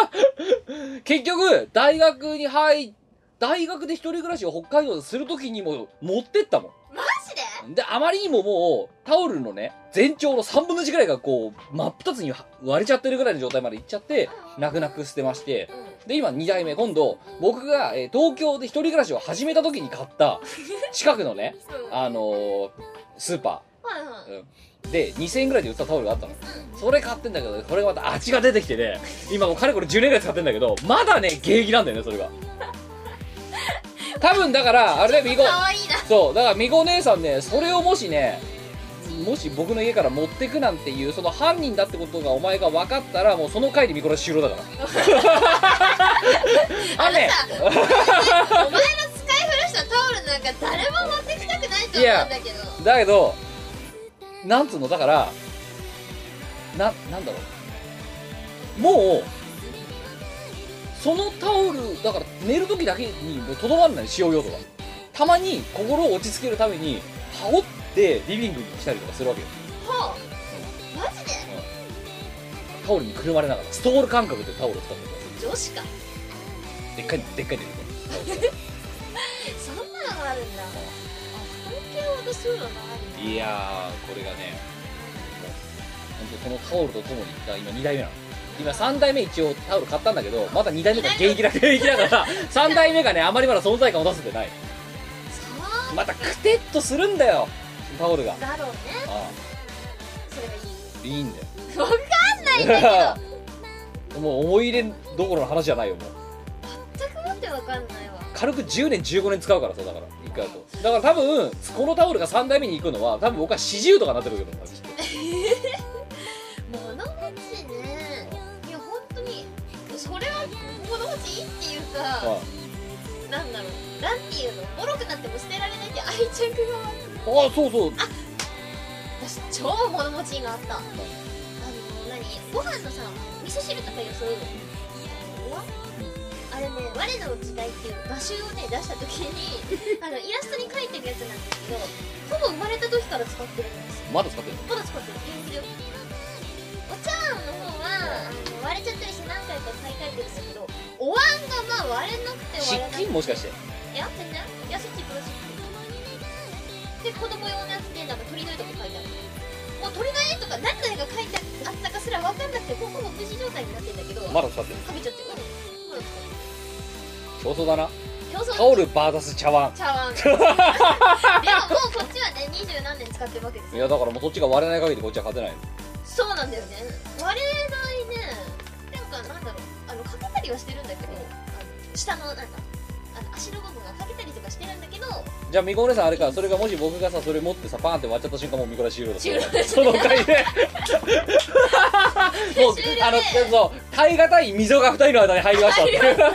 [SPEAKER 1] 結局大学に入っ大学で一人暮らしを北海道でする時にも持ってったもん
[SPEAKER 2] マジで
[SPEAKER 1] で、あまりにももう、タオルのね、全長の3分の1ぐらいがこう、真っ二つに割れちゃってるぐらいの状態までいっちゃって、泣く泣く捨てまして、で、今2代目、今度、僕が、えー東京で一人暮らしを始めた時に買った、近くのね、あのースーパ
[SPEAKER 2] はいはい
[SPEAKER 1] ー、うんで、2000円ぐらいで売ったタオルがあったの。それ買ってんだけど、これがまた味が出てきてね、今もうかれこれ10年ぐらい使ってんだけど、まだね、現役なんだよね、それが。多分だから、あれだよ、みこ。
[SPEAKER 2] 可愛いな
[SPEAKER 1] そうだからみこ姉さんねそれをもしねもし僕の家から持ってくなんていうその犯人だってことがお前が分かったらもうその回でみこら終了だから あのね
[SPEAKER 2] お前の使い古したタオルなんか誰も持ってきたくないと思うんだけど
[SPEAKER 1] だけどなんつうのだからななんだろうもうそのタオルだから寝る時だけにとどまらない使用用途がたまに心を落ち着けるために羽織ってリビングに来たりとかするわけよ
[SPEAKER 2] ほうマジで
[SPEAKER 1] タオルにくるまれながらストール感覚でタオルを使ってます
[SPEAKER 2] 女子か
[SPEAKER 1] でっかいでっかいでっ
[SPEAKER 2] そんなのがあるんだあ関係は私そういうのない
[SPEAKER 1] かいいやーこれがねもう本当このタオルとともにだ今2代目なの今3代目一応タオル買ったんだけどまだ2代目が現役だ現役だから3代 目がねあまりまだ存在感を出せてない
[SPEAKER 2] そう
[SPEAKER 1] またクテッとするんだよタオルがあ
[SPEAKER 2] だろうね
[SPEAKER 1] あ
[SPEAKER 2] それがいい
[SPEAKER 1] いいんだよ
[SPEAKER 2] わかんないんだけ
[SPEAKER 1] もう思い入れどころの話じゃないよもう
[SPEAKER 2] ど全くもってわかんないわ
[SPEAKER 1] 軽く10年15年使うからさだから一回やるとだから多分このタオルが3代目に行くのは多分僕は40とかになってるけどきっと
[SPEAKER 2] 物持ちねいや本当にそれは物持ちいいっていうか、
[SPEAKER 1] ああ
[SPEAKER 2] なんだろうなんていうのボロくなっても捨てられないって愛着がある
[SPEAKER 1] ああそうそう
[SPEAKER 2] 私超物持ちいいのあったあの何ご飯のさ味噌汁とかよそういうのあれね「我の時代」っていう画集をね出した時にあのイラストに描いてるやつなんですけどほぼ生まれた時から使ってるんですよ
[SPEAKER 1] まだ使ってるの
[SPEAKER 2] まだ使ってる現役でお茶碗の方はあの割れちゃったりして何回か買い替えてるんですけどお椀がまあ割れなくて
[SPEAKER 1] 湿
[SPEAKER 2] 割れなくて
[SPEAKER 1] 気もしかして
[SPEAKER 2] いや全然いやそっちプロシで子供用のやつでなんか鳥の絵とか書いてあるもう鳥の絵とか何の絵が書いてあったかすら分かんなくてもうほぼ無視状態になってんだけど
[SPEAKER 1] まだ使ってる
[SPEAKER 2] 食べちゃってうんほら
[SPEAKER 1] 競争だな
[SPEAKER 2] 競争
[SPEAKER 1] タオルバーダス茶碗
[SPEAKER 2] 茶碗でももうこっちはね二十何年使ってるわけです
[SPEAKER 1] い
[SPEAKER 2] よ
[SPEAKER 1] やだからもうそっちが割れない限りこっちは勝てない
[SPEAKER 2] そうなんだよね割れないねなんかなんだろうあのかけたりはしてるんだけどあの下のなんかあの足の部分がかけたりとかしてるんだけど
[SPEAKER 1] じゃあみこお姉さんあれかそれがもし僕がさそれ持ってさパーンって割っちゃった瞬間もうみこら終了だ
[SPEAKER 2] 終了
[SPEAKER 1] その回でもう
[SPEAKER 2] 終了で
[SPEAKER 1] あのそう耐え難い溝が二人の間に入り ましたっていう
[SPEAKER 2] なんか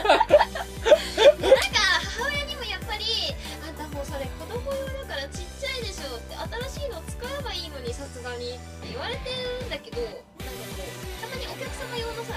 [SPEAKER 2] 母親にもやっぱり「あんたもうそれ子供用だからちっちゃいでしょ」って「新しいの使えばいいのにさすがに」って言われてるんだけどなんかこうたまにお客様用のさ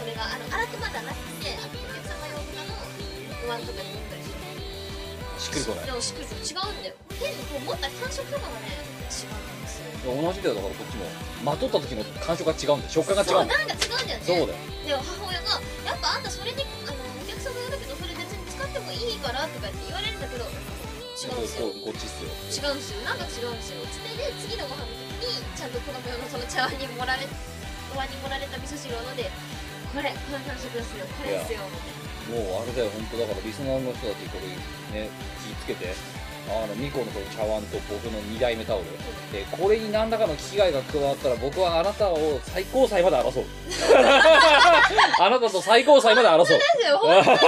[SPEAKER 2] それがあの洗ってまだなくてあのお客様用とかのワンとかに持ったりして
[SPEAKER 1] しっくりこない
[SPEAKER 2] でもしっくりと違うんだよ手にこう持った感触とかがね違うんですよ
[SPEAKER 1] 同じだよだからこっちもまとった時の感触が違うんだよ食感が違
[SPEAKER 2] そううん
[SPEAKER 1] だよ
[SPEAKER 2] なんか違うんだよね
[SPEAKER 1] そうだよ
[SPEAKER 2] でも母親が「やっぱあんたそれであのお客様用だけどそれ別に使ってもいいから」とかって言われるんだけど違うんです
[SPEAKER 1] そうこ
[SPEAKER 2] よ
[SPEAKER 1] っちっすよ
[SPEAKER 2] 違うんですよなんか違うんですよつってで次のご飯の時にちゃんと子供用のその茶碗に盛られお椀に盛られた味噌汁を飲んでこれこの感触ですよこれですよみたいな
[SPEAKER 1] もうあれだよ本当だからリスナーの人たちこれね気ぃつけてあのミコのこの茶碗と僕の2代目タオルでこれに何らかの危害が加わったら僕はあなたを最高裁まで 争うあなたと最高裁まで争う
[SPEAKER 2] です よ本当にねあれはね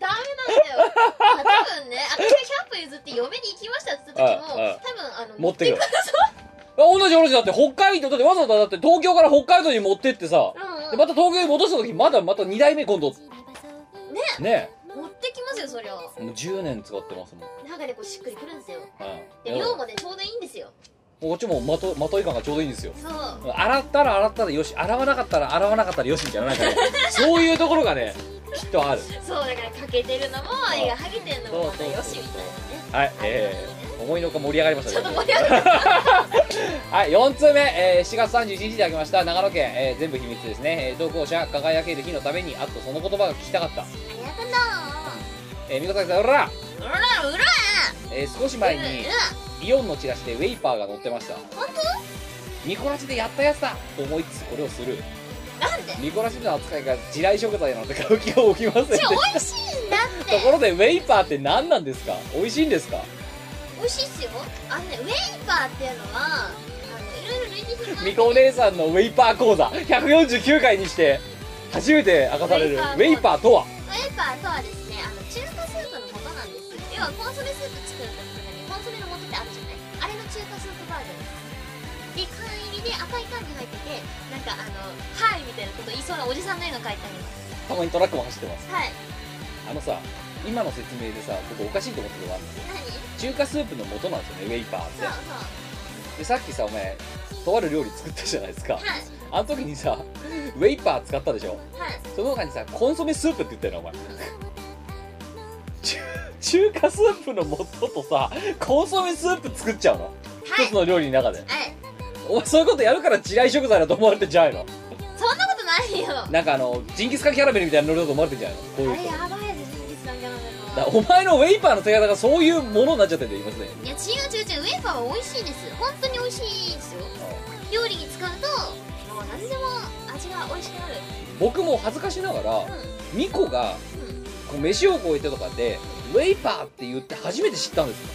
[SPEAKER 2] ダメなんだよ、まあ、多分ね私が100歩譲って嫁に行きましたって言った時も
[SPEAKER 1] ああ
[SPEAKER 2] 多分あの
[SPEAKER 1] 持ってく
[SPEAKER 2] く
[SPEAKER 1] るあ同じ同じだって北海道だってわざわざだって東京から北海道に持ってってさ、
[SPEAKER 2] うんうん
[SPEAKER 1] でまた東京に戻した時まだまた2代目今度ね
[SPEAKER 2] 持ってきますよそりゃ
[SPEAKER 1] もう10年使ってますもん、
[SPEAKER 2] なんかねこうしっくりくるんですよ
[SPEAKER 1] うん
[SPEAKER 2] で量もねちょうどいいんですよ
[SPEAKER 1] こっちもまとまとい感がちょうどいいんですよ
[SPEAKER 2] そう
[SPEAKER 1] 洗ったら洗ったらよし洗わなかったら洗わなかったらよしみたいななんかねそういうところがねきっとある
[SPEAKER 2] そうだから欠けてるのも絵がはげてんのもまたよしみたい
[SPEAKER 1] はいえー、思いのほか盛り上がりましたね
[SPEAKER 2] なちょっと盛り上がる
[SPEAKER 1] はい、4通目、えー、4月31日いただきました長野県、えー全部秘密ですね、えー投稿者輝ける日のためにあっとその言葉が聞きたかった、
[SPEAKER 2] ありがとう
[SPEAKER 1] えー、美子崎さんうら、
[SPEAKER 2] うらうら
[SPEAKER 1] えー少し前にイオンのチラシでウェイパーが載ってました
[SPEAKER 2] 本
[SPEAKER 1] ミコラジでやったやつだと思いつつこれをする
[SPEAKER 2] 当なんで
[SPEAKER 1] ミコラジでの扱いが地雷食材なので買う気が起きませんで
[SPEAKER 2] じゃあ
[SPEAKER 1] し
[SPEAKER 2] 美味しいんだった
[SPEAKER 1] と
[SPEAKER 2] て
[SPEAKER 1] ころでウェイパーって何なんですか美味しいんですか
[SPEAKER 2] 美味しいっすよあのねウェイパーっていうのはあのいろいろ類似品があって
[SPEAKER 1] ミコお姉さんのウェイパー講座149回にして初めて明かされるウ
[SPEAKER 2] ウ
[SPEAKER 1] ェ
[SPEAKER 2] ェ
[SPEAKER 1] イ
[SPEAKER 2] イ
[SPEAKER 1] パ
[SPEAKER 2] パ
[SPEAKER 1] ーとは
[SPEAKER 2] ウェイパーとはですねあの中華スープのことなんですよ要はコンソメスープ作る時とかにコンソメの素ってあるじゃないあれの中華スープバージョンですで缶入りで赤い缶に入っててなんかあの「はい」みたいなこと言いそうなおじさんの絵が描いてあります
[SPEAKER 1] たまにトラックも走ってます
[SPEAKER 2] はい
[SPEAKER 1] あのさ今の説明でさ僕おかしいと思ったことがあるんですよ中
[SPEAKER 2] 何
[SPEAKER 1] 華スープの素なんですよねウェイパーっ
[SPEAKER 2] そう
[SPEAKER 1] てでさっきさお前とある料理作ったじゃないですか
[SPEAKER 2] そうはい
[SPEAKER 1] あの時にさウェイパー使ったでしょ
[SPEAKER 2] はい
[SPEAKER 1] その他にさコンソメスープって言ったよなお前 中中華スープの素とさコンソメスープ作っちゃうの
[SPEAKER 2] はい
[SPEAKER 1] 一つの料理の中で
[SPEAKER 2] はい
[SPEAKER 1] お前そういうことやるから地雷食材だと思われてんじゃないの
[SPEAKER 2] そんなことないよあ
[SPEAKER 1] なんかあのジンギスカンキャラメルみたいなノリだと思われてんじゃないのこう いう
[SPEAKER 2] れ
[SPEAKER 1] 人
[SPEAKER 2] やばいやつジンギスカンキャラメル
[SPEAKER 1] だ
[SPEAKER 2] は
[SPEAKER 1] お前のウェイパーの手形がそういうものになっちゃってんだよ今すでに
[SPEAKER 2] いや違う違う違うウェイパーは美味しいです本当に美味しいですよ料理に使うともう何でも味が美味しくなる
[SPEAKER 1] 僕も恥ずかしながら
[SPEAKER 2] う
[SPEAKER 1] ミコが
[SPEAKER 2] んうん
[SPEAKER 1] こう飯を超えてとかでウェイパーって言って初めて知ったんですよ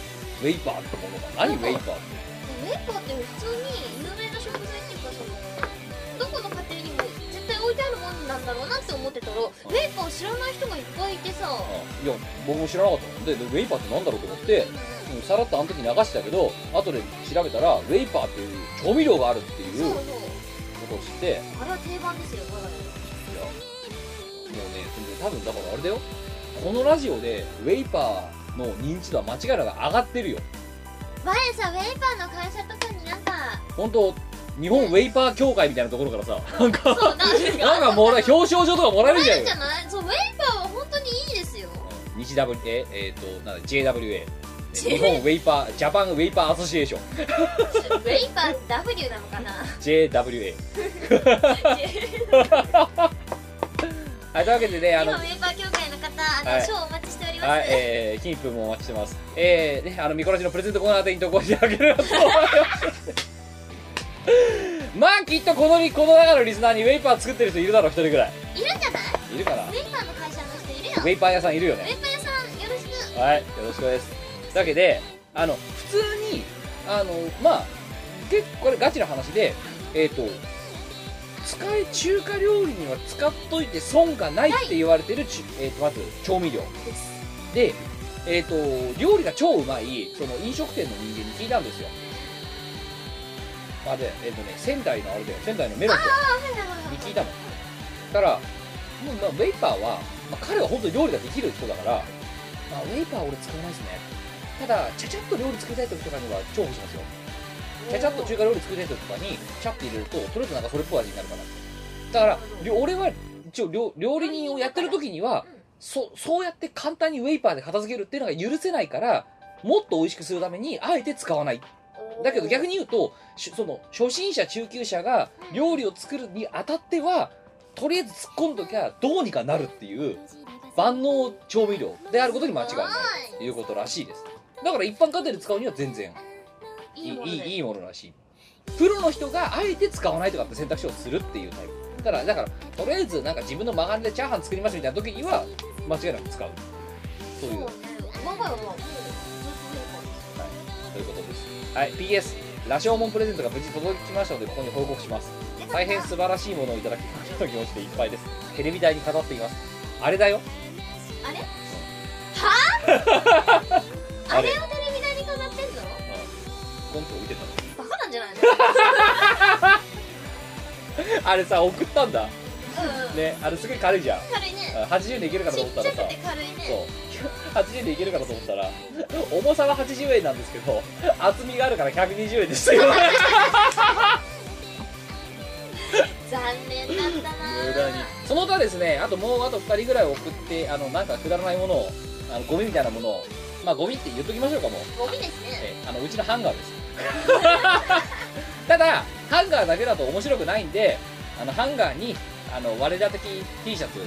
[SPEAKER 1] ウェイパーってものが何ウ
[SPEAKER 2] なんか
[SPEAKER 1] ェイパーって
[SPEAKER 2] ウェイパーって普通に有名な食材っていうかそのどこの家庭にも絶対置いてあるもんなんだろうなって思ってたらウェイパーを知らない人がいっぱいいてさ
[SPEAKER 1] うんいや僕も知らなかったのででウェイパーってなんだろうと思ってうんさらっとあの時流してたけど後で調べたらウェイパーっていう調味料があるってい
[SPEAKER 2] そう
[SPEAKER 1] う
[SPEAKER 2] そう
[SPEAKER 1] ことを知っていや
[SPEAKER 2] あれは定番ですよ我が家
[SPEAKER 1] もうね多分だからあれだよこのラジオでウェイパーの認知度は間違いなく上がってるよ
[SPEAKER 2] 前さウェイパーの会社とかになんか
[SPEAKER 1] 本当日本ウェイパー協会みたいなところからさなんか
[SPEAKER 2] そうなん
[SPEAKER 1] なんかもらえ表彰状とかもらえる
[SPEAKER 2] え
[SPEAKER 1] じゃん
[SPEAKER 2] るじゃないそうウェイパーは本当にいいですよ
[SPEAKER 1] 日 W ええー、となんだ JWA
[SPEAKER 2] ジェ
[SPEAKER 1] 日本ウェイパージャパンウェイパーアソシエーション
[SPEAKER 2] ウェイパー W なのかな
[SPEAKER 1] JWA はいというわけでねあの
[SPEAKER 2] 今ウェイパー協会の方あの、
[SPEAKER 1] はい
[SPEAKER 2] 賞お待ちしております、
[SPEAKER 1] はいえー、キンプもお待ちしてますえー、ねあのミコラジのプレゼントコーナー宛てに投稿してあげると思い ますまあきっとこのりこの中のリスナーにウェイパー作ってる人いるだろう一人ぐらい
[SPEAKER 2] いるんじゃない
[SPEAKER 1] いるかな
[SPEAKER 2] ウ
[SPEAKER 1] ウ
[SPEAKER 2] ェイパーの会社の人いるよウェイ
[SPEAKER 1] ェイパー屋さんいるよね
[SPEAKER 2] パー屋さんよろしく
[SPEAKER 1] はい、よろしくです。というわけで、あの、普通に、あの、まあ、結構これガチな話で、えっ、と、使え、中華料理には使っといて損がないって言われてるち、えっ、と、まず、調味料。で、えっ、と、料理が超うまい、その飲食店の人間に聞いたんですよ。あ、で、えっ、とね、仙台のあれだよ、仙台のメロンに聞いたの。だから、もう、まあ、ウェイパーは、まあ、彼は本当に料理ができる人だから、まあ、ウェイパー俺使わないですねただちゃちゃっと料理作りたい時とかには重宝しますよちゃちゃっと中華料理作りたい時とかにシャッて入れるととりあえずなんかそれっぽい味になるかなだからりょ俺は一応料料理人をやってる時にはそそうやって簡単にウェイパーで片付けるっていうのが許せないからもっと美味しくするためにあえて使わないだけど逆に言うとしその初心者中級者が料理を作るにあたってはとりあえず突っ込んどきゃどうにかなるっていう万能調味料であることに間違いないということらしいですだから一般家庭で使うには全然いい
[SPEAKER 2] いいもの
[SPEAKER 1] い
[SPEAKER 2] で
[SPEAKER 1] いいいものらしいプロの人があえて使わないとかって選択肢をするっていうタイプだからだからとりあえずなんか自分の曲がりでチャーハン作りますみたいな時には間違いなく使うという
[SPEAKER 2] そうね我が家はもうずっ
[SPEAKER 1] ということですはい PS ラショーモンプレゼントが無事届きましたのでここに報告します
[SPEAKER 2] とウェイパ
[SPEAKER 1] 大
[SPEAKER 2] ーです
[SPEAKER 1] 変素晴らしいものをいただき 感謝の気持ちでいっぱいですテレビ台に飾っていますあれだよ
[SPEAKER 2] あれ
[SPEAKER 1] あ
[SPEAKER 2] あ
[SPEAKER 1] れ
[SPEAKER 2] れをテレビ台に飾ってんの
[SPEAKER 1] ゴンと置いてた
[SPEAKER 2] バカなんじゃない
[SPEAKER 1] のあれさ送ったんだ
[SPEAKER 2] のうん
[SPEAKER 1] ねあれすげえ軽いじゃん
[SPEAKER 2] 軽いね
[SPEAKER 1] あ80でいけるかと思ったらさ
[SPEAKER 2] ちっちゃくて軽いね
[SPEAKER 1] そう80でいけるかと思ったら重さは80円なんですけど厚みがあるから120円ですよ
[SPEAKER 2] 残念だったな
[SPEAKER 1] 無駄にその他ですねあともうあと2人ぐらい送ってあのなんかくだらないものをあのゴミみたいなものをまあゴミって言っときましょうかもう
[SPEAKER 2] ゴミですね
[SPEAKER 1] えあのうちのハンガーですただハンガーだけだと面白くないんであのハンガーにあの我ら的 T シャツ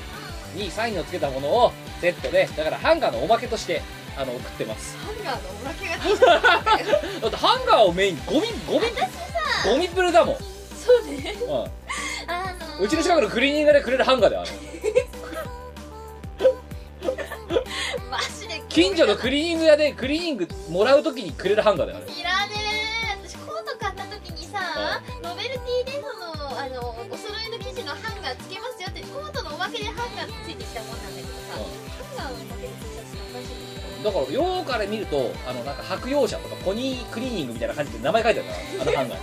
[SPEAKER 1] にサインをつけたものをセットでだからハンガーのおまけとしてあの送ってます
[SPEAKER 2] ハンガーのおまけが
[SPEAKER 1] だってハンガーをメインゴミゴミゴミプルだもん、
[SPEAKER 2] そうね
[SPEAKER 1] う
[SPEAKER 2] あ
[SPEAKER 1] ん、
[SPEAKER 2] の
[SPEAKER 1] うちの近くのクリーニングでくれるハンガーだよあれ
[SPEAKER 2] マジで
[SPEAKER 1] 近所のクリーニング屋でクリーニングもらうときにくれるハンガーだよあれ
[SPEAKER 2] いらねえ私コート買った時にさノベルティでそのあのお揃いの生地のハンガーつけますよってコートのおまけでハンガーついてきたもんなんだけどさ、ハンガーのおまけでついちゃっておかしいでし
[SPEAKER 1] だ
[SPEAKER 2] ょ
[SPEAKER 1] からようから見るとあのなんか白洋舎とかポニークリーニングみたいな感じで名前書いてあるからあのハンガ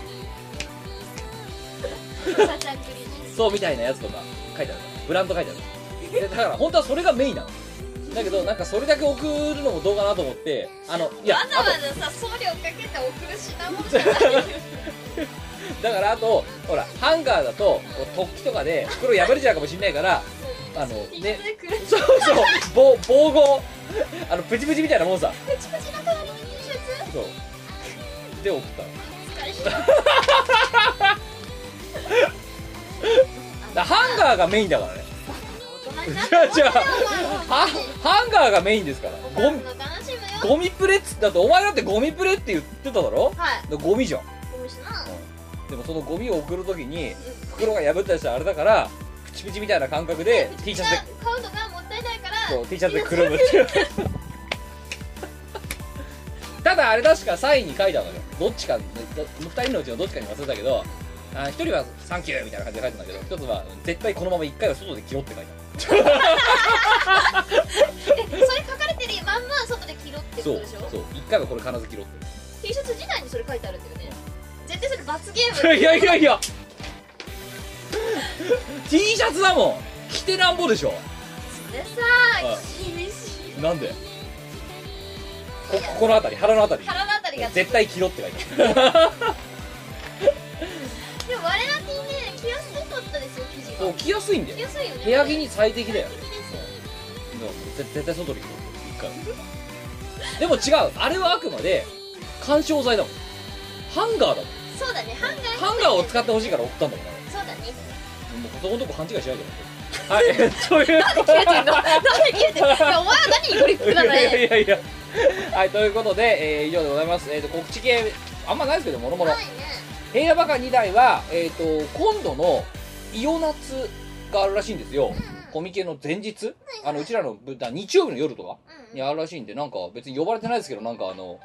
[SPEAKER 1] ーに
[SPEAKER 2] サチャンクリに
[SPEAKER 1] そうみたいなやつとか書いてあるブランド書いてあるでだから本当はそれがメインなのだけどなんかそれだけ送るのもどうかなと思ってあのいや
[SPEAKER 2] わざわ
[SPEAKER 1] あ
[SPEAKER 2] ざさ送料かけて送る品物じゃないよ
[SPEAKER 1] とだからあとほらハンガーだと突起とかで袋破れちゃうかもしれないからあの
[SPEAKER 2] 一
[SPEAKER 1] ね
[SPEAKER 2] 通くる
[SPEAKER 1] そうそう防防護あのプチプチみたいなもんさ
[SPEAKER 2] プチプチの代わりに T シャツ
[SPEAKER 1] そうで送ったの
[SPEAKER 2] 疲れた
[SPEAKER 1] だからハンガーがメインだからね
[SPEAKER 2] 大人になっ
[SPEAKER 1] じゃあじゃあ
[SPEAKER 2] た
[SPEAKER 1] ハハンガーがメインですから
[SPEAKER 2] お
[SPEAKER 1] ゴ
[SPEAKER 2] 前
[SPEAKER 1] ミ
[SPEAKER 2] の悲しむよ
[SPEAKER 1] ゴミプレっつだってお前だってゴミプレって言ってただろ
[SPEAKER 2] はい
[SPEAKER 1] だからゴミじゃん
[SPEAKER 2] ゴミしな
[SPEAKER 1] でもそのゴミを送るときに袋が破ったりしたらあれだからプチプチみたいな感覚で T シャツで
[SPEAKER 2] 買うのがもったいないから
[SPEAKER 1] そう T シャツでくるむっていうただあれ確かサインに書いたのよどっちか2人のうちのどっちかに忘れたけどあ1人は「サンキュー」みたいな感じで書いてたんだけど1つは「絶対このまま1回は外で着ろ」って書いて
[SPEAKER 2] えそれ書かれてるまんま外で着ろって
[SPEAKER 1] あるそ
[SPEAKER 2] こと
[SPEAKER 1] う
[SPEAKER 2] でしょ
[SPEAKER 1] そう1回はこれ必ず着ろって
[SPEAKER 2] T シャツ自体にそれ書いてあるんだよね絶対それ罰ゲ
[SPEAKER 1] い
[SPEAKER 2] ー
[SPEAKER 1] や
[SPEAKER 2] ム
[SPEAKER 1] いやいやいや T シャツだもん着てなんぼでしょ
[SPEAKER 2] それさ
[SPEAKER 1] あ
[SPEAKER 2] 厳しい
[SPEAKER 1] なんでこここの辺り腹の辺り
[SPEAKER 2] 腹のあたりが
[SPEAKER 1] 絶対着ろって書いてある
[SPEAKER 2] でも我らにね着やすかったですよ生地
[SPEAKER 1] そ
[SPEAKER 2] が
[SPEAKER 1] う着やすいんだ
[SPEAKER 2] 着
[SPEAKER 1] よ
[SPEAKER 2] やすいよね
[SPEAKER 1] 部屋着に最適だよ
[SPEAKER 2] 快適です
[SPEAKER 1] でも絶絶対外に行こうでも違うあれはあくまで緩衝材だもんハンガーだもん
[SPEAKER 2] そうだねハンガー
[SPEAKER 1] ハンガーを使ってほしいから送ったんだもんな
[SPEAKER 2] そうだね
[SPEAKER 1] もうそこのとこ勘違いしないではい ということで
[SPEAKER 2] なんで消えてるいやお前は何にグリップ
[SPEAKER 1] い
[SPEAKER 2] なの
[SPEAKER 1] や
[SPEAKER 2] ね
[SPEAKER 1] いやいやはいということで、えー以上でございます、えー、と告知系あんまないですけどもろもろ
[SPEAKER 2] はいね
[SPEAKER 1] 平野バカ2台は、えー、と今度のイオナツがあるらしいんですよ、コミケの前日、あのうちらの舞台日曜日の夜とか
[SPEAKER 2] うん
[SPEAKER 1] にあるらしいんでなんか別に呼ばれてないですけどなんかあの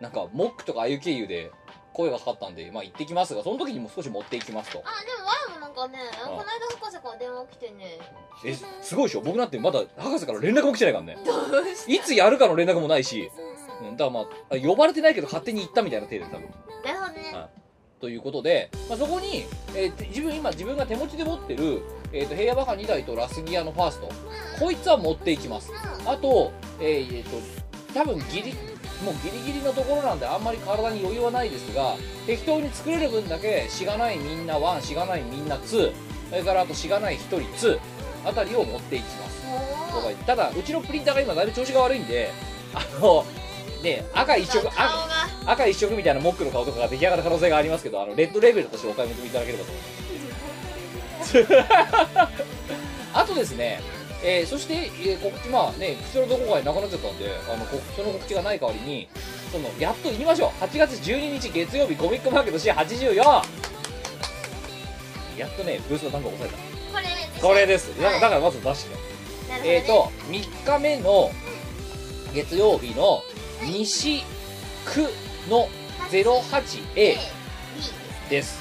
[SPEAKER 1] なんかモックとかあゆ経由で声がかかったんでまあ行ってきますがその時にも少し持っていきますと
[SPEAKER 2] あでもワイもなんかねこの間博士から電話来てね
[SPEAKER 1] えすごいでしょ僕なんてまだ博士から連絡も来てないからね
[SPEAKER 2] どうし
[SPEAKER 1] いつやるかの連絡もないし、
[SPEAKER 2] うん
[SPEAKER 1] うん、だからまあ呼ばれてないけど勝手に行ったみたいな手で多分
[SPEAKER 2] だよね
[SPEAKER 1] はいということで、まあ、そこに、えーて自分今自分が手持ちで持ってる、えー、と平野バカ2台とラスギアのファーストこいつは持っていきますあとえーえーと多分ギリもうギリギリのところなんであんまり体に余裕はないですが適当に作れる分だけしがないみんな1しがないみんな2それからあとしがない1人2あたりを持っていきます
[SPEAKER 2] おー
[SPEAKER 1] ただうちのプリンターが今だいぶ調子が悪いんであのね赤一色赤
[SPEAKER 2] 顔が
[SPEAKER 1] 赤一色みたいなモックの顔とかが出来上がる可能性がありますけどあのレッドレベルとしてお買い求めいただければと思います あとですね、えーそして、えー告知まあね普通のどこかになくなっちゃったんであの告その告知がない代わりにそのやっと言いましょう8月12日月曜日コミックマーケット C84 やっとねブースの単価を抑え
[SPEAKER 2] これ
[SPEAKER 1] たこれですだ
[SPEAKER 2] は
[SPEAKER 1] から
[SPEAKER 2] い
[SPEAKER 1] だからまず出して
[SPEAKER 2] なるほどね
[SPEAKER 1] えー、と3日目の月曜日の西区の 08A です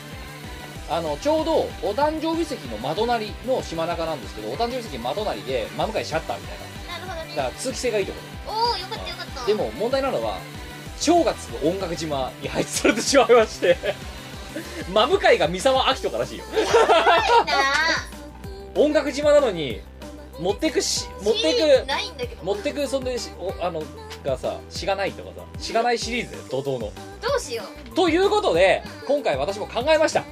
[SPEAKER 1] あのちょうどお誕生日席の窓なりの島中なんですけどお誕生日席窓なりで真向かいシャッターみたい
[SPEAKER 2] なるほどね
[SPEAKER 1] なだから通気性がいいとこ
[SPEAKER 2] おおよかったよかった
[SPEAKER 1] ろでも問題なのは超がつく音楽島に配置されてし まいまして真向かいが三沢明人からしいよ
[SPEAKER 2] なあ
[SPEAKER 1] 音楽島なのに持ってくし持って
[SPEAKER 2] シーン
[SPEAKER 1] く
[SPEAKER 2] ないんだけど
[SPEAKER 1] 持ってくそんでしおあのがさ「しがない」とかさ「しがない」シリーズだよ怒涛の
[SPEAKER 2] どうしよう
[SPEAKER 1] ということで今回私も考えました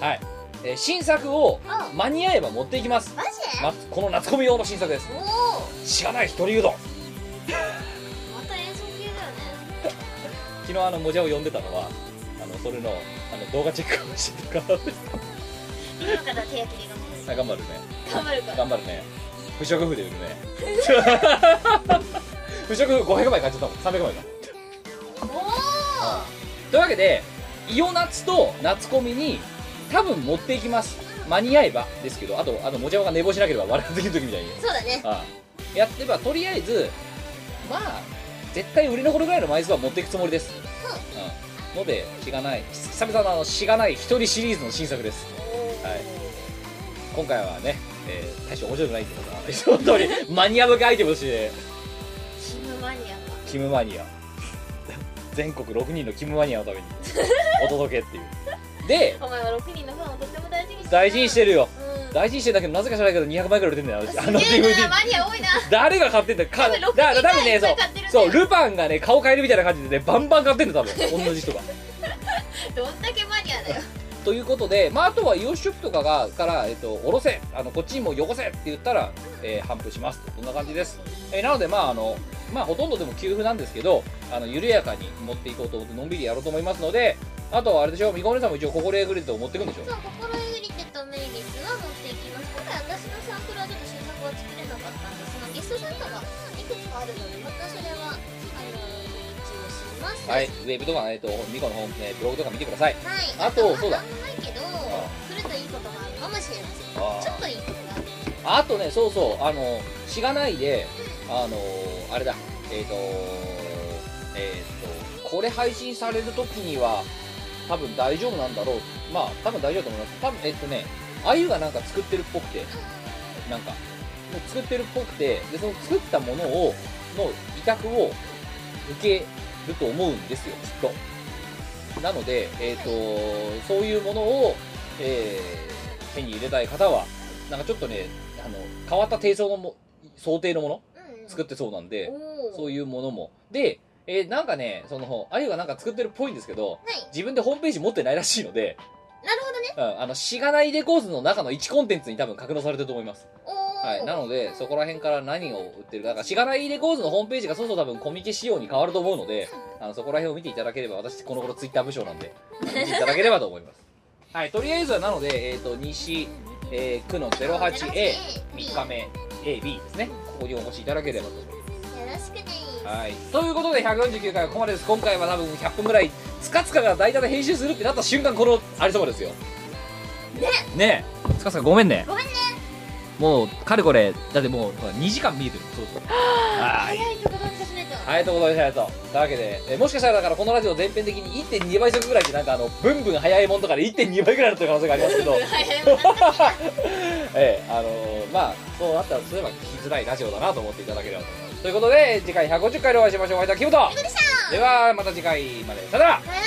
[SPEAKER 1] はい、えー新作を
[SPEAKER 2] うん
[SPEAKER 1] 間に合えば持っていきます
[SPEAKER 2] マジで
[SPEAKER 1] なこの夏コミ用の新作です
[SPEAKER 2] おお
[SPEAKER 1] しがない一人うどん
[SPEAKER 2] また演奏系だよね
[SPEAKER 1] 昨日あのもじゃを呼んでたのはあのそれのあの動画チェックをしてるから
[SPEAKER 2] 今から手焼きで頑張
[SPEAKER 1] あ頑張るね
[SPEAKER 2] る頑 張るから
[SPEAKER 1] 頑張るね不織布で売るね不織布500枚買っちゃったもん300枚か
[SPEAKER 2] お
[SPEAKER 1] というわけでイオナツと夏コミに多分持っていきます間に合えばですけどあとあともじゃおが寝坊しなければ笑う時の時みたいに
[SPEAKER 2] おそうだね
[SPEAKER 1] ああやってばとりあえずまあ絶対売り残るぐらいの枚数は持っていくつもりです、うんのでしがない久々のあのしがない一人シリーズの新作です、はい、今回はね、えー大して面白くないってことはその通りマニア向けアイテムとして
[SPEAKER 2] チームマニアが
[SPEAKER 1] キムマニア全国6人のキムマニアのため にお届けっていうで
[SPEAKER 2] お前は6人のファンをとても大事にしてる
[SPEAKER 1] 大事にしてるよ
[SPEAKER 2] うん
[SPEAKER 1] 大事にしてんだけどなぜか知らないけど200枚ぐらい売れてんだよあのあの
[SPEAKER 2] すげえ
[SPEAKER 1] DVD
[SPEAKER 2] なマニア多いな
[SPEAKER 1] 誰が買ってんだよか
[SPEAKER 2] 多分
[SPEAKER 1] だから多分
[SPEAKER 2] い
[SPEAKER 1] ね
[SPEAKER 2] っぱ
[SPEAKER 1] そ
[SPEAKER 2] い買ってるん
[SPEAKER 1] う
[SPEAKER 2] だよ
[SPEAKER 1] そうルパンがね顔変えるみたいな感じでねバンバン買ってんだよ 多分同じ人が
[SPEAKER 2] どんだけマニアだよ
[SPEAKER 1] ということで、まあ、あとはイオシショップとかがから、えっと、おろせあのこっちにも汚せって言ったら、えー、反布しますこんな感じです、えーなのでまああのまあほとんどでも給付なんですけどあの緩やかに持っていこうと思ってのんびりやろうと思いますのであとはあれでしょみこお姉さんも一応心えぐりと持ってくんでしょ
[SPEAKER 2] そう心ゆりてとメイリスは持っていきますただ私のサンプルはちょっと新作は作れなかったんでそのリストなんかがいくつかあるのでまたそれはあの一応します
[SPEAKER 1] はいウェブとか、えっとみこのホーム、えーブログとか見てください
[SPEAKER 2] はい
[SPEAKER 1] あとそうだ
[SPEAKER 2] なんもないけど来るといいことがあるかもしれません
[SPEAKER 1] あー
[SPEAKER 2] ちょっといいことがある
[SPEAKER 1] あとねそうそうあのしがないであのあれだえっ、とえっ、とこれ配信される時には多分大丈夫なんだろうまあ多分大丈夫だと思います多分えっ、とねあゆがなんか作ってるっぽくてなんかもう作ってるっぽくてでその作ったものをの委託を受けると思うんですよきっとなのでえっ、とそういうものを、えー手に入れたい方はなんかちょっとねあの変わった低層のも想定のもの
[SPEAKER 2] うん
[SPEAKER 1] 作ってそうなんで、
[SPEAKER 2] お
[SPEAKER 1] そう
[SPEAKER 2] いう
[SPEAKER 1] いうものもで、えーなんかねそのあゆがなんか作ってるっぽいんですけど
[SPEAKER 2] はい
[SPEAKER 1] 自分でホームページ持ってないらしいので、
[SPEAKER 2] なるほどね
[SPEAKER 1] うん、あのしがないレコーズの中の1コンテンツに多分格納されてると思います、
[SPEAKER 2] おー
[SPEAKER 1] はい、なのでそこら辺から何を売ってるかだからしがないレコーズのホームページがそうそう多分コミケ仕様に変わると思うのであのそこら辺を見ていただければ私この頃ツイッター部署なんで見ていただければと思います はいとりあえずはなので、えー、と西、えー、区の 08A3 日目 AB ですねここにお越しいただければと思います
[SPEAKER 2] よろしくです
[SPEAKER 1] はい、ということで149回はここまでです今回は多分100分ぐらいつかつかが大体で編集するってなった瞬間このありそうですよねえつかつかごめんね
[SPEAKER 2] ごめんね
[SPEAKER 1] もうかれこれだってもうほら2時間見えてるそうそうはい
[SPEAKER 2] 早いとこどうにかしないと
[SPEAKER 1] はいということでしたいとというわけでえもしかしたらだからこのラジオ全編的に1.2倍速ぐらいでなんかあのブンブン早いもんとかで1.2倍ぐらいだった可能性がありますけど
[SPEAKER 2] 早いもんな
[SPEAKER 1] ええあのーまあそうなったらすれば聞きづらいラジオだなと思っていただければと思いますということで次回150回でお会いしましょうお会いいたキムとではまた次回までさよなら
[SPEAKER 2] さよなら